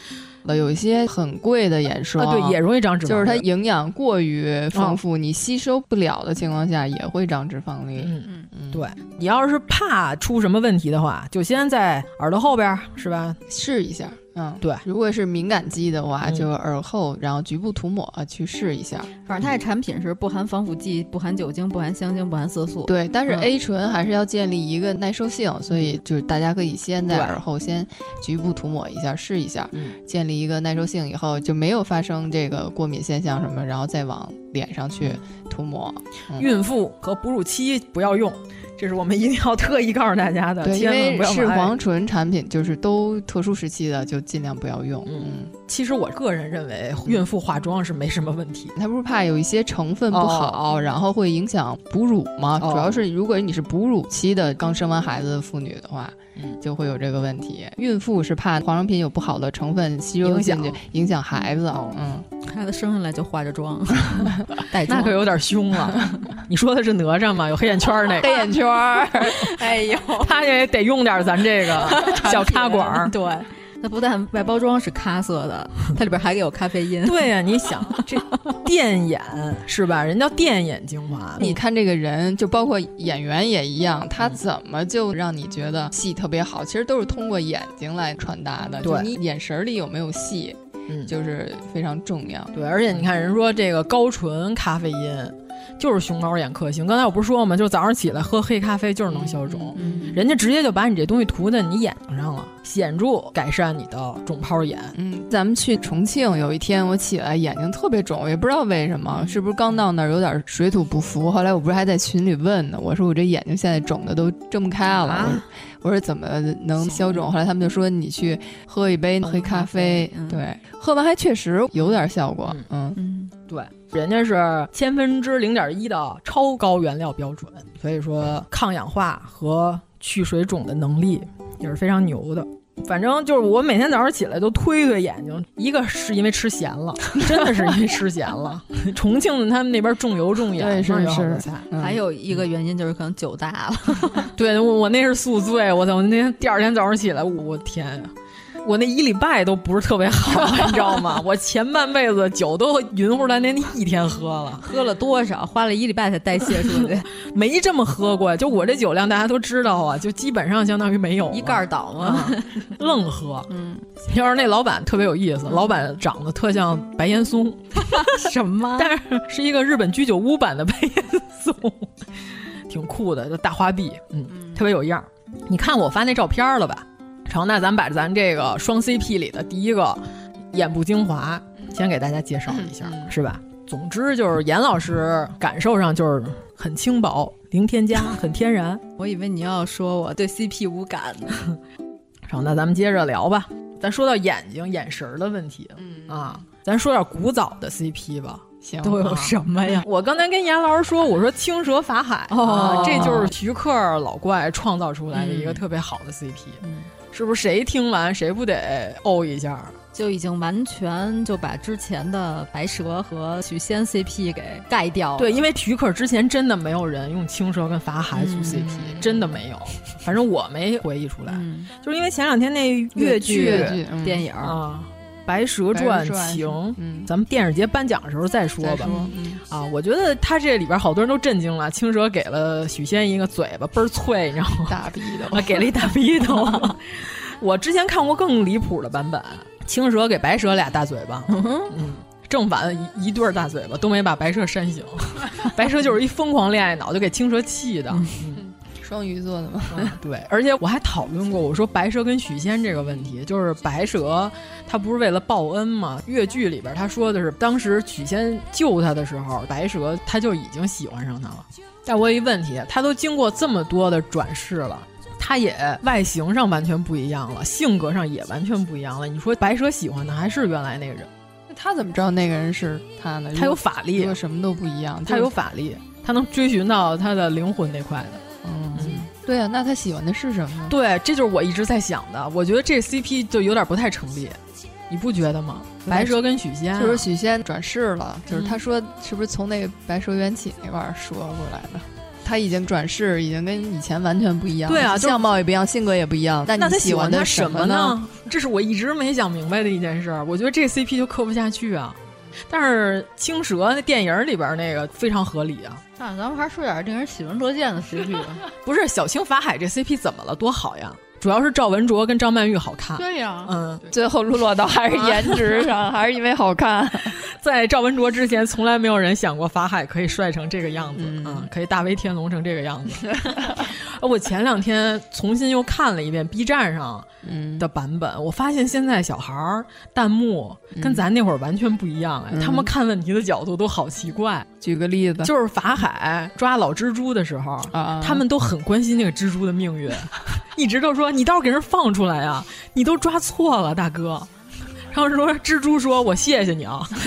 呃，有一些很贵的眼霜，
对，也容易长脂肪粒
就
儿，
是它营养过于丰富，你吸收不了的情况下，也会长脂肪粒。
嗯，
嗯，
对你要是怕出什么问题的话，就先在耳朵后边儿是吧？
试一下。嗯，
对
如果是敏感肌的话，
嗯
就耳后，然后局部涂抹啊去试一下。
反正它这产品是不含防腐剂、不含酒精、不含香精、不含色素，
对，但是
嗯
A 醇还是要建立一个耐受性，所以就是大家可以先在
对
耳后先局部涂抹一下，试一下，
嗯
建立一个耐受性，以后就没有发生这个过敏现象什么，然后再往脸上去涂抹。嗯
孕妇和哺乳期不要用，这是我们一定要特意告诉大家的，
对，因
千万
为
不要
是
买
黄醇产品，就是都特殊时期的就尽量不要用。
嗯，其实我个人认为，孕妇化妆是没什么问题。
它不是怕有一些成分不
哦
好，然后会影响哺乳吗？
哦
主要是如果你是哺乳期的刚生完孩子的妇女的话，
嗯
就会有这个问题。孕妇是怕化妆品有不好的成分吸收
影
进
响
去，影响孩子。
哦
嗯，
孩子生下来就化着
[laughs]
妆， [laughs] 带妆
那可有点凶了，
[laughs]
你说的是哪吒吗？有黑眼圈儿那个，
黑眼圈儿，
[laughs] 哎呦，
[laughs] 他也得用点咱这个小插管儿。
对，它不但外包装是咖色的，它里边还有咖啡因。
[laughs] 对呀、你想这电眼是吧？人叫电眼精华，
你看这个人，就包括演员也一样，他
嗯
怎么就让你觉得戏特别好？其实都是通过眼睛来传达的，就
对
你眼神儿里有没有戏，
嗯
就是非常重要。
对，而且你看人说这个高纯咖啡因就是熊猫眼克星，刚才我不是说吗？就早上起来喝黑咖啡就是能消肿，
嗯，
人家直接就把你这东西涂在你眼睛上了，显著改善你的肿泡眼。
嗯，咱们去重庆有一天，我起来眼睛特别肿，也不知道为什么，是不是刚到那儿有点水土不服？后来我不是还在群里问呢，我说我这眼睛现在肿的都睁不开了，
啊
我说怎么能消肿？后来他们就说你去喝一杯黑咖啡，
嗯
对，喝完还确实有点效果，嗯，
嗯，
对，人家是千分之零点一的超高原料标准，所以说抗氧化和去水肿的能力也是非常牛的。反正就是我每天早上起来都推推眼睛，一个是因为吃咸了， [laughs] 真的是因为吃咸了。重庆他们那边重油重盐，
对是
那好多
是
菜
嗯
还有一个原因就是可能酒大了，
对，我我那是宿醉，我操！我那天第二天早上起来，我天呀，我那一礼拜都不是特别好，你知道吗？ [laughs] 我前半辈子酒都匀乎连连一天喝了，
喝了多少，花了一礼拜才代谢出
[laughs]
来，
没这么喝过。就我这酒量，大家都知道啊，就基本上相当于没有了
一盖儿倒嘛。
啊，愣喝。嗯，要是那老板特别有意思，
嗯
老板长得特像白岩松， [laughs]
什么？
但是是一个日本居酒屋版的白岩松， [laughs] 挺酷的，就大花臂，嗯，特别有样儿。你看我发那照片了吧？成，那咱把咱这个双 CP 里的第一个眼部精华
嗯
先给大家介绍一下，是吧？总之就是严老师感受上就是很轻薄、零添加、很天然。
我以为你要说我对 CP 无感呢，
成，那咱们接着聊吧。咱说到眼睛、眼神儿的问题，啊，咱说点古早的 CP 吧。
行
都
啊
有什么呀？我刚才跟严老师说，我说青蛇法海，
哦
啊这就是徐克老怪创造出来的一个特别好的 CP，、是不是？谁听完谁不得哦一下？
就已经完全就把之前的白蛇和许仙 CP 给盖掉了。
对，因为徐克之前真的没有人用青蛇跟法海组 CP，、真的没有，反正我没回忆出来，
嗯，
就是因为前两天那粤剧
粤剧嗯
电影儿，
啊，《白蛇传
白蛇传
情》
嗯
咱们电影节颁奖的时候再说吧。
再说嗯
啊，我觉得他这里边好多人都震惊了，青蛇给了许仙一个嘴巴，倍儿脆，你知道吗？
大逼的，
我啊给了一大逼头。 [laughs] 我之前看过更离谱的版本，青蛇给白蛇俩大嘴巴，嗯，正反一一对儿大嘴巴都没把白蛇扇 [laughs] 醒，白蛇就是一疯狂恋爱脑，就给青蛇气的。嗯
双鱼座的嘛，
对，而且我还讨论过，我说白蛇跟许仙这个问题，就是白蛇他不是为了报恩吗？越剧里边他说的是，当时许仙救他的时候，白蛇他就已经喜欢上他了。但我有一问题，他都经过这么多的转世了。他也外形上完全不一样了，性格上也完全不一样了。你说白蛇喜欢的还是原来那个人？
那他怎么知道那个人是他呢？
他有法
如
力
果，什么都不一样，
他有法力，他能追寻到他的灵魂那块的。
嗯，对啊，那他喜欢的是什么呢？
对，这就是我一直在想的。我觉得这 CP 就有点不太成立，你不觉得吗？白蛇跟许仙啊，嗯
就是许仙转世了，就是他说是不是从那个《白蛇缘起》那块儿说过来的？他已经转世，已经跟以前完全不一样了，
对啊就是
相貌也不一样，性格也不一样。那
那
你
他
喜
喜
欢
他
的
什
么
么？
啊
呢？这是我一直没想明白的一件事儿。我觉得这 CP 就磕不下去啊。但是青蛇那电影里边那个非常合理啊，
那咱们还是说点令人喜闻乐见的
[laughs]
CP 吧。
不是小青法海这 CP 怎么了？多好呀！主要是赵文卓跟张曼玉好看。
对呀、
嗯，
[laughs] 最后落到还是颜值
啊
上，还是因为
[laughs]
好看。
在赵文卓之前，从来没有人想过法海可以帅成这个样子，嗯，可以大威天龙成这个样子。 [laughs] 呃我前两天重新又看了一遍 B 站上的版本，我发现现在小孩儿弹幕跟咱那会儿完全不一样，哎，他们看问题的角度都好奇怪。
举个例子，
就是法海抓老蜘蛛的时候，
啊
他们都很关心那个蜘蛛的命运， [laughs] 一直都说你倒是给人放出来啊，你都抓错了，大哥。 [laughs] 然后说蜘蛛说：“我谢谢你啊。” [laughs]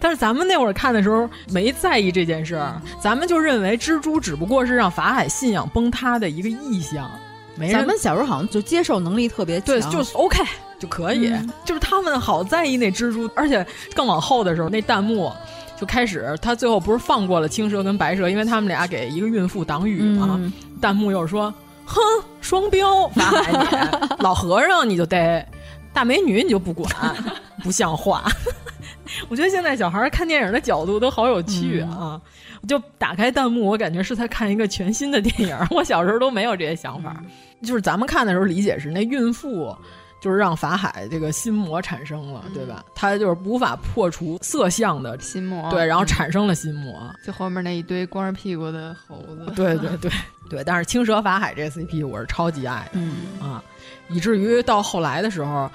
但是咱们那会儿看的时候没在意这件事儿，咱们就认为蜘蛛只不过是让法海信仰崩塌的一个意象，没人
咱们小时候好像就接受能力特别强，
对，就是 OK 就可以。
嗯
就是他们好在意那蜘蛛，而且更往后的时候，那弹幕就开始，他最后不是放过了青蛇跟白蛇，因为他们俩给一个孕妇挡雨嘛。
嗯
弹幕又说：“哼，双标，法海你老和尚你就逮，大美女你就不管，不像话。” [laughs] 我觉得现在小孩儿看电影的角度都好有趣啊！我就打开弹幕，我感觉是在看一个全新的电影儿。我小时候都没有这些想法，就是咱们看的时候理解是那孕妇。就是让法海这个心魔产生了，对吧？他就是无法破除色相的，
心魔
对，然后产生了心魔。
就后面那一堆光着屁股的猴
[laughs]
子，
对对对对，但是青蛇法海这 CP 我是超级爱的、
嗯
啊，以至于到后来的时候，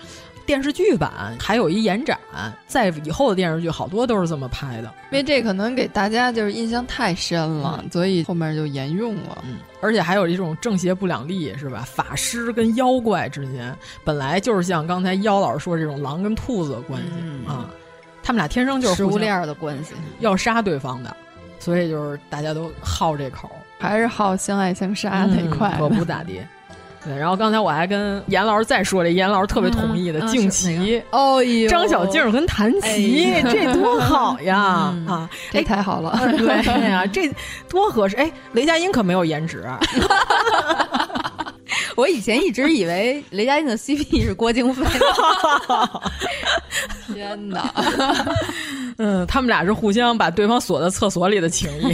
电视剧版还有一延展，在以后的电视剧好多都是这么拍的，
因为这可能给大家就是印象太深了，所以后面就沿用了。
嗯，而且还有一种正邪不两立，是吧？法师跟妖怪之间本来就是像刚才妖老师说这种狼跟兔子的关系、啊，他们俩天生就
嗯
是
食
互
物
相
链儿的关系。
要杀对方的，所以就是大家都好这口儿
还是好相爱相杀那一块
嗯
的。
可不咋地。对，然后刚才我还跟严老师再说这，严老师特别同意的，
嗯嗯
静
是
琪、
哦呦
张小静儿跟谭琪，
哎呦
这多好呀、
嗯
啊！
这太好
[laughs]
了，
对呀、这多合适！哎，雷佳音可没有颜值，啊
我以前一直以为雷佳音的 CP 是郭京飞， [laughs] 天哪！
嗯，他们俩是互相把对方锁在厕所里的情
[laughs]
谊，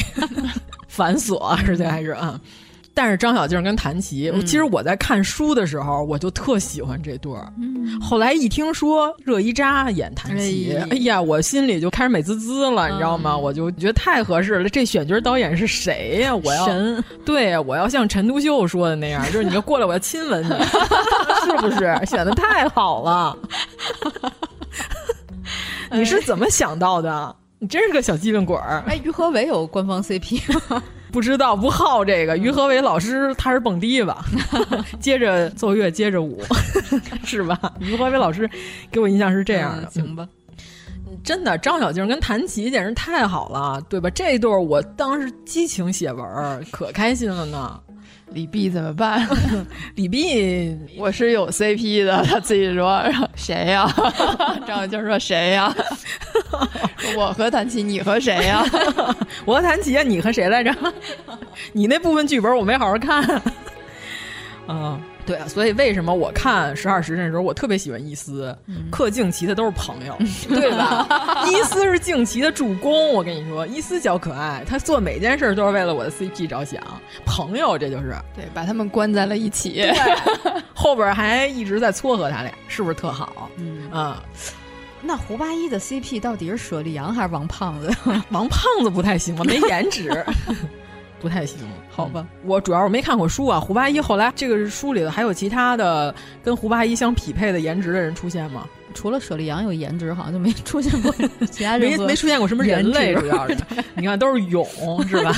反锁是这还是啊？但是张小静跟谭琪，
嗯
其实我在看书的时候，我就特喜欢这对儿。后来一听说热依扎演谭琪，
嗯哎嗯
哎呀，我心里就开始美滋滋了，你知道吗？我就觉得太合适了，这选角导演是谁呀、我要
神
对，我要像陈独秀说的那样，就是你要过来，我要亲
[laughs]
吻你，是不是？选的太好了，你
哎
是怎么想到的？你真是个小机灵鬼儿，
哎，于和伟有官方 CP 吗？
不知道不好这个。于和伟老师他是蹦迪吧， [laughs] 接着奏乐，接着舞， [laughs] 是吧？于和伟老师给我印象是这样的。嗯
嗯行吧？
真的，张小静跟谭琪简直太好了，对吧？这对儿我当时激情写文儿，可开心了呢。
李碧怎么办？ [laughs]
李碧
我是有 CP 的，他自己说谁呀、 [laughs] 张小静说谁呀、 [laughs] 我和谭琪，你和谁呀、 [laughs]
我和谭琪，你和谁来 [laughs] 着？你那部分剧本我没好好看。 [laughs] 啊，对啊，所以为什么我看《十二时辰》的时候，我特别喜欢伊斯、克敬奇，的都是朋友，嗯 [laughs] 对吧？ [laughs] 伊斯是敬奇的助攻，我跟你说，伊斯小可爱，他做每件事都是为了我的 CP 着想，朋友，这就是
对，把他们关在了一起。
后边还一直在撮合他俩，是不是特好？
嗯，
啊，
[laughs] 那胡八一的 CP 到底是舍利阳还是王胖子？ [laughs]
王胖子不太行吧，没颜值， [laughs] 不太行，嗯好吧。我主要是没看过书啊。胡八一后来这个书里头还有其他的跟胡八一相匹配的颜值的人出现吗？
除了舍利阳有颜值，好像就没出现 [laughs] 过其他
没
任何
没出现过什么人类，
颜值
主要是 [laughs] 你看都是蛹是 [laughs] 吧？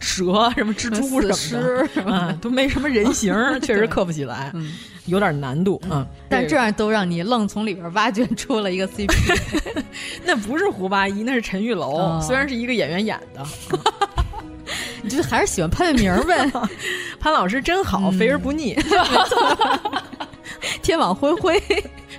蛇什么蜘蛛
死
什么
尸。
的， [laughs] 啊，都没什么人形 [laughs] 儿，确实刻不起来，
嗯，
有点难度啊。
但这样都让你愣从里边挖掘出了一个 CP，
那不是胡八一，那是陈玉楼，
哦
虽然是一个演员演的。
[laughs] 你就还是喜欢潘粤明呗，
[laughs] 潘老师真好，肥而不腻。
天网恢恢。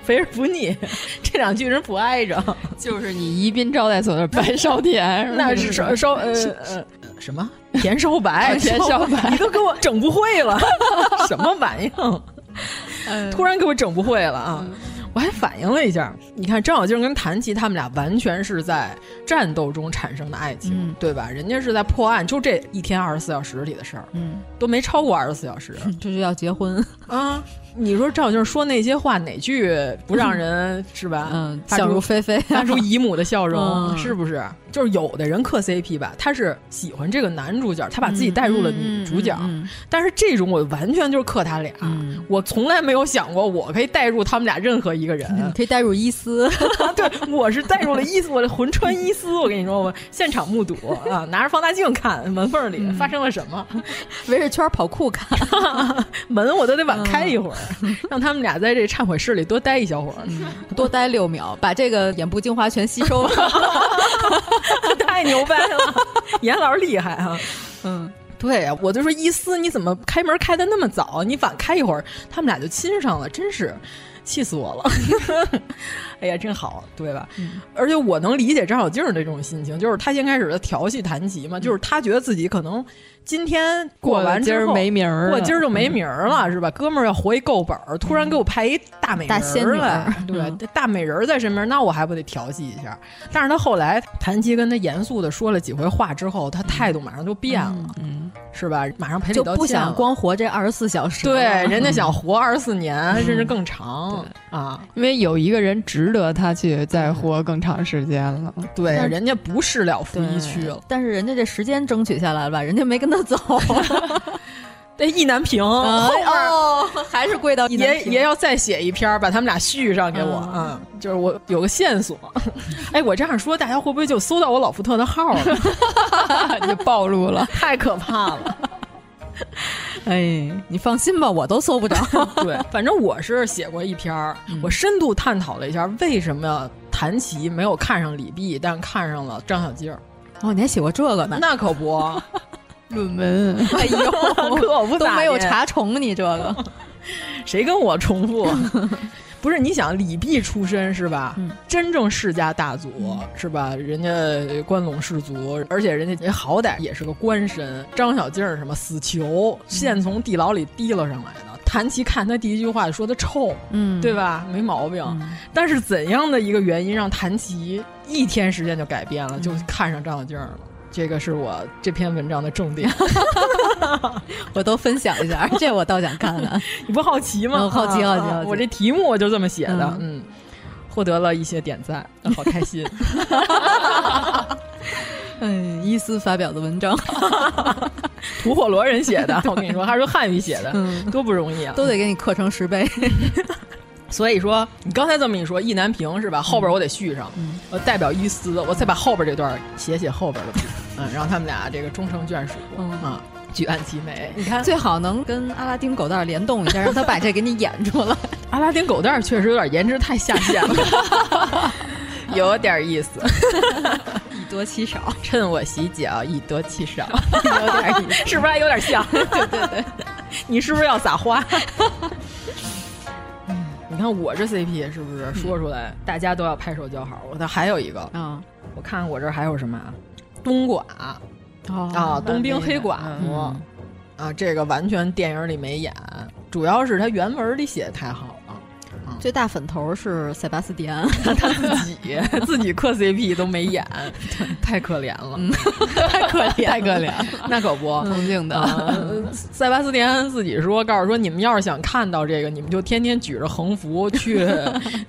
肥而不腻，这两句人不挨着。
[laughs] 就是你宜宾招待所的白少田，
那是烧烧呃呃什么甜烧白
甜烧白
你都给我整不会了， [laughs] 什么玩意儿？突然给我整不会了啊！我还反应了一下，你看张小静跟谭琪他们俩完全是在战斗中产生的爱情，
嗯
对吧？人家是在破案，就这一天二十四小时里的事儿，
嗯，
都没超过二十四小时。
[laughs] 这就要结婚，
啊，你说赵静说那些话，哪句不让人、是吧？
嗯，
发出
笑如霏 [laughs] 霏，
[laughs] 发出姨母的笑容，
嗯
是不是？就是有的人磕 CP 吧，他是喜欢这个男主角，他把自己带入了女主角，
嗯
但是这种我完全就是磕他俩。
嗯嗯
我从来没有想过我可以带入他们俩任何一个人，
[laughs] 嗯可以带入伊斯，
对我是带入了伊斯，我的魂穿伊斯，我跟你说，我现场目睹啊，拿着放大镜看门缝
嗯
里发生了什么，
围着圈跑酷看，
门我都得晚开一会儿，
嗯
让他们俩在这忏悔室里多待一小会儿。
多待六秒，把这个眼部精华全吸收了。
太牛掰了， [laughs] 严老师厉害啊！
嗯，
对呀，我就说伊斯，你怎么开门开的那么早？你晚开一会儿，他们俩就亲上了，真是气死
[laughs]
我了！哎呀，真好，对吧？
嗯
而且我能理解张小静儿的这种心情，就是她先开始调戏谭琪嘛，就是她觉得自己可能今天过完
今
之
儿
后
没名
啊
儿，
我今儿就没名儿了，是吧？哥们儿要活一够本儿，突然给我派一大
嗯
美人
大仙
儿
女
来
儿，
对
嗯，
这大美人儿在身边，那我还不得调戏一下？但是他后来，谭琪跟他严肃的说了几回话之后，他态度马上就变了，
嗯
是吧？马上赔礼
[laughs] 嗯就
道
不
歉
想
了。
光活这二十四小时了。 [laughs] 嗯
对，人家想活二十四年，甚至更长啊！
因为有一个人值得他去再活更长时间了。
对，
但
人家不是了拂
对
衣去了，
但是人家这时间争取下来了吧？人家没跟他走，
那意难平，后
哎
边儿
哦，还是跪到一男
也
平
也要再写一篇儿，把他们俩续上给我。嗯，就是我有个线索。 [laughs] 哎，我这样说，大家会不会就搜到我老福特的号了？ [laughs]
就暴露了，
太可怕了。
[laughs]
哎，你放心吧，我都搜不着。
嗯对，反正我是写过一篇儿，我深度探讨了一下为什么。弹棋，没有看上李泌，但看上了张小鸡儿。
哦，你还写过这个呢？
那可 [laughs] 不，
论文，哎呦，
可
都
不咋
没有
地
查重你这个。
谁跟我重复？不是，你想李泌出身是吧？真正世家大族、是吧？人家关陇氏族，而且人家好歹也是个官绅。张小静儿什么死囚，现从地牢里提溜上来的。谭琪看他第一句话就说他臭，
[laughs] 嗯
对吧？没毛病。但是怎样的一个原因让谭琪一天时间就改变了，就看上张小静儿了？这个是我这篇文章的重点。
我都分享一下，这我倒想看啊看。
你不好奇吗？
我嗯好奇好
啊
奇
啊
好奇
我这题目我就这么写的，
嗯
嗯，获得了一些点赞，啊好开心。 [laughs]
嗯，伊斯发表的文章
吐火罗人写的，我跟你说，他是汉语写的，
嗯
多不容易啊！
都得给你刻成十倍。
所以说，你刚才这么一说，意难平是吧？后边我得续上，
嗯
嗯我代表伊斯，我再把后边这段写写后边的部分，嗯，让他们俩这个终成眷属，
嗯
啊，举案齐眉。你看，
最好能跟阿拉丁狗蛋儿联动一下，让他把这给你演出来。
阿拉丁狗蛋儿确实有点颜值太下线
[laughs]
了，有点意思。
以多欺少，
趁我洗脚，以多欺少， [laughs] 有点意思，是不是还有点像？ [laughs] 对对对，你是不是要撒花？ [laughs] 嗯你看我这 CP 是不是说出来，大家都要拍手叫好？我的还有一个，
啊
我看看我这儿还有什么啊？冬瓜啊，冬兵黑寡妇
嗯
啊，这个完全电影里没演，主要是他原文里写的太好了。 [laughs]
最大粉头是塞巴斯蒂安，
他自 [laughs] 己自己磕 CP 都没演，太可怜了，太可怜，太可怜，那可不。
同性的，
嗯
呃，塞巴斯蒂安自己说，告诉说你们要是想看到这个，你们就天天举着横幅
[laughs]
去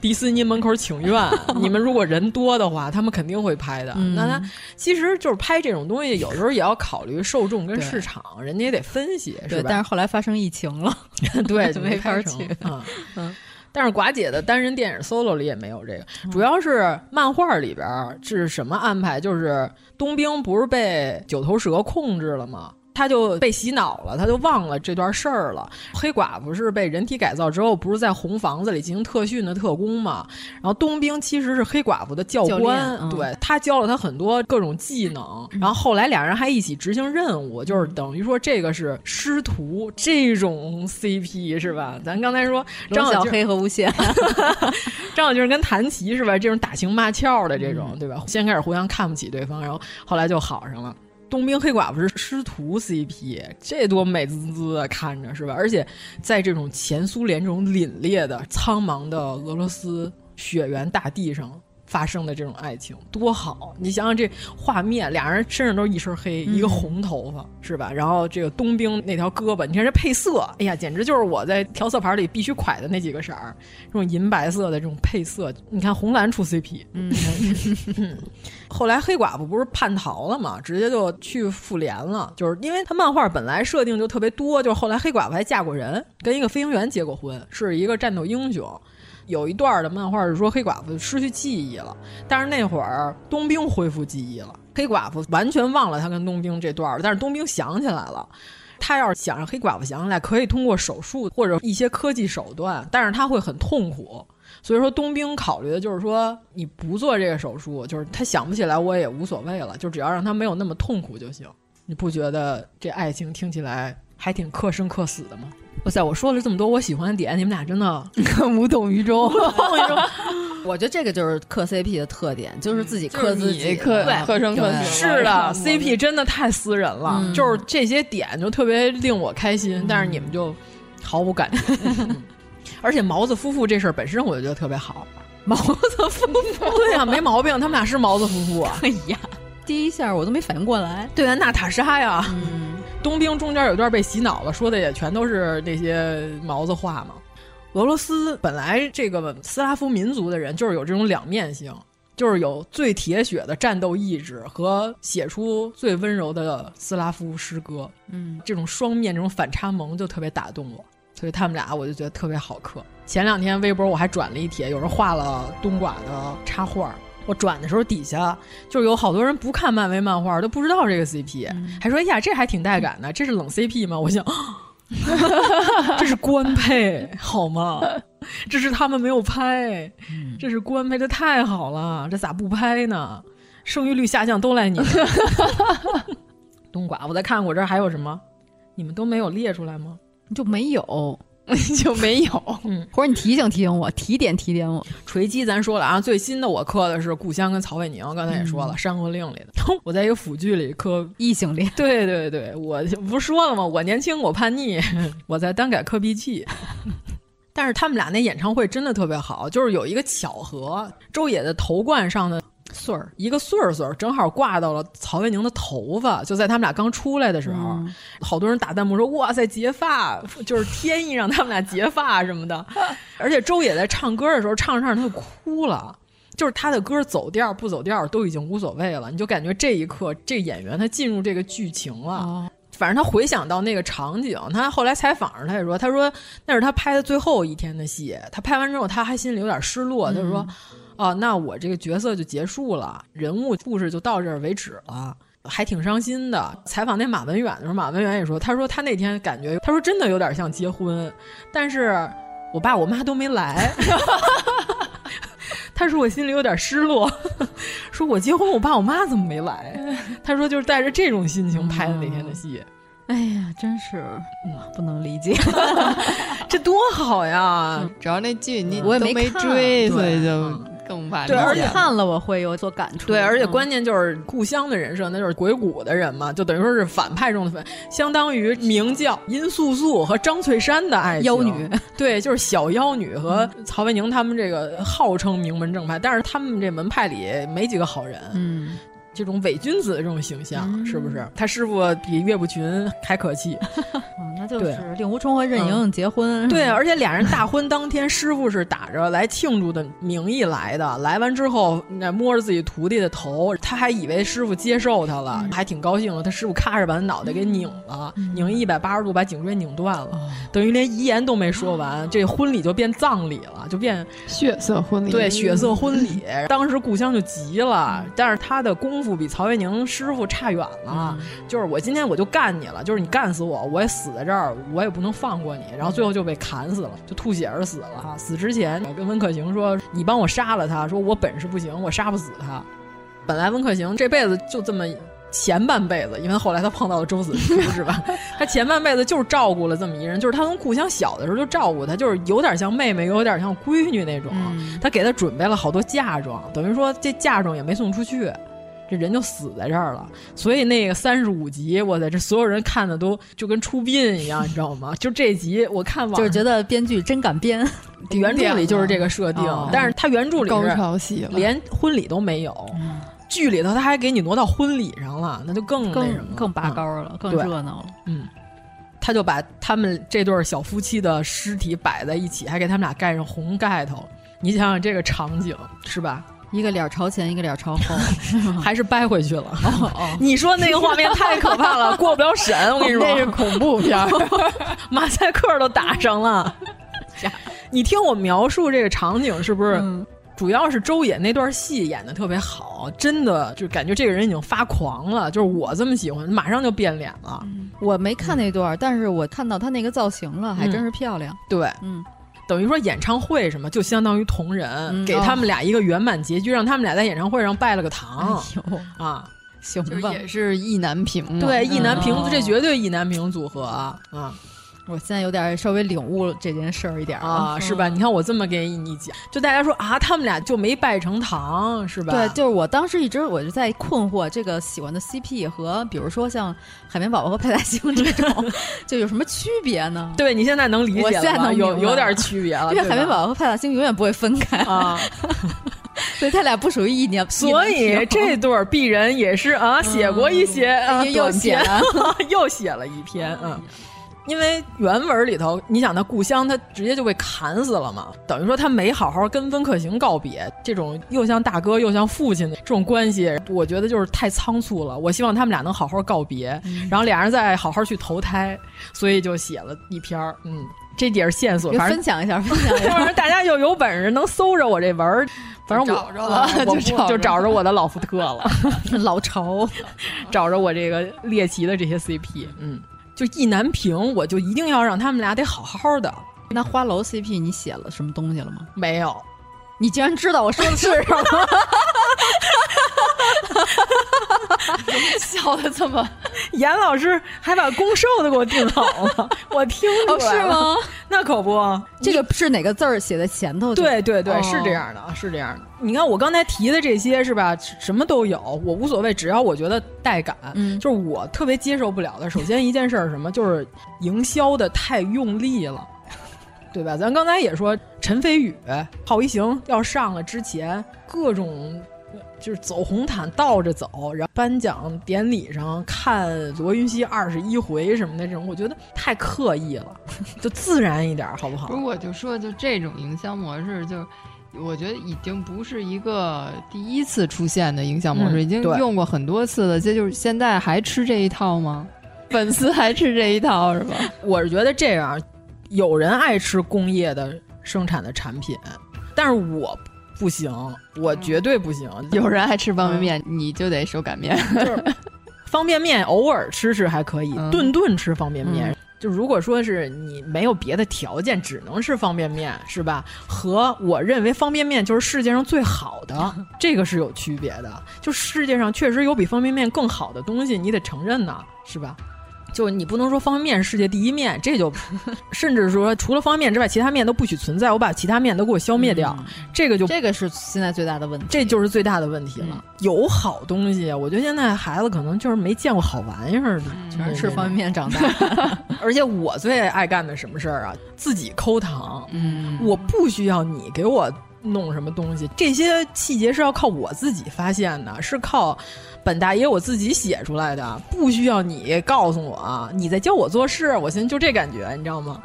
迪士尼门口请愿。你们如果人多的话，他们肯定会拍的。
嗯
那他其实就是拍这种东西，有时候也要考虑受众跟
对
市场，人家也得分析，
对，
是
但
吧？
是后来发生疫情
[laughs]
了， [laughs]
对，
就
就
没法
拍
儿去嗯
成啊。但是寡姐的单人电影 solo 里也没有这个，主要是漫画里边儿是什么安排？就是冬兵不是被九头蛇控制了吗？他就被洗脑了，他就忘了这段事儿了。黑寡妇是被人体改造之后，不是在红房子里进行特训的特工吗？然后冬兵其实是黑寡妇的教
教
官，
练嗯
对他教了他很多各种技能。然后后来俩人还一起执行任务，就是等于说这个是师徒这种 CP 是吧？咱刚才说张
张小
静
黑和吴邪，
张小军跟谭琪是吧？这种打情骂俏的这种，对吧？先开始互相看不起对方，然后后来就好上了。冬兵黑寡妇是师徒 CP，这多美滋滋啊，看着是吧？而且在这种前苏联这种凛冽的、苍茫的俄罗斯雪原大地上发生的这种爱情，多好！你想想这画面，俩人身上都是一身黑，一个红头发是吧？然后这个冬兵那条胳膊，你看这配色，哎呀，简直就是我在调色盘里必须蒯的那几个色儿，这种银白色的这种配色，你看红蓝出 CP，嗯，后来黑寡妇不是叛逃了嘛，直接就去复联了，就是因为他漫画本来设定就特别多，就是后来黑寡妇还嫁过人，跟一个飞行员结过婚，是一个战斗英雄。有一段的漫画是说黑寡妇失去记忆了，但是那会儿冬兵恢复记忆了，黑寡妇完全忘了她跟冬兵这段儿，但是冬兵想起来了。他要是想让黑寡妇想起来，可以通过手术或者一些科技手段，但是他会很痛苦。所以说，冬兵考虑的就是说，你不做这个手术，就是他想不起来，我也无所谓了，就只要让他没有那么痛苦就行。你不觉得这爱情听起来还挺克生克死的吗？哇塞，我说了这么多我喜欢的点，你们俩真 [laughs] 的无动于衷。
我觉得这个就是磕 CP 的特点，就是自己磕自己，
克
对
克生克
对
死
[laughs] 是的 [laughs]
了
，CP 真的太私人了，
嗯
就是这些点就特别令我开心，但是你们就毫无感觉。嗯 [laughs] 而且毛子夫妇这事儿本身我就觉得特别好，毛子夫妇 [laughs] 对呀、没毛病，他们俩是毛子夫妇啊。
哎呀，第一下我都没反应过来，
对啊，娜塔莎呀，冬兵中间有段被洗脑了，说的也全都是那些毛子话嘛。俄罗斯本来这个斯拉夫民族的人就是有这种两面性，就是有最铁血的战斗意志和写出最温柔的斯拉夫诗歌，
嗯，
这种双面、这种反差萌就特别打动我，所以他们俩我就觉得特别好磕。前两天微博我还转了一帖，有人画了冬瓜的插画。我转的时候，底下就是有好多人不看漫威漫画，都不知道这个 CP，、还说哎呀，这还挺带感的，这是冷 CP 吗？我想，这是官配好吗？这是他们没有拍，这是官拍的太好了，这咋不拍呢？生育率下降都赖你们。冬瓜，我再看我这儿还有什么，你们都没有列出来吗？
就没 [laughs] 有，
就没有。嗯，
或者你提醒提醒我，提点提点我。
锤击咱说了啊，最新的我磕的是《故乡》跟曹伟宁，刚才也说了，山河令》里的。 [laughs] 我在一个腐剧里磕《
异性恋》，
对对对，我不是说了吗？我年轻，我叛逆， [laughs] 我在单改磕 B G。但是他们俩那演唱会真的特别好，就是有一个巧合，周野的头冠上的。穗儿，一个穗儿穗儿，正好挂到了曹卫宁的头发，就在他们俩刚出来的时候，嗯、好多人打弹幕说：“哇塞，结发！” [laughs] 就是天意让他们俩结发什么的。而且周也在唱歌的时候，唱着唱着他就哭了，就是他的歌走调不走调都已经无所谓了，你就感觉这一刻这演员他进入这个剧情了。哦反正他回想到那个场景，他后来采访上他也说，他说那是他拍的最后一天的戏，他拍完之后他还心里有点失落，他、嗯、说，啊，那我这个角色就结束了，人物故事就到这儿为止了，还挺伤心的。采访那马文远的时候，马文远也说，他说他那天感觉，他说真的有点像结婚，但是我爸我妈都没来。他说我心里有点失落， [laughs] 说我结婚，我爸我妈怎么没来？他说就是带着这种心情拍的那天的戏。
哎呀，真是嗯不能理解，嗯
这多好呀！
主要那剧你
我也
没嗯追，所以就更无法
对。而且 [laughs] 看了我会有所感触。嗯
对，而且关键就是故乡的人设，那就是鬼谷的人嘛，就等于说是反派中的反，相当于明教殷素素和张翠山的爱
情。妖女，
[laughs] 对，就是小妖女和曹卫宁他们这个号称名门正派，但是他们这门派里没几个好人。
嗯。
这种伪君子的这种形象、嗯、是不是？他师傅比岳不群还可气，
嗯、那就是令狐冲和任盈盈结婚、
嗯。对，而且俩人大婚当天，师傅是打着来庆祝的名义来的，来完之后那摸着自己徒弟的头，他还以为师傅接受他了，还挺高兴的。他师傅咔着把他脑袋给拧了，拧一百八十度，把颈椎拧断了，等于连遗言都没说完，这婚礼就变葬礼了，就变
血色婚礼。
对，血色婚礼。当时故乡就急了，但是他的功。功夫比曹月宁师傅差远
啊
了，嗯嗯、就是我今天我就干你了，就是你干死我，我也死在这儿，我也不能放过你。然后最后就被砍死了，就吐血而死了。啊、死之前，我跟温可行说：“你帮我杀了他，说我本事不行，我杀不死他。”本来温可行这辈子就这么前半辈子，因为后来他碰到了周子舒，是吧？ [laughs] 他前半辈子就是照顾了这么一人，就是他从故乡小的时候就照顾他，就是有点像妹妹，又有点像闺女那种。嗯、他给他准备了好多嫁妆，等于说这嫁妆也没送出去。这人就死在这儿了，所以那个三十五集，我在这所有人看的都就跟出殡一样，你知道吗？就这集我看网
就是觉得编剧真敢编，
嗯
原著里就是这个设定，
哦、
但是他原著里
高潮戏
连婚礼都没有，嗯、剧里头他还给你挪到婚礼上了，那就更
更更拔高了，嗯、更热闹了，
嗯。他就把他们这对小夫妻的尸体摆在一起，还给他们俩盖上红盖头，你想想这个场景是吧？
一个脸朝前，一个脸朝 [laughs] 后，
还是掰回去了。嗯哦哦、 [laughs] 你说那个画面太可怕 [laughs] 了，过不了审。我跟你说，
那是恐怖片，
[laughs] 马赛克都打上了。你听我描述这个场景，是不是？嗯、主要是周也那段戏演的特别好，真的就感觉这个人已经发狂了。就是我这么喜欢，马上就变脸了。
我没看那段，嗯、但是我看到他那个造型了，还真是漂亮。嗯、
对，
嗯。
等于说演唱会什么，就相当于同人，嗯、给他们俩一个圆满结局，哦、让他们俩在演唱会上拜了个堂。
哎、
啊，
行吧，
也是意难平。
对，意难平，嗯、这绝对意难平组合啊！啊
我现在有点稍微领悟这件事儿一点
啊，嗯、是吧？你看我这么给你讲，就大家说啊，他们俩就没拜成堂，是吧？
对，
啊
就是我当时一直我就在困惑，这个喜欢的 CP 和比如说像海绵宝宝和派大星这 [laughs] 种，就有什么区别呢？
对你现在能理解了，
我现在能
有有点区别
[laughs]
了，
因为海绵宝宝和派大星永远不会分 [laughs] 开
啊。
所以他俩不属于一年，哦
所以这对儿鄙人也是啊，写过一些、嗯、啊，
又写
了 [laughs] 又写了一篇，嗯。嗯因为原文里头，你想他故乡，他直接就被砍死了嘛，等于说他没好好跟温客行告别，这种又像大哥又像父亲的这种关系，我觉得就是太仓促了。我希望他们俩能好好告别，嗯、然后俩人再好好去投胎，所以就写了一篇儿，嗯，这也是线索，反
正分享一下，分享一下，
反正大家就有本事能搜着我这文儿。反正
我找着了，
我
就找
就找着我的老福特了，
[laughs] 老潮，
找着我这个猎奇的这些 CP，嗯。就意难平，我就一定要让他们俩得好好的。
那花楼 CP 你写了什么东西了吗？
没有，
你竟然知道我说的是什么？
笑的这
[laughs]
么，
严老师还把攻受的给我定好 [laughs] 了，我听出来了、
是吗？
那可不，
这个是哪个字儿写在前头的？
对对对，
哦
是这样的，是这样的。你看我刚才提的这些是吧，什么都有，我无所谓，只要我觉得带感。
嗯
就是我特别接受不了的，首先一件事儿是什么，就是营销的太用力了。对吧？咱刚才也说，陈飞宇、郝一行要上了之前，各种就是走红毯倒着走，然后颁奖典礼上看罗云熙二十一回什么的这种，我觉得太刻意了， [laughs] 就自然一点儿好不好
不？是，我就说，就这种营销模式，就是我觉得已经不是一个第一次出现的营销模式，
嗯
已经
对
用过很多次了。这就是现在还吃这一套吗？粉丝还吃这一套是吧？ [laughs]
我是觉得这样，有人爱吃工业的生产的产品，但是我不行，我绝对不行。
有人爱吃方便面，你就得手擀面。 [laughs]
方便面偶尔吃吃还可以，
嗯
顿顿吃方便面。
嗯
就如果说是你没有别的条件，只能吃方便面，是吧？和我认为方便面就是世界上最好
[laughs]
的，这个是有区别的。就世界上确实有比方便面更好的东西，你得承认呐，是吧？就你不能说方便面是世界第一面，这
[laughs]
就甚至说除了方便面之外，其他面都不许存在，我把其他面都给我消灭
嗯
掉，这个就
这个是现在最大的问题。
这就是最大的问题了。有好东西，我觉得现在孩子可能就是没见过好玩意儿的，
嗯
全是吃方便
面。
面长
[laughs]
大。
而且我最爱干的什么事儿啊？自己抠糖。
嗯，
我不需要你给我弄什么东西，这些细节是要靠我自己发现的，是靠本大爷我自己写出来的，不需要你告诉我，啊你在教我做事。我现在就这感觉，你知道吗？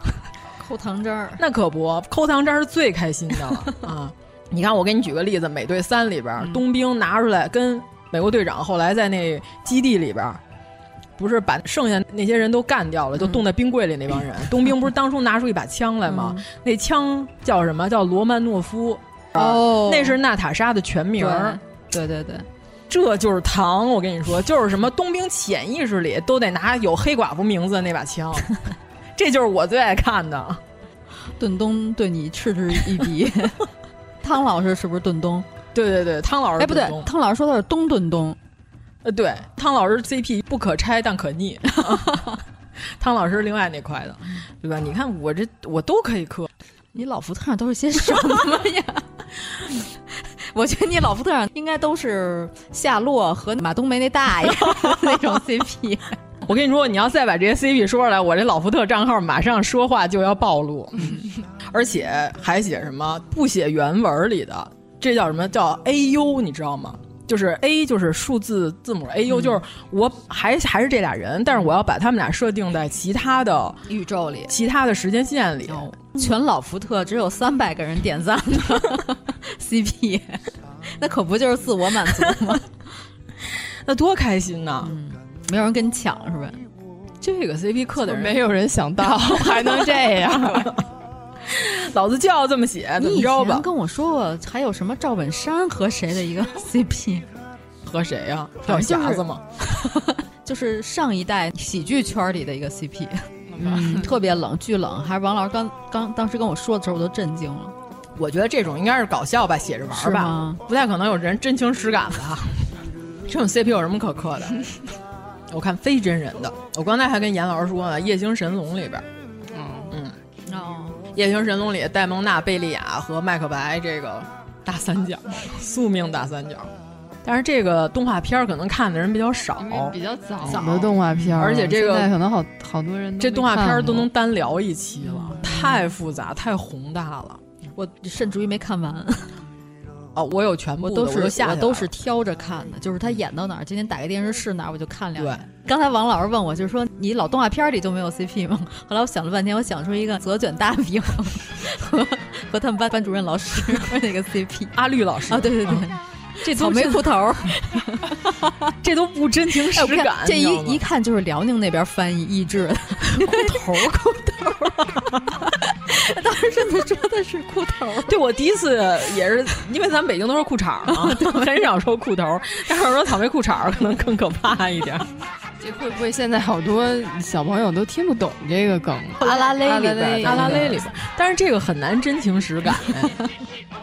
抠糖汁儿。
那可不，抠糖渣是最开心的了啊！你看，我给你举个例子，《美队三》里
嗯
边，冬兵拿出来跟美国队长后来在那基地里边，不是把剩下那些人都干掉
嗯
了，就冻在冰柜里那
[laughs]
帮人。冬兵不是当初拿出一把枪来吗？
嗯
那枪叫什么？叫罗曼诺夫，
哦
那是娜塔莎的全名儿。
对对对对，
这就是糖，我跟你说，就是什么冬兵潜意识里都得拿有黑寡妇名字那
[laughs]
把枪，这就是我最爱看的。
顿东对你嗤之以鼻。 [laughs] 汤老师是不是顿东？
对对对，汤老师
哎，不对
主动，
汤老师说的是东顿东。
呃，对，汤老师 CP 不可拆但可逆，汤老师另外那块的，对吧？你看我这我都可以磕，
你老福特上都是些什么呀？ [laughs] 我觉得你老福特上应该都是夏洛和马冬梅那大爷 [laughs] 那种 CP。
我跟你说，你要再把这些 CP 说出来，我这老福特账号马上说话就要暴露，而且还写什么不写原文里的，这叫什么叫 AU，你知道吗？就是 A 就是数字字母 AU，、就是我还还是这俩人，但是我要把他们俩设定在其他的
宇宙里，
其他的时间线里。
哦，全老福特只有三百个人点赞的 [laughs] CP，那可不就是自我满足 [laughs] 吗？
那多开心呐！
没有人跟你抢是吧？
这个 CP 刻的人
没有人想到哦还能这样，
[laughs] 老子就要这么写，怎
你
么
以
着吧
前？跟我说过，还有什么赵本山和谁的一个 [laughs] CP，
和谁呀、小匣子吗？
就是上一代喜剧圈里的一个 CP，嗯，特别冷，巨冷。还是王老师刚刚当时跟我说的时候，我都震惊了。
我觉得这种应该是搞笑吧，写着玩儿
是
吧
吗，
不太可能有人真情实感吧。这种 CP 有什么可磕的？我看非真人的，我刚才还跟严老师说呢，《夜行神龙》里边，
哦，
《夜行神龙》里戴蒙娜、贝利亚和麦克白这个大三角，宿命大三角。但是这个动画片儿可能看的人比较少，
因为比较早
早
的动画片儿了，
而且这个
现在可能好好多人都
这
没
动画片儿
看
都
过
能单聊一期了，太复杂、太宏大了。
我甚至于没看完，
哦，我有全部
我
的，
都
我
是
下
我
下
都
来
是
了
挑着看的，就是他演到哪儿，今天打开电视是哪儿，我就看两
对
眼。。刚才王老师问我，就是说你老动画片里都没有 CP 吗？ [laughs] 后来我想了半天，我想出一个左卷大饼 [laughs] 和和他们班班主任老师那个 CP
阿绿老师
啊，对对对，
这
草
都
莓
没
裤头 [laughs] 儿，
这都不真情
哎
实
我看
感，
这
你知道吗
一一看就是辽宁那边翻译译制的裤头裤头，当时真的说的是裤头儿。
对我第一次也是，因为咱们北京都说裤 [laughs] 衩儿嘛，很少说裤头儿，但是说草莓裤衩儿可能更可怕一点儿。
这裤会不会现在好多小朋友都听不懂这个梗？啊
阿拉蕾里边，
阿
拉蕾里边，但是这个很难真情实感。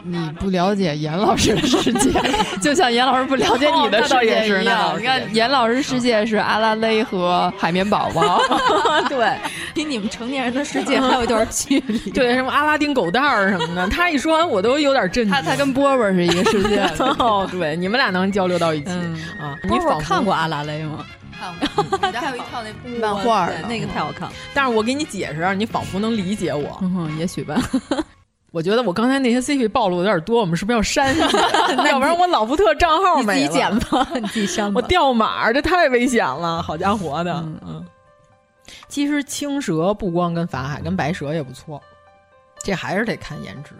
你不了解严老师的世界， [laughs] 就像严老师不了解
哦
你的世
[laughs]
界一样。你看，严老师世界是阿拉蕾和海绵宝宝，
[laughs] 对，比你们成年人的世 [laughs] 界还有一段距离。 [laughs]
对，什么阿拉丁狗蛋儿什么的，他一说完我都有点震惊。
他他跟波波是一个世界的。
[laughs] 哦，对，你们俩能交流到一起啊？你
看过阿拉蕾吗？
看过，还有一套那漫画
对，那个太好看了。
但是我给你解释，你仿佛能理解我。
嗯，也许吧。
我觉得我刚才那些 CP 暴露有点多，我们是不是要删？
[laughs]
要不然我老福特账号没
[laughs] 了。你自己剪吧，你自己删吧。
[laughs] 我掉码，这太危险了，好家伙的。嗯，嗯其实青蛇不光跟法海，跟白蛇也不错，这还是得看颜值。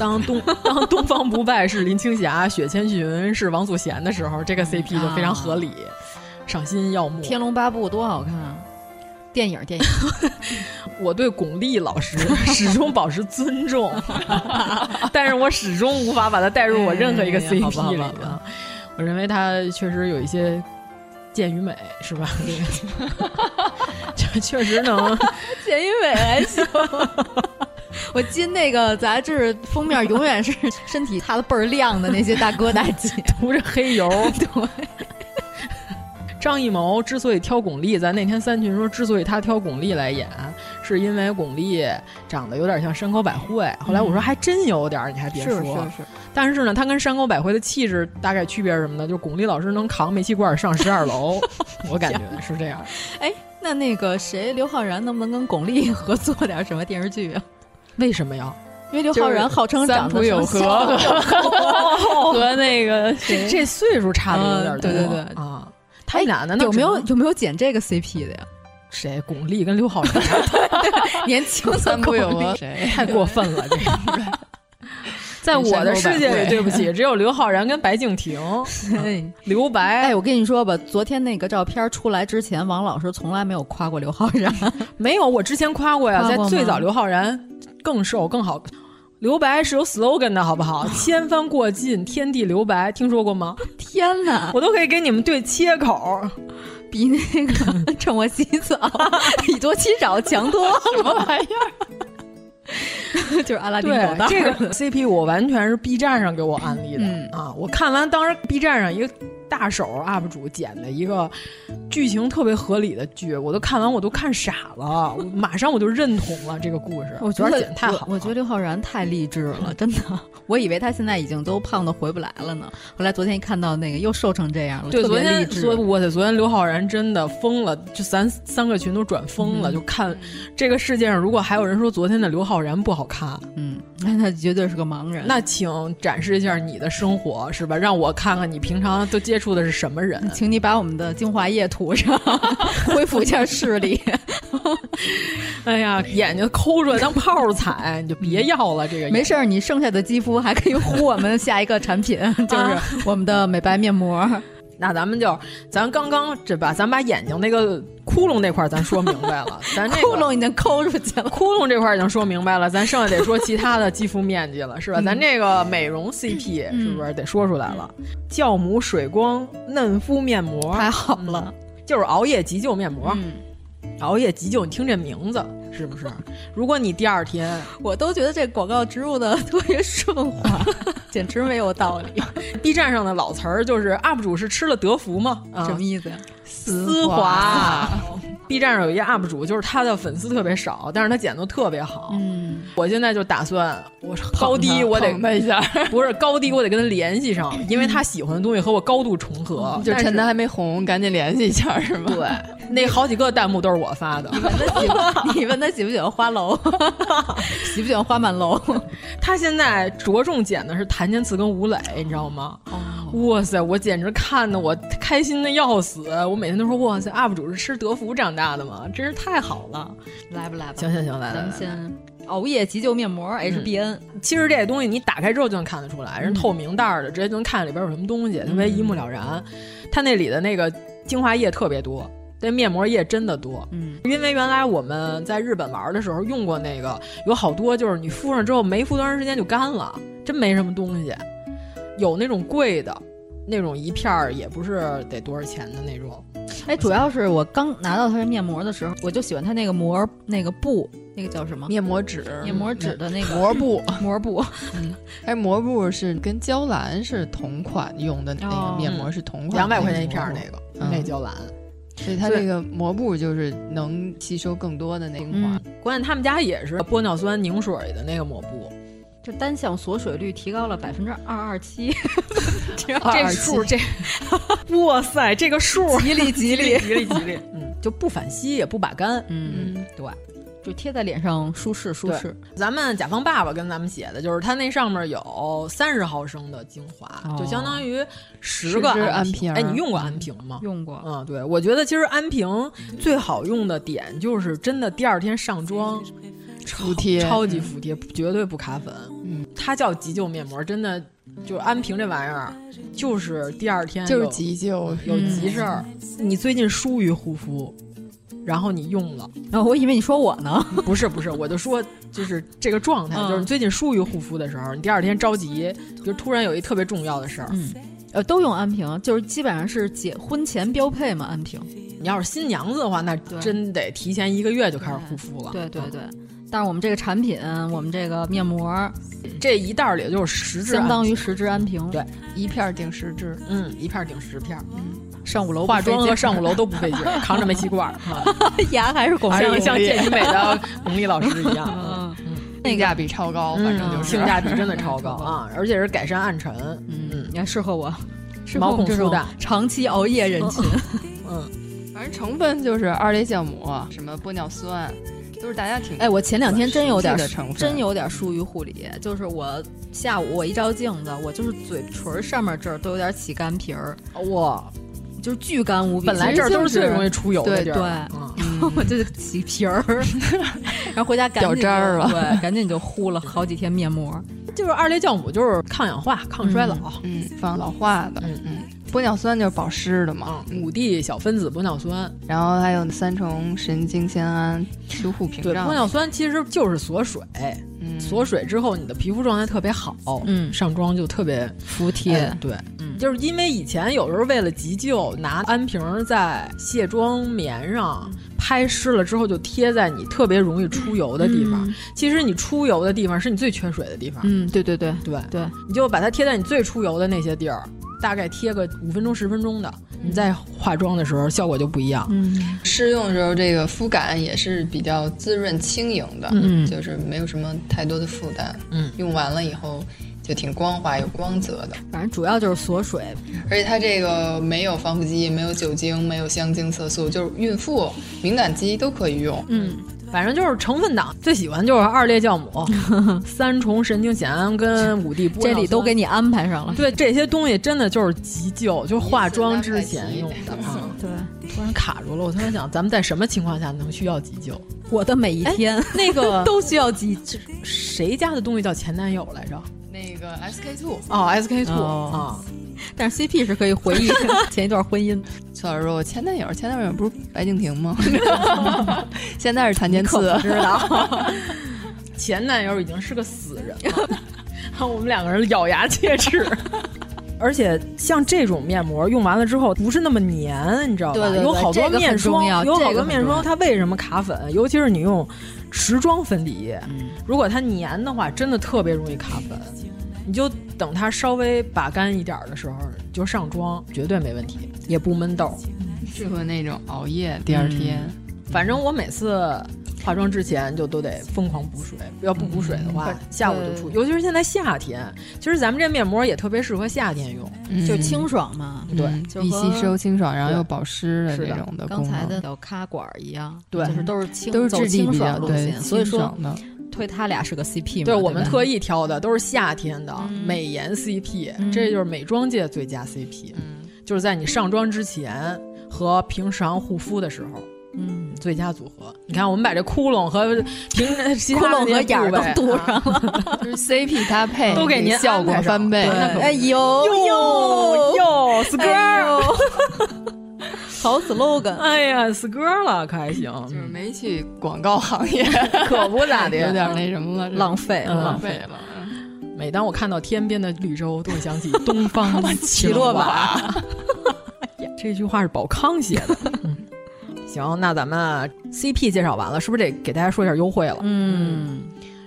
当
[laughs]
东当东方不败是林青霞，雪千寻是王祖贤的时候，这个 CP 就非常合理，啊、赏心耀目。
天龙八部多好看啊！电影，电影。
我对巩俐老师 [laughs] 始终保持尊重， [laughs] 但是我始终无法把她带入我任何一个 CP 里啊。我认为她确实有一些健与美，是吧？这 [laughs] 确实能
健与美啊还行。 [laughs] 我进那个杂志封面永远是 [laughs] 身体擦的倍儿亮的那些大哥大姐，
涂着黑油。
[laughs] 对。
张艺谋之所以挑巩俐，咱那天三群说，之所以他挑巩俐来演，是因为巩俐长得有点像山口百惠。后来我说还真有点，你还别说。
嗯是是是。
但是呢，他跟山口百惠的气质大概区别是什么呢？就是巩俐老师能扛煤气罐上十
[laughs]
二楼，我感觉是这样。
哎，那那个谁，刘昊然能不能跟巩俐合作点什么电视剧啊？
为什么要？
因为刘昊然号称长得
有和
[laughs]
和那个
这这岁数差的有点
嗯多。对对对哎
啊。他们俩难道
有没有有没有剪这个 CP 的呀？
谁？巩俐跟
[laughs]
刘昊然，
年轻的
不有
俐，
[laughs]
谁
太过分了。这
[laughs]
个，在我的世界里，对不起，只有刘昊然跟白敬亭、刘白。
[laughs] 哎，我跟你说吧，昨天那个照片出来之前，王老师从来没有夸过刘昊然。 [laughs]
没有，我之前夸过呀，在最早刘昊然更瘦更好。留白是有 slogan 的好不 [laughs] 好？千帆过尽，天地留白，听说过吗？
天哪，
我都可以给你们对切口，
比那个趁我洗澡以多欺少强
[laughs]
多了。
[laughs] 什么玩意儿？
就是阿拉丁狗蛋
这 [laughs] 个 CP 我完全是 B 站上给我安利的、嗯、啊！我看完，当时 B 站上一个大手 UP 主剪的一个剧情特别合理的剧，我都看完我都看傻了，马上我就认同了这个故事。
我觉得
剪太好
我，我觉得刘昊然太励志了，真的。我以为他现在已经都胖的回不来了呢，后来昨天一看到那个又瘦成这 [laughs] 样了，
对，昨天
说
我塞，昨天刘昊然真的疯了，就咱三个群都转疯了，嗯、就看这个世界上如果还有人说昨天的刘昊然不好看，
嗯，那他绝对是个盲人。
那请展示一下你的生活是吧？让我看看你平常都接触的是什么
[laughs]
人。
请你把我们的精华液涂上， [laughs] 恢复一下视力。
哎呀，眼睛抠出来当泡踩，你就别要了。这个
嗯没事儿，你剩下的肌肤还可以呼我们下一个产品，就是我们的美白面膜。
那咱们就，咱刚刚这把咱把眼睛那个窟窿那块儿咱说明白
[laughs]
了，咱这个、
窟窿已经抠出
[laughs]
去了，
窟窿这块儿已经说明白了，咱剩下得说其他的肌肤面积了，是吧？嗯、咱这个美容 CP 是不是得说出来了？嗯、酵母水光嫩肤面膜
太好了、嗯
嗯，就是熬夜急救面膜。熬夜急救，你听这名字是 [laughs] 不是？如果你第二天，
我都觉得 [laughs] 这广告植入的特别顺滑，简直没有道理。
B 站上的老词儿就是 UP 主是吃了德芙吗？
什么意思呀？
啊丝 [laughs] 滑。B 站上有一 UP 主，就是他的粉丝特别少，但是他剪的特别好。
嗯，
我现在就打算，我高低我得
他一下，
不是高低我得跟他联系上，因为他喜欢的东西和我高度重合。
就趁他还没红，赶紧联系一下，是吗？
对，那好几个弹幕都是我发的。
你问他喜 [laughs] 欢，你问他喜不喜欢花楼，喜不喜欢花满楼？
他现在着重剪的是谭健次跟吴磊，你知道吗？哇塞，我简直看的我开心的要死！我每天都说哇塞，UP 主是吃德芙长大的吗？真是太好了！
[laughs] 来吧来吧，
行行行，来
咱们先嗯熬夜急救面膜 HBN。
其实这东西你打开之后就能看得出来，人透明袋的，直接就能看里边有什么东西，特别一目了然。它那里的那个精华液特别多，但面膜液真的多。
嗯，
因为原来我们在日本玩的时候用过那个，有好多就是你敷上之后没敷多长时间就干了，真没什么东西。有那种贵的，那种一片儿也不是得多少钱的那种，
哎，主要是我刚拿到它的面膜的时候，我就喜欢它那个膜那个布，那个叫什么？
面膜纸，
面膜纸的那个
膜布，
膜布。
[laughs] 哎，膜布是跟娇兰是同款用的那个面膜，是同款，
两百块钱一片儿那个，
那
那娇兰。
所以它这个膜布就是能吸收更多的那个
嗯，关键他们家也是玻尿酸凝水的那个抹布，
这单项锁水率提高了百分之二二七，
这这数这，哇塞，这个数
吉利吉利
吉利吉利，嗯，就不反吸也不把干，
嗯，
对。
就贴在脸上舒适舒
对
适。，
咱们甲方爸爸跟咱们写的就是他那上面有三十毫升的精华，
哦
就相当于十个
10支
安
安嗯瓶
哎，你用过安瓶吗？
用过，
嗯，对，我觉得其实安瓶最好用的点就是真的第二天上妆，
服帖
超级服帖，嗯绝对不卡粉。
嗯，
它叫急救面膜，真的就是安瓶这玩意儿，就是嗯第二天
就是
有
急救，
有急事儿，你最近疏于护肤，然后你用了，
然后我以为你说我呢，
不是不是，我就说就是这个状态，
嗯
就是你最近疏于护肤的时候，你第二天着急，就突然有一特别重要的事儿，
嗯，呃，都用安瓶，就是基本上是结婚前标配嘛，安瓶。
你要是新娘子的话，那
对
真得提前一个月就开始护肤了。
对对对，嗯但是我们这个产品，我们这个面膜
这一袋儿里也就是十支安
相
瓶，
当于十支安瓶，
对
一片儿定十支，
嗯一片儿顶十片儿，
上五楼不
嗯化
费
妆
劲
[laughs] 和
儿
上五楼都不费劲儿，扛着煤气罐儿，啊
牙还是拱上
像
去
像谢金美的巩俐老师一样， [laughs] 嗯
嗯，
性价比超高，反正就是
性价比真的超高啊，而且是改善暗沉，
嗯
嗯，
也适合我，适合
毛
我们
孔
这
粗
种
大，
长期熬夜人群。
嗯，
反正成分就是二类酵母，什么玻尿酸，都是大家挺
哎，我前两天真有点
熟悉的成分
真有点疏于护理，就是我下午我一照镜子，我就是嘴唇上面这儿都有点起干皮儿，
哇，
就是巨干无比。
本来这儿嗯都是最容易
易，
出油的地
对
儿，
对
嗯
我 [laughs] 就是起皮儿，然后回家赶紧
掉
就
渣儿了
对，赶紧就敷了好几天面膜。
就是二类酵母就是抗氧化、抗衰老，
嗯防老化的，
嗯
嗯，玻尿酸就是保湿的嘛
啊，，五 D 小分子玻尿酸，
然后还有三重神经酰胺修护屏
对，玻
障，
尿酸其实就是锁水，
嗯
锁水之后你的皮肤状态特别好，
嗯
上妆就特别
服
哎对，
嗯
就是因为以前有时候为了急救，拿安瓶在卸妆棉上
嗯
拍湿了之后，就贴在你特别容易出油的地方。其实你出油的地方是你最缺水的地方，
嗯，对对对
对，
对，
你就把它贴在你最出油的那些地儿，大概贴个五分钟十分钟的，你在化妆的时候效果就不一样。
嗯
试用的时候，这个肤感也是比较滋润轻盈的，
嗯
就是没有什么太多的负担。
嗯，
用完了以后就挺光滑、有光泽的，
反正主要就是锁水，
而且它这个没有防腐剂、没有酒精、没有香精色素，就是孕妇、敏感肌都可以用。
嗯，
反正就是成分党最喜欢就是二裂酵
[laughs]
母、三重神经酰胺跟五 D 玻尿
这
酸
里都给。你安排上了。
对这些东西真的就是急救，就是化妆之前用的。啊
嗯
对，
突然卡住了，我突然想，咱们在什么情况下能需要急救？哎
我的每一天
那个
都需要急救。
谁家的东西叫前男友来着？
那个 SK two，
哦，SK two
哦
啊，
但是 CP 是可以回忆 [laughs] 前一段婚姻，
崔老师说，我前男友，前男友不是白敬亭吗？现在是檀健
可
次
不，知道。
[laughs] 前男友已经是个死人了， [laughs] 我们两个人咬牙切齿。 [laughs] 而且像这种面膜用完了之后不是那么粘，你知道吧？
对对对
有好
这
多
个很
面霜，
重要
有好
这个
多
很
面霜
重要
它为什么卡粉？尤其是你用持妆粉底液，如果它粘的话，真的特别容易卡粉。你就等它稍微把干一点儿的时候，你就上妆，绝对没问题，也不闷痘。
适合那种熬夜第二天。
反正我每次化妆之前就都得疯狂补水，要不补水的话，
嗯
下午就出。尤其是现在夏天，其实咱们这面膜也特别适合夏天用。
就
嗯
清爽嘛，
对
嗯
就
易
和
吸收、清爽，然后
对
又保湿的
是
这
的
种的
刚
功
才的
能，
小咖管儿一样，
对
就是都是清
都是
走
质地
清
比较
爽路
对
线，，所以
清
说
爽的
推他俩是个 CP 嘛。
对
对吧，
我们特意挑的都是夏天的美颜 CP，、
嗯
这就是美妆界最佳 CP，、就是在你上妆之前和平常护肤的时候。
嗯，
最佳组合，你看，我们把这窟窿和
[laughs]
平窟
窟窿和眼儿都堵上了。
就是 CP 搭配，
都给您
效果
安排上
翻倍。
[laughs]
对
哎呦
[laughs] 哟哟，skr，
哎好 slogan，
哎呀，skr 了，可还行，
就是没去广告行业，
可
[laughs]
不咋的，
有点那什么了，是吧
浪费
嗯
了。
浪费了。
每 [laughs] 当我看到天边的绿洲，都会想起东方奇
洛
[laughs] 瓦。哎呀这句话是宝康写 [laughs] 的。嗯行，那咱们 CP 介绍完了，是不是得给大家说一下优惠了？
嗯，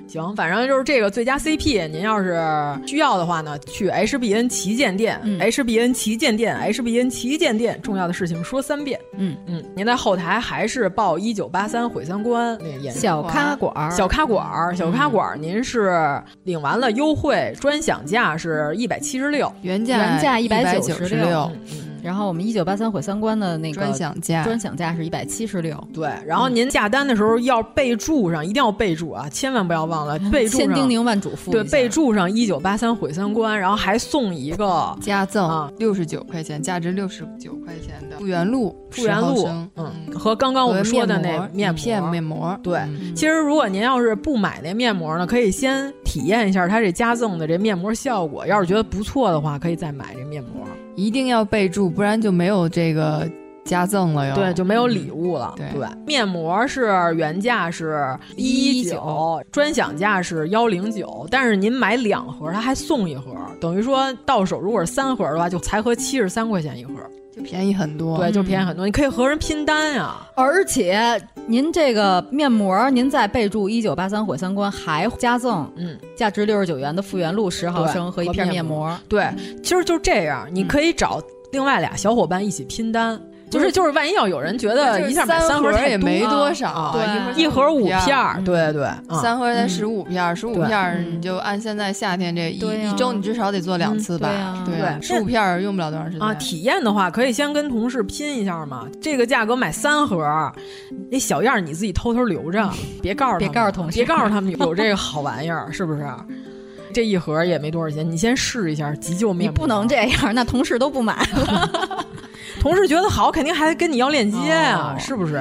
行，反正就是这个最佳 CP，您要是需要的话呢，去 HBN 旗舰店、
嗯
h b n 旗舰店、HBN 旗舰店，重要的事情说三遍。
嗯
嗯，您在后台还是报一九八三毁三观那个
嗯
演
小咖馆儿，
小咖馆儿，小咖馆儿，您是领完了优惠专享价是一百七十六，
原价
原价
嗯百
196
十六，嗯
然后我们一九八三毁三观的那个
专享价
专享价是一百七十六，
对，然后您下单的时候要备注上，一定要备注啊，千万不要忘了备注
千叮
上。
咛万嘱咐一下，
对，备注上一九八三毁三观，然后还送一个
加
啊
赠六十九块钱，价值六十九块钱的复原露，
复原
10毫
露
升，
嗯，和刚刚我们
和
说的那
膜
面
一片面膜，
对
嗯，
其实如果您要是不买那面膜呢，可以先体验一下它这加赠的这面膜效果，要是觉得不错的话，可以再买这面膜。
一定要备注，不然就没有这个加赠了哟。
对，就没有礼
嗯。
物了。
对
面膜是原价是一九，专享价是幺零九，但是您买两盒，它还送一盒，等于说到手如果是三盒的话，就才合七十三块钱一盒。
就嗯便宜很多。
对，就便宜很多。你可以和人拼单啊呀、
而且您这个面膜，您再备注一九八三毁三观，还加赠
嗯，
价值六十九元的复原露十毫升
对
和一片
和面
面膜，
对，其实就这样，
嗯
你可以找另外俩小伙伴一起拼单。就是就是，万一要有人觉得一下买
嗯三
盒太
也没
多啊
多少，
对
一
一
盒
盒五片
儿。
儿，对对，嗯
三盒才十五片儿，十五
对
片儿你就按现在夏天这一
嗯对呀
一周，你至少得做两次吧
嗯？对
对
呀
呀，
对
十五片儿用不了多长时间
啊，体验的话可以先跟同事拼一下嘛，这个价格买三盒，那小样儿你自己偷偷
[laughs]
留着，别告诉他们
别告诉同事
别告诉他们有这个好玩意儿，是 [laughs] 不是？这一盒也没多少钱，你先试一下急救面
你
膜。
不能这样，那同事都不买了。
同事觉得好，肯定还跟你要链接啊，
哦
是不是？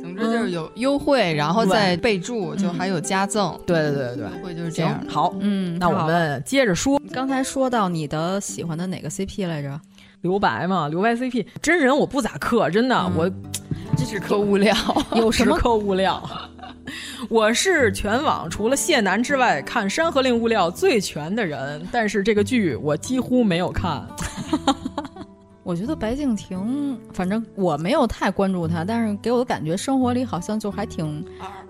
总之
嗯
就是有优惠，然后再备注，就还有加赠。
对对对对嗯对，
优惠就是这
行
样。
好，
嗯，
那我
好
们接着说
刚才说到你的喜欢的哪个 CP 来着？
留白嘛，留白 CP 真人我不咋磕，真的、
嗯
我
这是可
[laughs]
物料，
[laughs] 有
什么
扣物料？ [laughs] 我是全网除了谢楠之外看《山河令》物料最全的人，但是这个剧我几乎没有看。
我觉得白敬亭，反正我没有太关注他，但是给我的感觉，生活里好像就还挺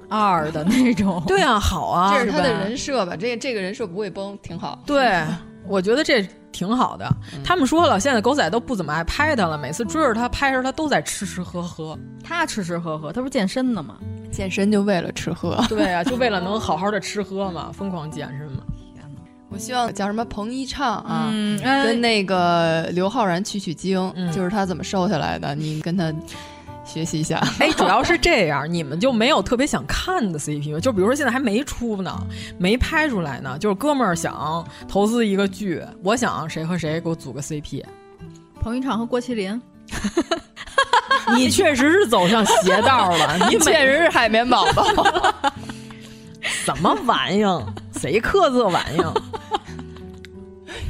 二的那 [laughs] 种。
对啊，好啊，
这是他的
吧
人设吧？这这个人设不会崩，挺好。
对，我觉得这挺好的。他们说了，现在狗仔都不怎么爱拍他了，每次追着他拍着他都在吃吃喝喝。
他吃吃喝喝，他不是健身的吗？
健身就为了吃喝。 [laughs]
对啊，就为了能好好的吃喝嘛，疯狂健身嘛。
我希望叫什么彭一畅啊，
嗯，
跟那个刘昊然取取经，
嗯
就是他怎么瘦下来的，你跟他学习一下。
[laughs] 哎，主要是这样，你们就没有特别想看的 CP 吗？就比如说现在还没出呢，没拍出来呢。就是哥们儿想投资一个剧，我想谁和谁给我组个
[laughs]
CP。
彭昱畅和郭麒麟，
你确实是走上邪道
[laughs]
了，你每
确实是海绵宝宝， [laughs]
什么玩意儿？谁克这玩意儿？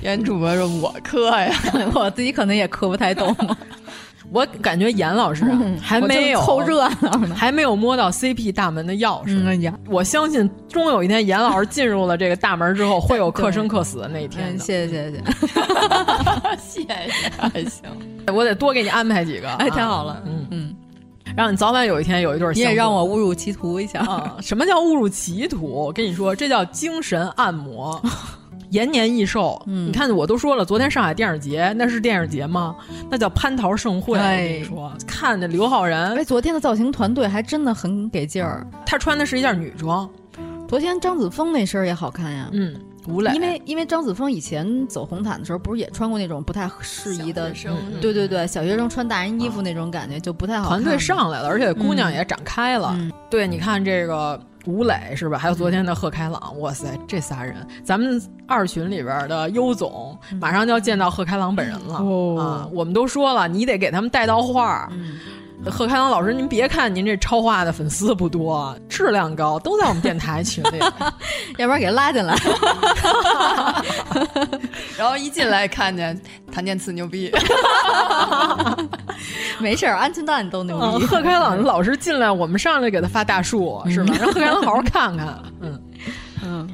原主播说：“我
[laughs]
磕呀，
我自己可能也磕不太懂，
我感觉严老师啊 [laughs] 还
嗯我就
没有
凑热闹呢。
[laughs] 还没有摸到 CP 大门的钥匙。
嗯哎呀，
我相信，终有一天严老师进入了这个大门之后，会有克生克死的那一天
嗯，
的。
谢谢谢
[laughs]
谢，
谢谢，还行。
我得多给你安排几个。
哎，太
啊
好了，
嗯
嗯，
让你早晚有一天有一对儿
你
相
也
克。
让我误入歧途一下，
[laughs] 啊，什么叫误入歧途？我跟你说，这叫精神
[laughs]
按摩。延年益寿，
嗯
你看我都说了，昨天上海电影节那是电影节吗？那叫蟠桃盛会。
哎
我跟你说，看着刘昊
[laughs] 哎，
然，
昨天的造型团队还真的很给劲儿。
他穿的是一件女装，
昨天张子枫那身儿也好看呀，
嗯，吴磊，
因为因为张子枫以前走红毯的时候，不是也穿过那种不太适宜的，
嗯
生
对对对，小学生穿大人衣服那种感觉就不太好看
团
嘛。
队上来了，而且姑娘
嗯
也展开了。
嗯
对，你看这个吴磊是吧？还有昨天的贺开朗，哇塞，这仨人，咱们二群里边的优总
嗯
马上就要见到贺开朗本人了、
哦
啊！我们都说了，你得给他们带到话儿。
嗯
贺开朗老师，您别看您这超话的粉丝不多，质量高，都在我们电台群里。
要不然给拉进来。
然后一进来看见谭健次牛逼，
[laughs] 没事儿，鹌鹑蛋都牛
嗯
逼。
贺开朗老师进来，我们上来给他发大树是吧？让贺开朗好好看看。嗯嗯，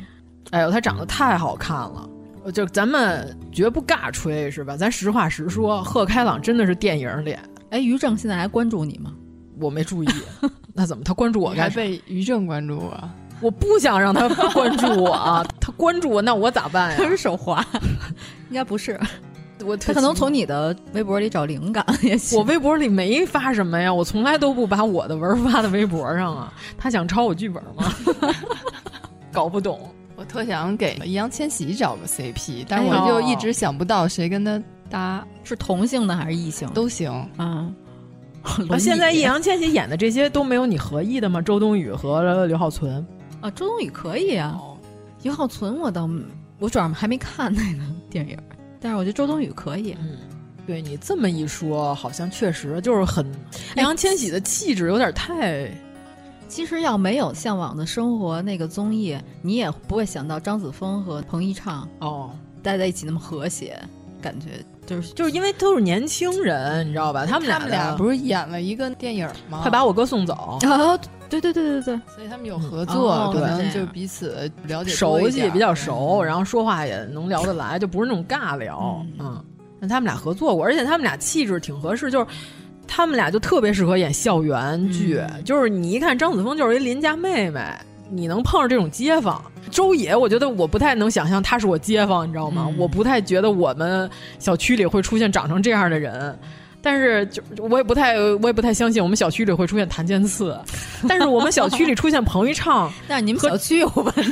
哎呦，他长得太好看了。就咱们绝不尬吹是吧？咱实话实说，贺开朗真的是电影脸。
[laughs] 哎，于正现在还关注你
[laughs]
吗？
我没注意，那怎么他关注 [laughs] 我干
啥？还被于正关注啊？
我不想让他关注我啊！他关注我，那我咋办
[laughs]
呀？
他是手滑，应该不是。
[laughs] 我
他可能从你的微博里找灵
[laughs]
感，也许
我微博里没发什么呀，我从来都不把我的文发到微博上啊。他想抄我剧本吗？搞不懂。
我特想给易烊千玺找个 CP，但我就一直想不到谁跟他搭，哎、
是同性的还是异性
都行
啊。 [laughs]
啊现在易烊千玺演的这些都没有你合意的吗？周冬雨和刘浩存
啊，周冬雨可以啊，刘浩存我倒我主要还没看那个 [laughs] 电影。但是我觉得周冬雨可以，
嗯，对你这么一说，好像确实就是很易烊千玺的气质有点太。
其实要没有《向往的生活》那个综艺，你也不会想到张子枫和彭昱畅
哦
待在一起那么和谐，感觉就是
就是因为都是年轻人，你知道吧？ [laughs] 他们
俩他们
俩
不是演了一个电影吗？
快把我嗯哥送走
[laughs] 啊！对对对对对，
所以他们有合
哦
作，可能就彼此了解
熟悉，比较熟，
嗯
然后说话也能聊得来，就不是那种尬聊。嗯，那他们俩合作过，而且他们俩气质挺合适，就是他们俩就特别适合演校园剧。
嗯
就是你一看张子枫就是一邻家妹妹，你能碰上这种街坊。周也，我觉得我不太能想象他是我街坊，你知道吗？
嗯
我不太觉得我们小区里会出现长成这样的人。但是就我也不太，我也不太相信我们小区里会出现谭健次， [laughs] 但是我们小区里出现彭昱畅，
但是你们小区有 [laughs] 问题，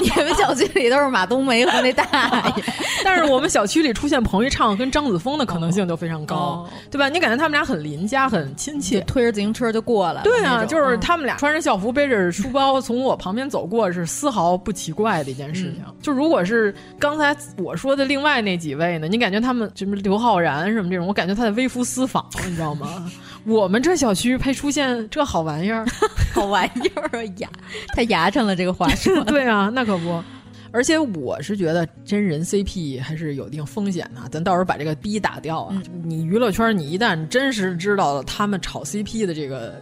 你们小区里都是马冬梅和那 [laughs] 大爷，
[laughs] 但是我们小区里出现彭昱畅跟张子枫的可能性就非常高，哦、对吧？你感觉他们俩很邻家，很亲切，
推着自行车就过来，
对啊，就是他们俩穿着校服，背着书包从我旁边走过，是丝毫不奇怪的一件事情。嗯、就如果是刚才我说的另外那几位呢，你感觉他们什么刘昊然什么这种，我感觉他的微。出私访，你知道吗？ [laughs] 我们这小区配出现这好玩意儿，
好玩意儿啊！牙，他牙碜了这个话 [laughs] 说。
对啊，那可不。而且我是觉得真人 CP 还是有一定风险的、啊，咱到时候把这个逼打掉啊！嗯、你娱乐圈，你一旦真实知道了他们炒 CP 的这个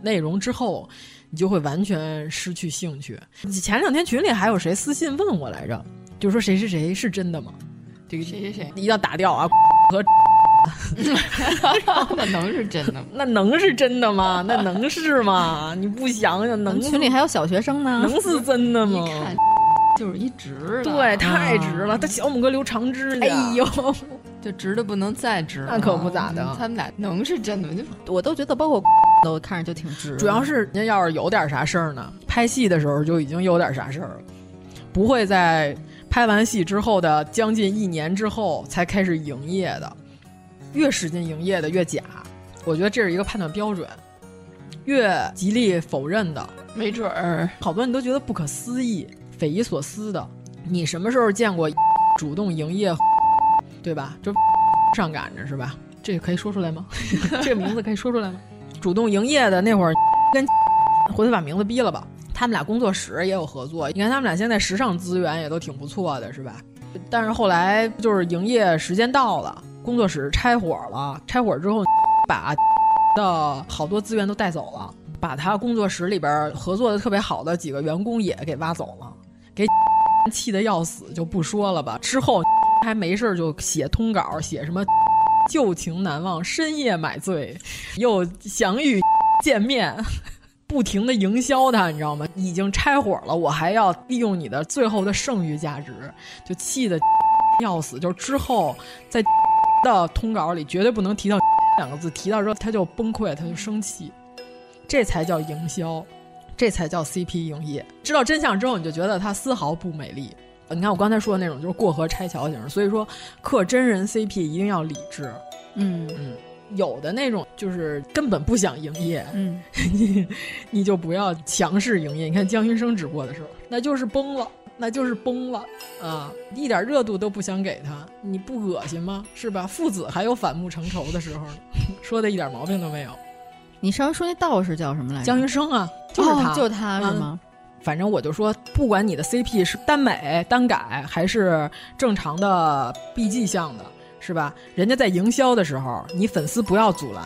内容之后，你就会完全失去兴趣。前两天群里还有谁私信问我来着，就说谁谁谁是真的吗？这个
谁谁谁
一定要打掉啊！ [laughs] 和
[laughs] 那能是真的吗？
那能是真的吗？那能是吗？你不想想，能
群里还有小学生呢，
能是真的吗？
看就是一直，
对，太直了。他小母哥留长指甲，
哎呦，
就直的不能再直，嗯
那可不咋的。
他们俩能是真的吗？
就我都觉得，包括都看着就挺直。
主要是人家要是有点啥事儿呢，拍戏的时候就已经有点啥事儿了，不会在拍完戏之后的将近一年之后才开始营业的。越使劲营业的越假，我觉得这是一个判断标准。越极力否认的，
没准儿
好多你都觉得不可思议、匪夷所思的。你什么时候见过 [laughs] 主动营业，对吧？就 [laughs] 上赶着是吧？这可以说出来
[laughs]
吗？这个名字可以说出来吗？主动营业的那会儿，跟回头把名字逼了吧。他们俩工作室也有合作，你看他们俩现在时尚资源也都挺不错的，是吧？但是后来就是营业时间到了。工作室拆伙了，拆伙之后，把的好多资源都带走了，把他工作室里边合作的特别好的几个员工也给挖走了，给 [laughs] 气得要死，就不说了吧。之后还没事就写通稿，写什么旧情难忘，深夜买醉，又想与 [laughs] 见面，不停的营销他，你知道吗？已经拆伙了，我还要利用你的最后的剩余价值，就气得 [laughs] 要死。就之后在。 [laughs] 的通稿里绝对不能提到 [laughs] 两个字，提到之后他就崩溃，他就生气，这才叫营销，这才叫 CP 营业。知道真相之后，你就觉得它丝毫不美丽。你看我刚才说的那种就是过河拆桥型，所以说嗑真人 CP 一定要理智。
嗯
嗯，有的那种就是根本不想营业， [laughs]
嗯，
你你就不要强势营业。你看姜云升直播的时候，那就是崩了。那就是崩了啊！一点热度都不想给他，你不恶心吗？是吧？父子还有反目成仇的时候呢， [laughs] 说的一点毛病都没有。
你上回说那道士叫什么来着？
江云生啊，就是他，
哦、就他是吗、 [laughs]
嗯？反正我就说，不管你的 CP 是耽美、耽改还是正常的 BG 项的，是吧？人家在营销的时候，你粉丝不要阻拦。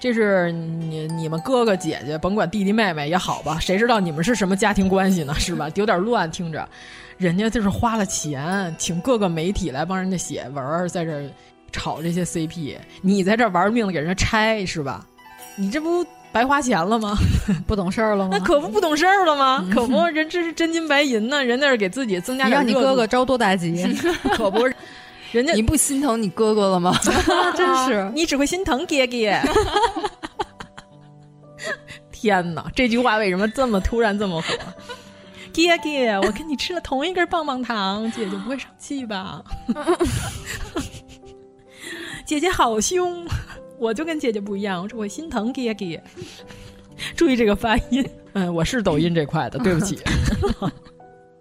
这是你你们哥哥姐姐，甭管弟弟妹妹也好吧，谁知道你们是什么家庭关系呢？是吧？有点乱，听着，人家就是花了钱，请各个媒体来帮人家写文儿，在这儿炒这些 CP，你在这儿玩命的给人家拆，是吧？你这不白花钱了吗？
[laughs] 不懂事儿了吗？
那可不不懂事儿了吗？可不，人这是真金白银呢，人那是给自己增加
你
点
让你
热
哥
度
哥着多大
[laughs]
急？
[laughs] 可不是，人家
你不心疼你哥哥
[laughs]
了吗？
真是
啊你只会心疼爹爹。 [laughs] 天哪，这句话为什么这么突然这么火？ [laughs] 爹爹，我跟你吃了同一根棒棒糖，姐姐不会生气吧？ [laughs] 姐姐好凶，我就跟姐姐不一样，我说我心疼爹爹。注意这个发音，嗯，我是抖音这块的，对不起。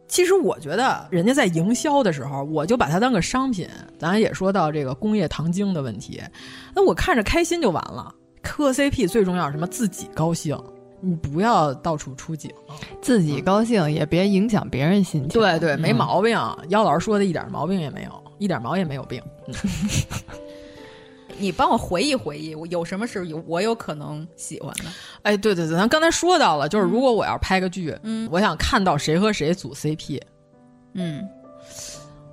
其实我觉得人家在营销的时候，我就把它当个商品。咱也说到这个工业糖精的问题，那我看着开心就完了。磕 CP 最重要是什么？自己高兴，你不要到处出警。
自己高兴也别影响别人心情。
对对，没
嗯
毛病。姚老师说的一点毛病也没有，一点毛也没有病。嗯
你帮我回忆回忆，我有什么是有我有可能喜欢的？
哎，对对对，咱刚才说到了，就是如果我要拍个剧，嗯，我想看到谁和谁组 CP，
嗯，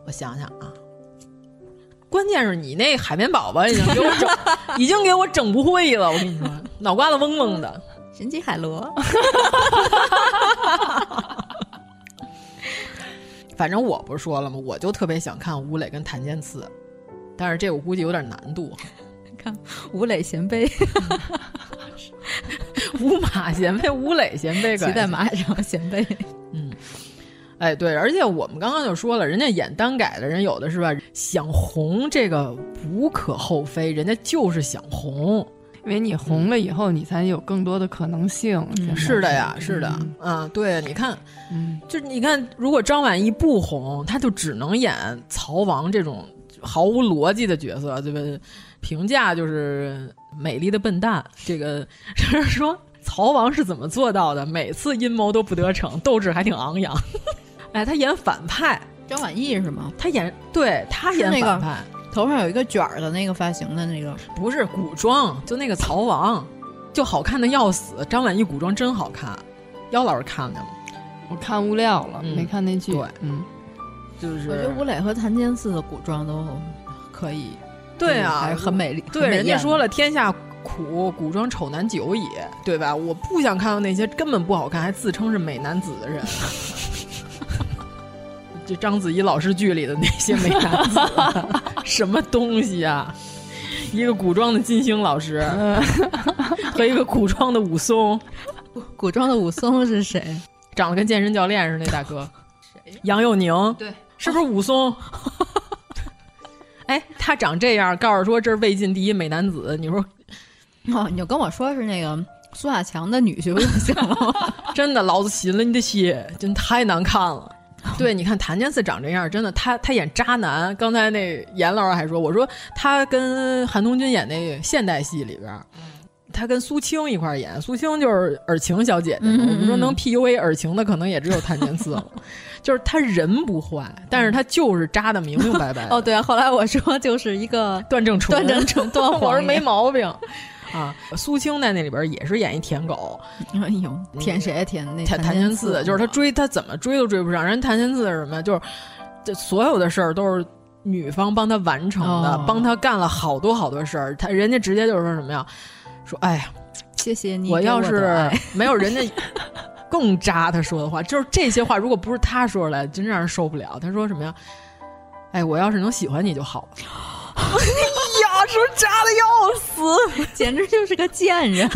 我想想啊，关键是你那海绵宝宝已经给我整， [laughs] 已经给我整不会了。我跟你说，脑瓜子嗡嗡的。
神奇海螺，
反正我不是说了吗？我就特别想看吴磊跟谭健次，但是这我估计有点难度。 [laughs]
看吴磊贤妃
吴马贤妃、吴磊贤妃，
骑在马 [laughs] 上，贤妃
哎，对，而且我们刚刚就说了，人家演单改的人有的是吧，想红这个无可厚非，人家就是想红。
因为你红了以后，你才有更多的可能性。现在
嗯是的呀，是的，啊，对，你看，
嗯，
就是你看，如果张晚意不红，他就只能演曹王这种毫无逻辑的角色，对吧？评价就是美丽的笨蛋，这个就是说曹王是怎么做到的？每次阴谋都不得逞，斗志还挺昂扬。 [laughs] 哎，他演反派，
张晚意是吗？
他演对他
是
演
那个
反派，
头上有一个卷儿的那个发型的那个，
不是古装，就那个曹王，就好看的要死。张晚意古装真好看，姚老师看见吗？
我看物料了，
嗯
没看那剧。
对
嗯，
就是
我觉得吴磊和谭健次的古装都可以，
对啊，
嗯还是很美丽。
对，
很美
人家
艳
说
的
了，天下苦，古装丑男久矣，对吧？我不想看到那些根本不好看还自称是美男子的人。 [laughs] 这章子怡老师剧里的那些美
[laughs]
男子，什么东西啊？一个古装的金星老师，
嗯
和一个古装的武松，
古装的武松是谁？
长得跟健身教练似的那大哥，杨佑宁，对，是不是武
[laughs]
松？哎，他长这样，告诉说这是魏晋第一美男子，你说
哦，你就跟我说是那个苏小强的女婿不就行了吗？
[laughs] 真的，老子寻了你的血，真太难看了。对，你看谭健次长这样，真的，他他演渣男。刚才那严老师还说，我说他跟韩东君演那现代戏里边儿，他跟苏青一块儿演，苏青就是尔晴小姐姐嘛。
嗯嗯嗯
我们说能 PUA 尔晴的，可能也只有谭健次了。 [laughs] 就是他人不坏，但是他就是渣的明明白白的。
哦，对啊，后来我说就是一个
[laughs] 段正淳，
段正淳段
我说
皇
没
爷，
毛病 [laughs] 啊。苏青在那里边儿也是演一舔狗，
[laughs] 哎呦，舔谁啊舔那谭
谭
嗯
谭
健
健次，就是他追他怎么追都追不上。人谭健次是什么？就是这所有的事儿都是女方帮他完成的，
哦
帮他干了好多好多事儿。他人家直接就是说什么呀？说哎呀，
谢谢你给
我
我的爱，
要是 [laughs] 没有人家更渣他说的话，就是这些话，如果不是他说出来，真让人受不了。他说什么呀？哎，我要是能喜欢你就好
[laughs]
了。哎呀，是不是渣的要死？
简直就是个贱人。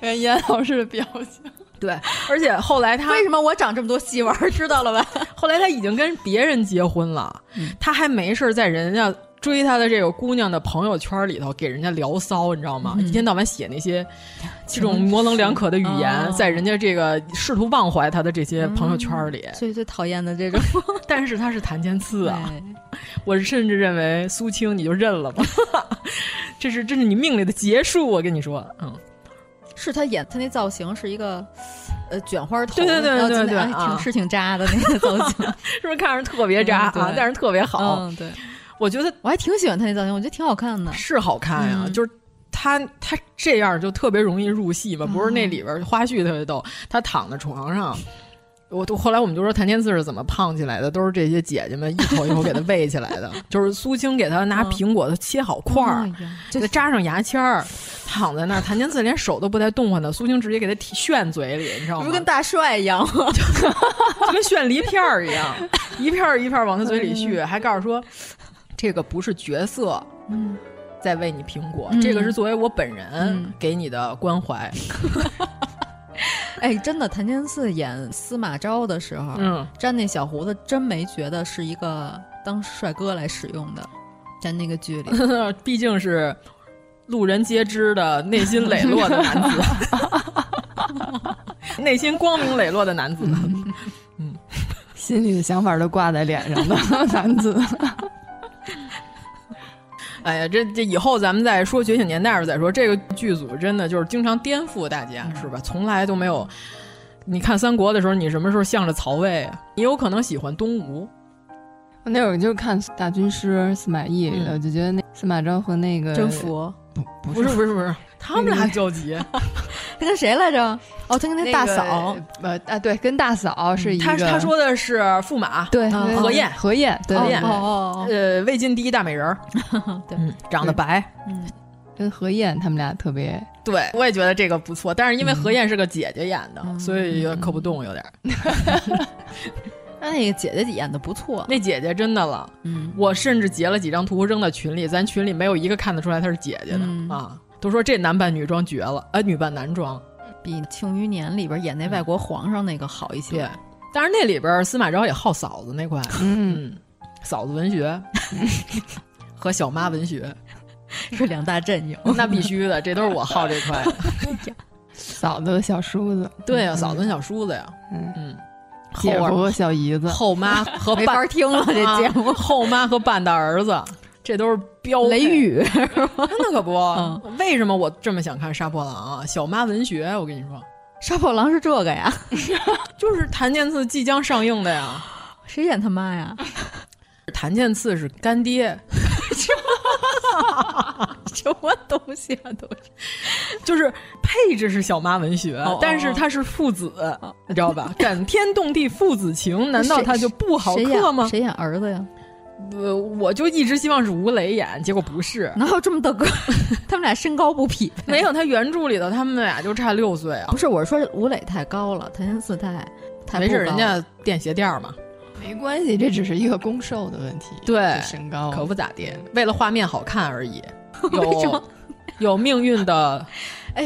袁岩老师的表
[laughs]
情，
对，而且后来他
为什么我长这么多细纹儿？知道了吧？
后来他已经跟别人结婚了，他还没事儿在人家追他的这个姑娘的朋友圈里头给人家聊骚，你知道吗？一天到晚写那 [laughs] 些这种模棱两可的语言，
哦
在人家这个试图忘怀他的这些朋友圈里。
最最讨厌的这种，
[laughs] 但是他是谭健次啊，
哎
我甚至认为苏青你就认了 [laughs] 吧，这是这是你命里的结束，我跟你说，嗯，
是他演他那造型是一个呃卷花头，
对对对
然后就那
对对
哎
啊
挺是挺渣的那个造型。
是不是看着特别渣、
嗯对
啊？但是特别好，
嗯，对，
我觉得
我还挺喜欢他那造型，我觉得挺好看的。
是好看呀、
嗯
就是。他他这样就特别容易入戏嘛，不是那里边花絮特别逗，他躺在床上。我都后来我们就说谭天赐是怎么胖起来的，都是这些姐姐们一口一口给他喂起来的，
[laughs]
就是苏青给他
嗯
拿苹果，他切好块
哎
儿，给他扎上牙签儿，躺在那儿，谭天赐连手都不带动唤的，苏青直接给他提炫嘴里，你知道吗？
不跟大帅一样吗？
就跟炫梨片儿一
[laughs]
样，一片儿一片儿往他嘴
哎
里续，还告诉说这个不是角色，嗯。在喂你苹果，这个是作为我本人给你的关怀。
哎，真的，谭健次演司马昭的时候，嗯，粘那小胡子真没觉得是一个当帅哥来使用的，在那个剧里，
嗯毕竟是路人皆知的内心磊落的男子，内心光明磊落的男子，
嗯，心里的想法都挂在脸上的 [laughs] 男子。
哎呀，这这以后咱们再说《觉醒年代》时再说。这个剧组真的就是经常颠覆大家，是吧？从来都没有。你看三国的时候，你什么时候向着曹魏啊？你有可能喜欢东吴。
那会儿就看大军师司马懿，我、嗯、就觉得那司马昭和那个
甄宓
不
不是不是不是，他们俩交集。
他跟谁来着？哦，他跟
那
大嫂，
呃啊，对，跟大嫂是一个。
嗯他他说的是驸马，
对，
何晏，
何晏，
何晏，
哦哦，
呃，魏晋第一大美人 [laughs] 儿，
对，
长得白，
嗯，
跟何晏他们俩特别。
对，我也觉得这个不错，但是因为何晏是个姐姐演的，所以磕不动有点。
那那个姐姐演的不错，
那姐姐真的了，
嗯，
我甚至截了几张图扔到群里，咱群里没有一个看得出来她是姐姐的啊，都说这男扮女装绝了，哎，女扮男装。
比《庆余年》里边演那外国皇上那个好一些，
但是那里边司马昭也好嫂子那块，
嗯，
嫂子文学 [laughs] 和小妈文学
是两大阵营，
那必须的，这都是我好这块。 [laughs]
嫂子和小叔子，
对呀、啊，嫂子小叔子呀，嗯嗯， [laughs]
姐夫和小姨子，
后 [laughs] 妈和啊
没法听了这节目，
后妈和半大儿子，这都是标
雷
[laughs]
雨，
那可不。嗯、 [laughs] 为什么我这么想看《杀破狼》啊？小妈文学，我跟你说，《
杀破狼》是这个呀，
就是谭健次即将上映的呀。
谁演他妈呀？
谭健次是干爹， [laughs]
什么东西啊？都
是，就是配置是小妈文学，
哦哦哦
但是他是父子，你知道吧？ [laughs] 感天动地父子情，难道他就不好克吗？
谁演儿子呀？
呃，我就一直希望是吴磊演，结果不是。
哪有这么大个？他们俩身高不匹配。
[laughs] 没有，他原著里头他们俩就差六岁啊。
不是，我是说吴磊太高了，谭健次太太
没事，人家垫鞋垫嘛，
没关系，这只是一个攻受的问题。
对，
身高
可不咋地，为了画面好看而 [laughs] 已。有有命运 [laughs] 的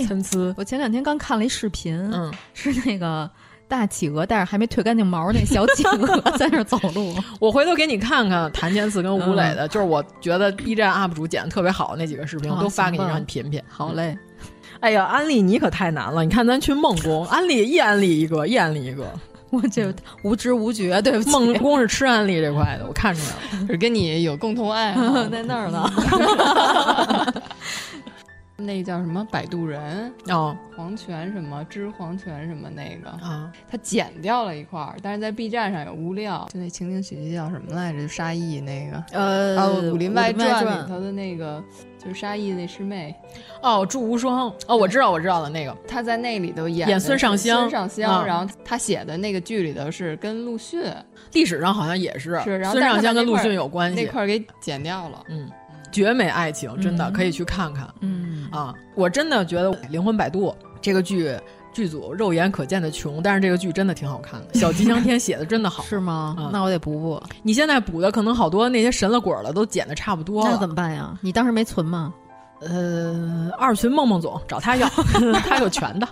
参差、
哎。我前两天刚看了一视频，
嗯，
是那个。大企鹅，但是还没褪干净毛，那小企鹅在那走路。
我回头给你看看谭健次跟吴磊的，嗯、就是我觉得 B 站 UP 主剪的特别好那几个视频，我都发给你，让你品品。
好嘞。
哎呀，安利你可太难了！你看咱去梦宫，安利一安利一个，一安利一 [laughs] 个。
我这无知无觉，对不起。
梦宫是吃安利这块的，我看出来
了，是跟你有共同爱好，
[laughs]
[laughs]
在那儿呢。
那叫什么摆渡人
哦，
黄泉什么知黄泉什么那个
啊，
他剪掉了一块儿，但是在 B 站上有物料，就那情景喜剧叫什么来着？就沙溢那个
呃，
啊
《
武林
外
传》里头的那个，就是沙溢那师妹
哦，祝无双哦，我知道我知道了那个，
他在那里头演
演孙尚香，啊
孙尚香，然后他写的那个剧里头是跟陆逊，
历史上好像也是，
是
孙尚香跟陆逊有关系，
那块给剪掉了，
嗯。绝美爱情，真的、
嗯、
可以去看看。
嗯
啊，我真的觉得《灵魂摆渡》这个剧剧组肉眼可见的穷，但是这个剧真的挺好看的。小吉祥天写的真的好，
是吗？
嗯、
那我得补补。
你现在补的可能好多那些神了鬼了都剪的差不多了，
那怎么办呀？你当时没存吗？
呃，二群梦梦总找他要， [laughs] 他有权的。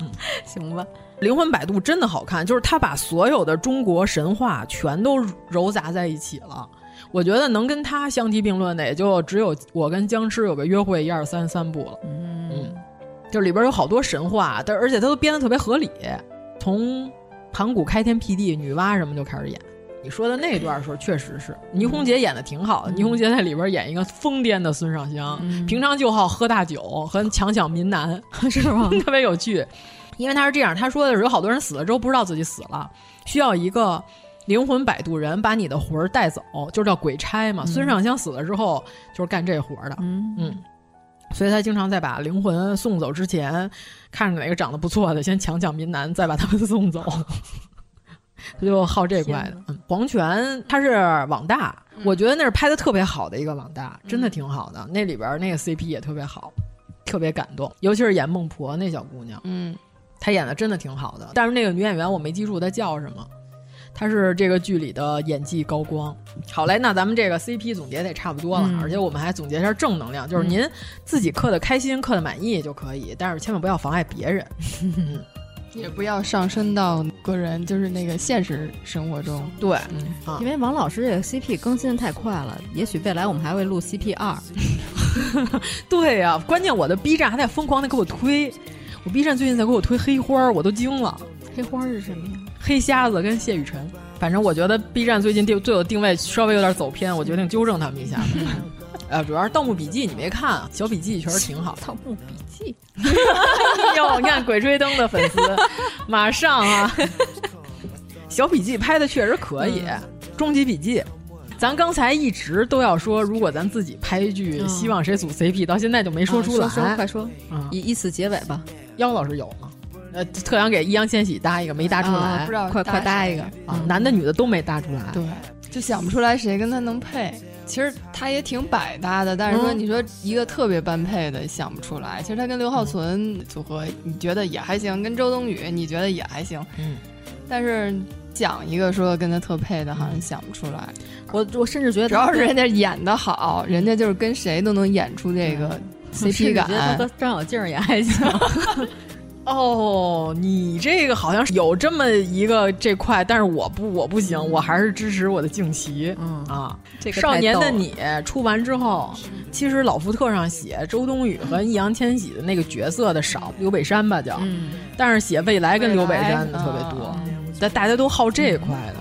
嗯、
行吧。
灵魂摆渡真的好看，就是他把所有的中国神话全都揉杂在一起了。我觉得能跟他相提并论的，也就只有我跟僵尸有个约会一二三三部了。
嗯,
嗯，就里边有好多神话，但而且他都编的特别合理。从盘古开天辟地、女娲什么就开始演。你说的那段时候，确实是倪虹洁演的挺好的。倪虹洁在里边演一个疯癫的孙尚香，
嗯、
平常就好喝大酒和强抢民男，
[laughs] 是吗？
[laughs] 特别有趣。因为他是这样，他说的是有好多人死了之后不知道自己死了，需要一个。灵魂摆渡人把你的魂儿带走，就叫鬼差嘛。
嗯、
孙尚香死了之后，就是干这活儿的。
嗯
嗯，所以他经常在把灵魂送走之前，看着哪个长得不错的，先抢抢民男，再把他们送走。 [laughs] 他就好这块的。嗯黄泉他是网大，
嗯
我觉得那是拍的特别好的一个网大，真的挺好的。那里边那个 CP 也特别好，特别感动，尤其是演孟婆那小姑娘，
嗯，
她演的真的挺好的。但是那个女演员我没记住她叫什么，她是这个剧里的演技高光。好嘞，那咱们这个 CP 总结的也差不多了，
嗯
而且我们还总结一下正能量，就是您自己刻的开心、刻的满意就可以，但是千万不要妨碍别人。嗯
也不要上升到个人，就是那个现实生活中。
对，
啊
因为王老师这个 CP 更新的太快了，也许未来我们还会录 CP 二。
对呀、关键我的 B 站还在疯狂的给我推，我 B 站最近在给我推黑花儿，我都惊了。
黑花是什么呀？
黑瞎子跟谢雨辰，反正我觉得 B 站最近对对我定位稍微有点走偏，我决定纠正他们一下。 [laughs] 呃，主要是《盗墓笔记》，你没看啊？小笔记确实挺好。《
盗墓笔记》
[laughs] 哟，你看《鬼吹灯》的粉丝，马上啊！小笔记拍的确实可以，
嗯
终极笔记》。咱刚才一直都要说，如果咱自己拍一剧，
嗯
希望谁组 CP，到现在就没说出来。
说说快说，
嗯
以以此结尾吧。
妖老师有吗？呃，特想给易烊千玺搭一个，没搭出来，
啊不知道
快
搭
快搭一个啊，男的女的都没搭出来。
对，就想不出来谁跟他能配。其实他也挺百搭的，但是说
嗯
你说一个特别般配的想不出来。其实他跟刘浩存组合，你觉得也还行；跟周冬雨，你觉得也还行。
嗯，
但是讲一个说跟他特配的，好像想不出来。
我我甚至觉得
主要是人家演的好，人家就是跟谁都能演出这个 CP
嗯 [laughs] 我甚至觉得他
感
和。张小静也还行。
哦，你这个好像是有这么一个这块，但是我不我不行，我还是支持我的静琪。嗯啊，
这个太
少年
逗
的
了
你出完之后，其实老福特上写周冬雨和易烊千玺的那个角色的少，刘北山吧叫，
嗯
但是写未来跟刘北山的特别多，但大家都好这一块的。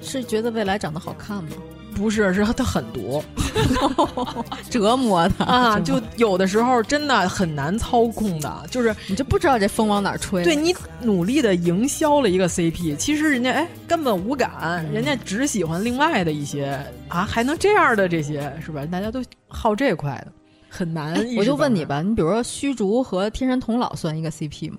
是觉得未来长得好看吗？
不是，是他很毒，
[laughs] 折磨他 [laughs]
啊，
折磨
就有的时候真的很难操控的，就是
你就不知道这风往哪儿吹了。
对你努力的营销了一个 CP，其实人家哎根本无感，人家只喜欢另外的一些啊，还能这样的这些是吧？大家都好这块的，很难
哎。 [laughs] 我就问你
吧，
吧，你比如说虚竹和天山童姥算一个 CP 吗？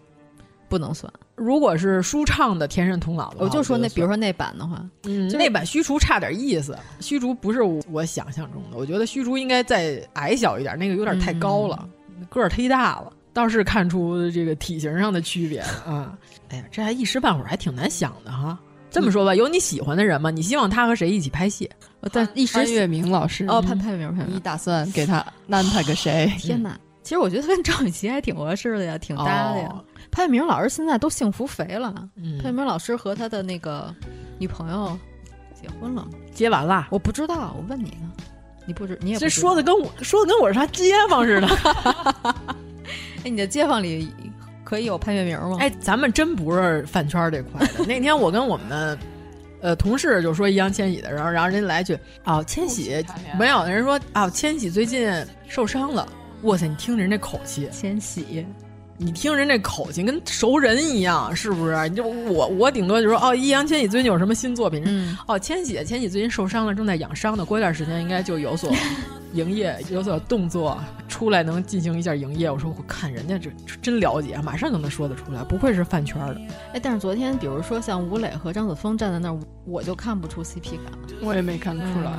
不能算。
如果是舒畅的天山童姥的话，
我就说那，
觉得
比如说那版的话，
嗯，
就是
那版虚竹差点意思，虚竹不是我想象中的，我觉得虚竹应该再矮小一点，那个有点太高了，
嗯
个儿忒大了，倒是看出这个体型上的区别了啊。 [laughs] 哎呀，这还一时半会儿还挺难想的哈。这么
嗯
说吧，有你喜欢的人吗？你希望他和谁一起拍戏？
呃但一时
潘粤明老师嗯
哦，潘潘明潘
你
明，
打算给他安排个谁？
天哪！其实我觉得他跟赵雨绮还挺合适的呀，挺搭的呀。潘粤明老师现在都幸福肥了，
哦嗯
潘粤明老师和他的那个女朋友结婚了吗？
接完了，
我不知道，我问你呢，你不知你也不
这
知
说的跟我说的跟我是他街坊似的。
道哎，你的街坊里可以有潘粤明吗？
哎，，咱们真不是饭圈这块的。那天我跟我们的呃同事就说易烊千玺的时候，然后人家来一句啊，千玺没有人说啊，千玺最近受伤了。哇塞，你听人这口气，
千玺，
你听人这口气跟熟人一样，是不是？你就我我顶多就说哦，易烊千玺最近有什么新作品？
嗯，
哦，千玺，千玺最近受伤了，正在养伤呢，过一段时间应该就有所营业，有所动作出来，能进行一下营业。我说我看人家这这真了解，啊马上就能说得出来，不愧是饭圈的。
哎，但是昨天比如说像吴磊和张子枫站在那儿，我就看不出 CP 感了。
我也没看出来。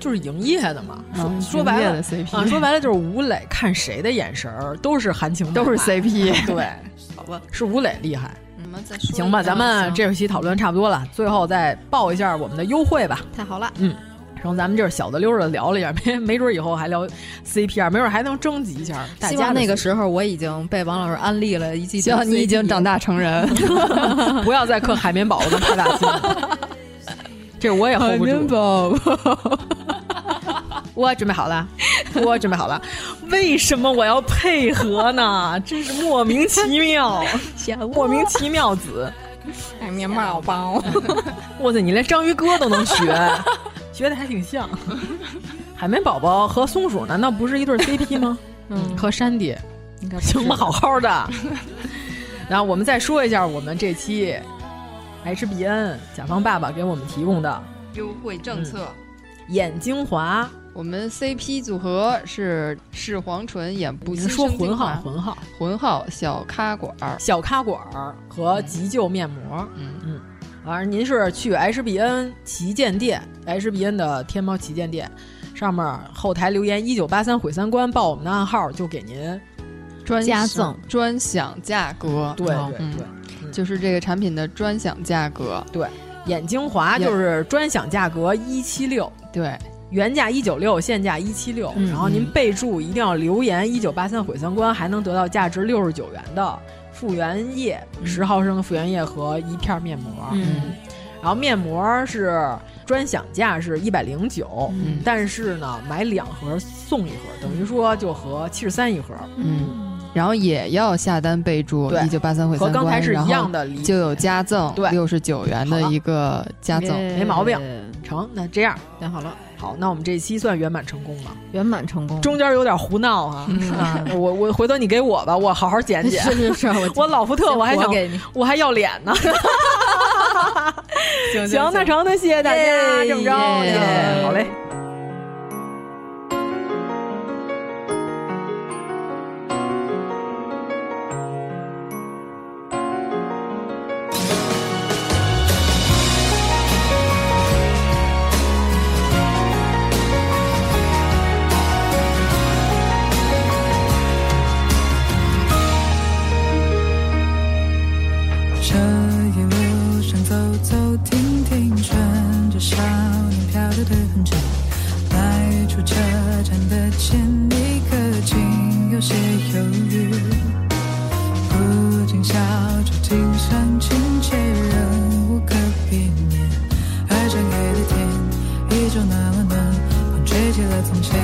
就是营业的嘛，
嗯
嗯说说白
营
了
业的 CP
啊，说白了就是吴磊看谁的眼神儿都是含情脉脉，
都是 [laughs] CP
对，好吧，是吴磊厉害。
你们再说
行吧，咱们这期讨论差不多了，最后再报一下我们的优惠吧。
太好了，
嗯，然后咱们这儿小的溜儿的聊了一下，没没准儿以后还聊 CPR，没准儿还能征集一下大
希
家
望
的
那个
CP
时候我已经被王老师安利了一季，
希望你已经长大成人。
不要再刻海绵宝宝跟派大星了，这我也 hold 不住。
哦 [laughs]
宝
我准备好了， [laughs] 我准备好了。为什么我要配合呢？
[laughs]
真是莫名其妙，莫名其妙子。
海绵宝宝，
[laughs] 哇塞，你连章鱼哥都
[laughs]
能学，学的还挺像。海绵宝宝和松鼠难道不是一对 CP 吗？
嗯，
和山迪，
应该不是
行吧，好好的。
[laughs]
然后我们再说一下我们这期 HBN 甲方爸爸给我们提供的
优惠政策，
眼精华
我们 CP 组合是释黄纯演不
你是说浑号浑号
浑号小咖馆儿
小咖馆儿和急救面膜，
嗯
嗯，反正您是去 HBN 旗舰店，HBN 的天猫旗舰店上面后台留言一九八三毁三观报我们的暗号，就给您
专
加
享
赠
专享价格，
对对
嗯
对嗯
就是这个产品的专享价格，
对眼精华就是专享价格一七六，
对，
原价一九六，现价一七六，
嗯
然后您备注一定要留言一九八三毁三观，还能得到价值六十九元的复原液，十毫升的复原液和一片面膜。
嗯，
然后面膜是专享价是一百零九，但是呢买两盒送一盒，等于说就合七十三一盒。
嗯，然后也要下单备注
对
一九八三毁三观，
和刚才是
然后
一样的理解
就有加赠
对
六十九元的一个加赠，
没毛病，成。那这样那好了，好，那我们这期算圆满成功了。
嗯
圆满成功。
中间有点胡闹啊，啊 [laughs] 我我回头你给我吧，我好好剪剪。
是是是我
我老福特
行
我还
我
想
给你
我还要脸呢。
行
行，那成，那谢谢大家，
耶
这么着，
耶
嗯好嘞。
这一路上走走停停，穿着少年飘的对痕站，迈出车站的前一刻，竟有些犹豫，不禁笑出今生情切，仍无可避免。而这黑的天依旧那么暖，风吹起了从前。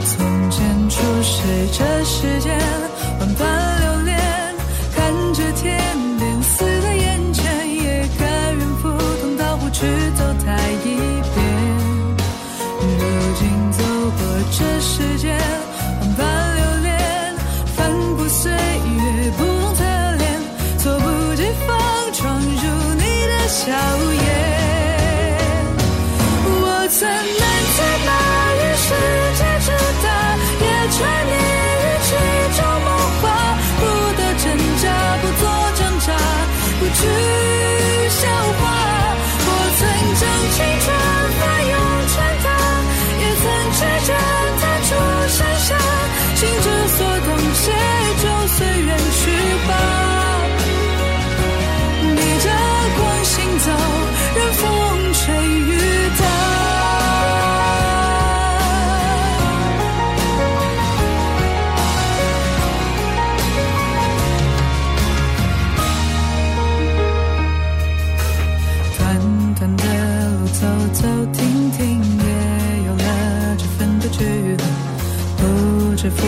从前初识这世间，万般留恋，看着天边似在眼前，也甘愿赴汤蹈火去走它一遍。如今走过这世间，万般留恋，翻过岁月不同侧脸，猝不及防闯入你的笑颜。我曾能在那人世界之大，也沉溺于其中梦话，不得挣扎，不做挣扎，不去消化。我曾将青春翻涌成她，也曾赤诚踏出山下，心之所动，写就随缘去吧。逆着光行走，任风吹雨打。短短的路走走停停，也有了这份的距离。不知抚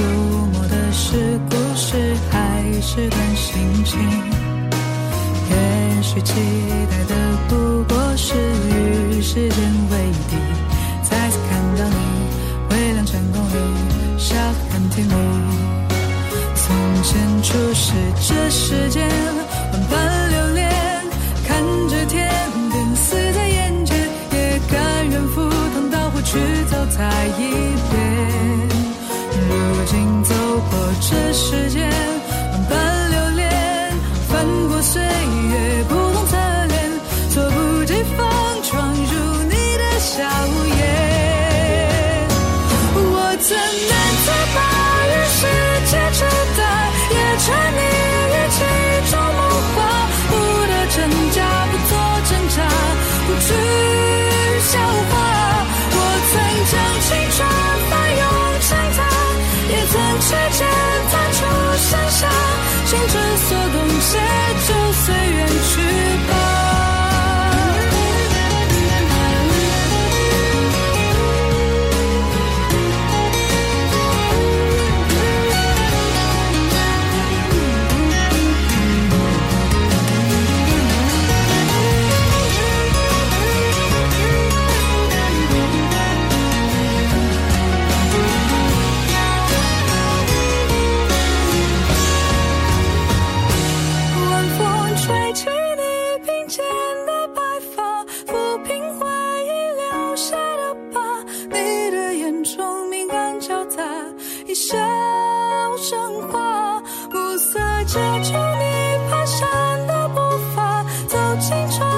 摸的是故事，还是段心情。也许期待的不过是与时间为敌，再次看到你，微凉晨光里，笑很甜蜜。从前初识这世间，万般留恋，看着天边似在眼前，也甘愿赴汤蹈火去走它一遍。如今走过这世间，万般留恋，翻过岁月不同侧脸，猝不及防闯入你的笑颜。我怎能再把人世界之大，也沉溺于其中梦话，不得挣扎，不做挣扎，不去消化。我曾将青春青春。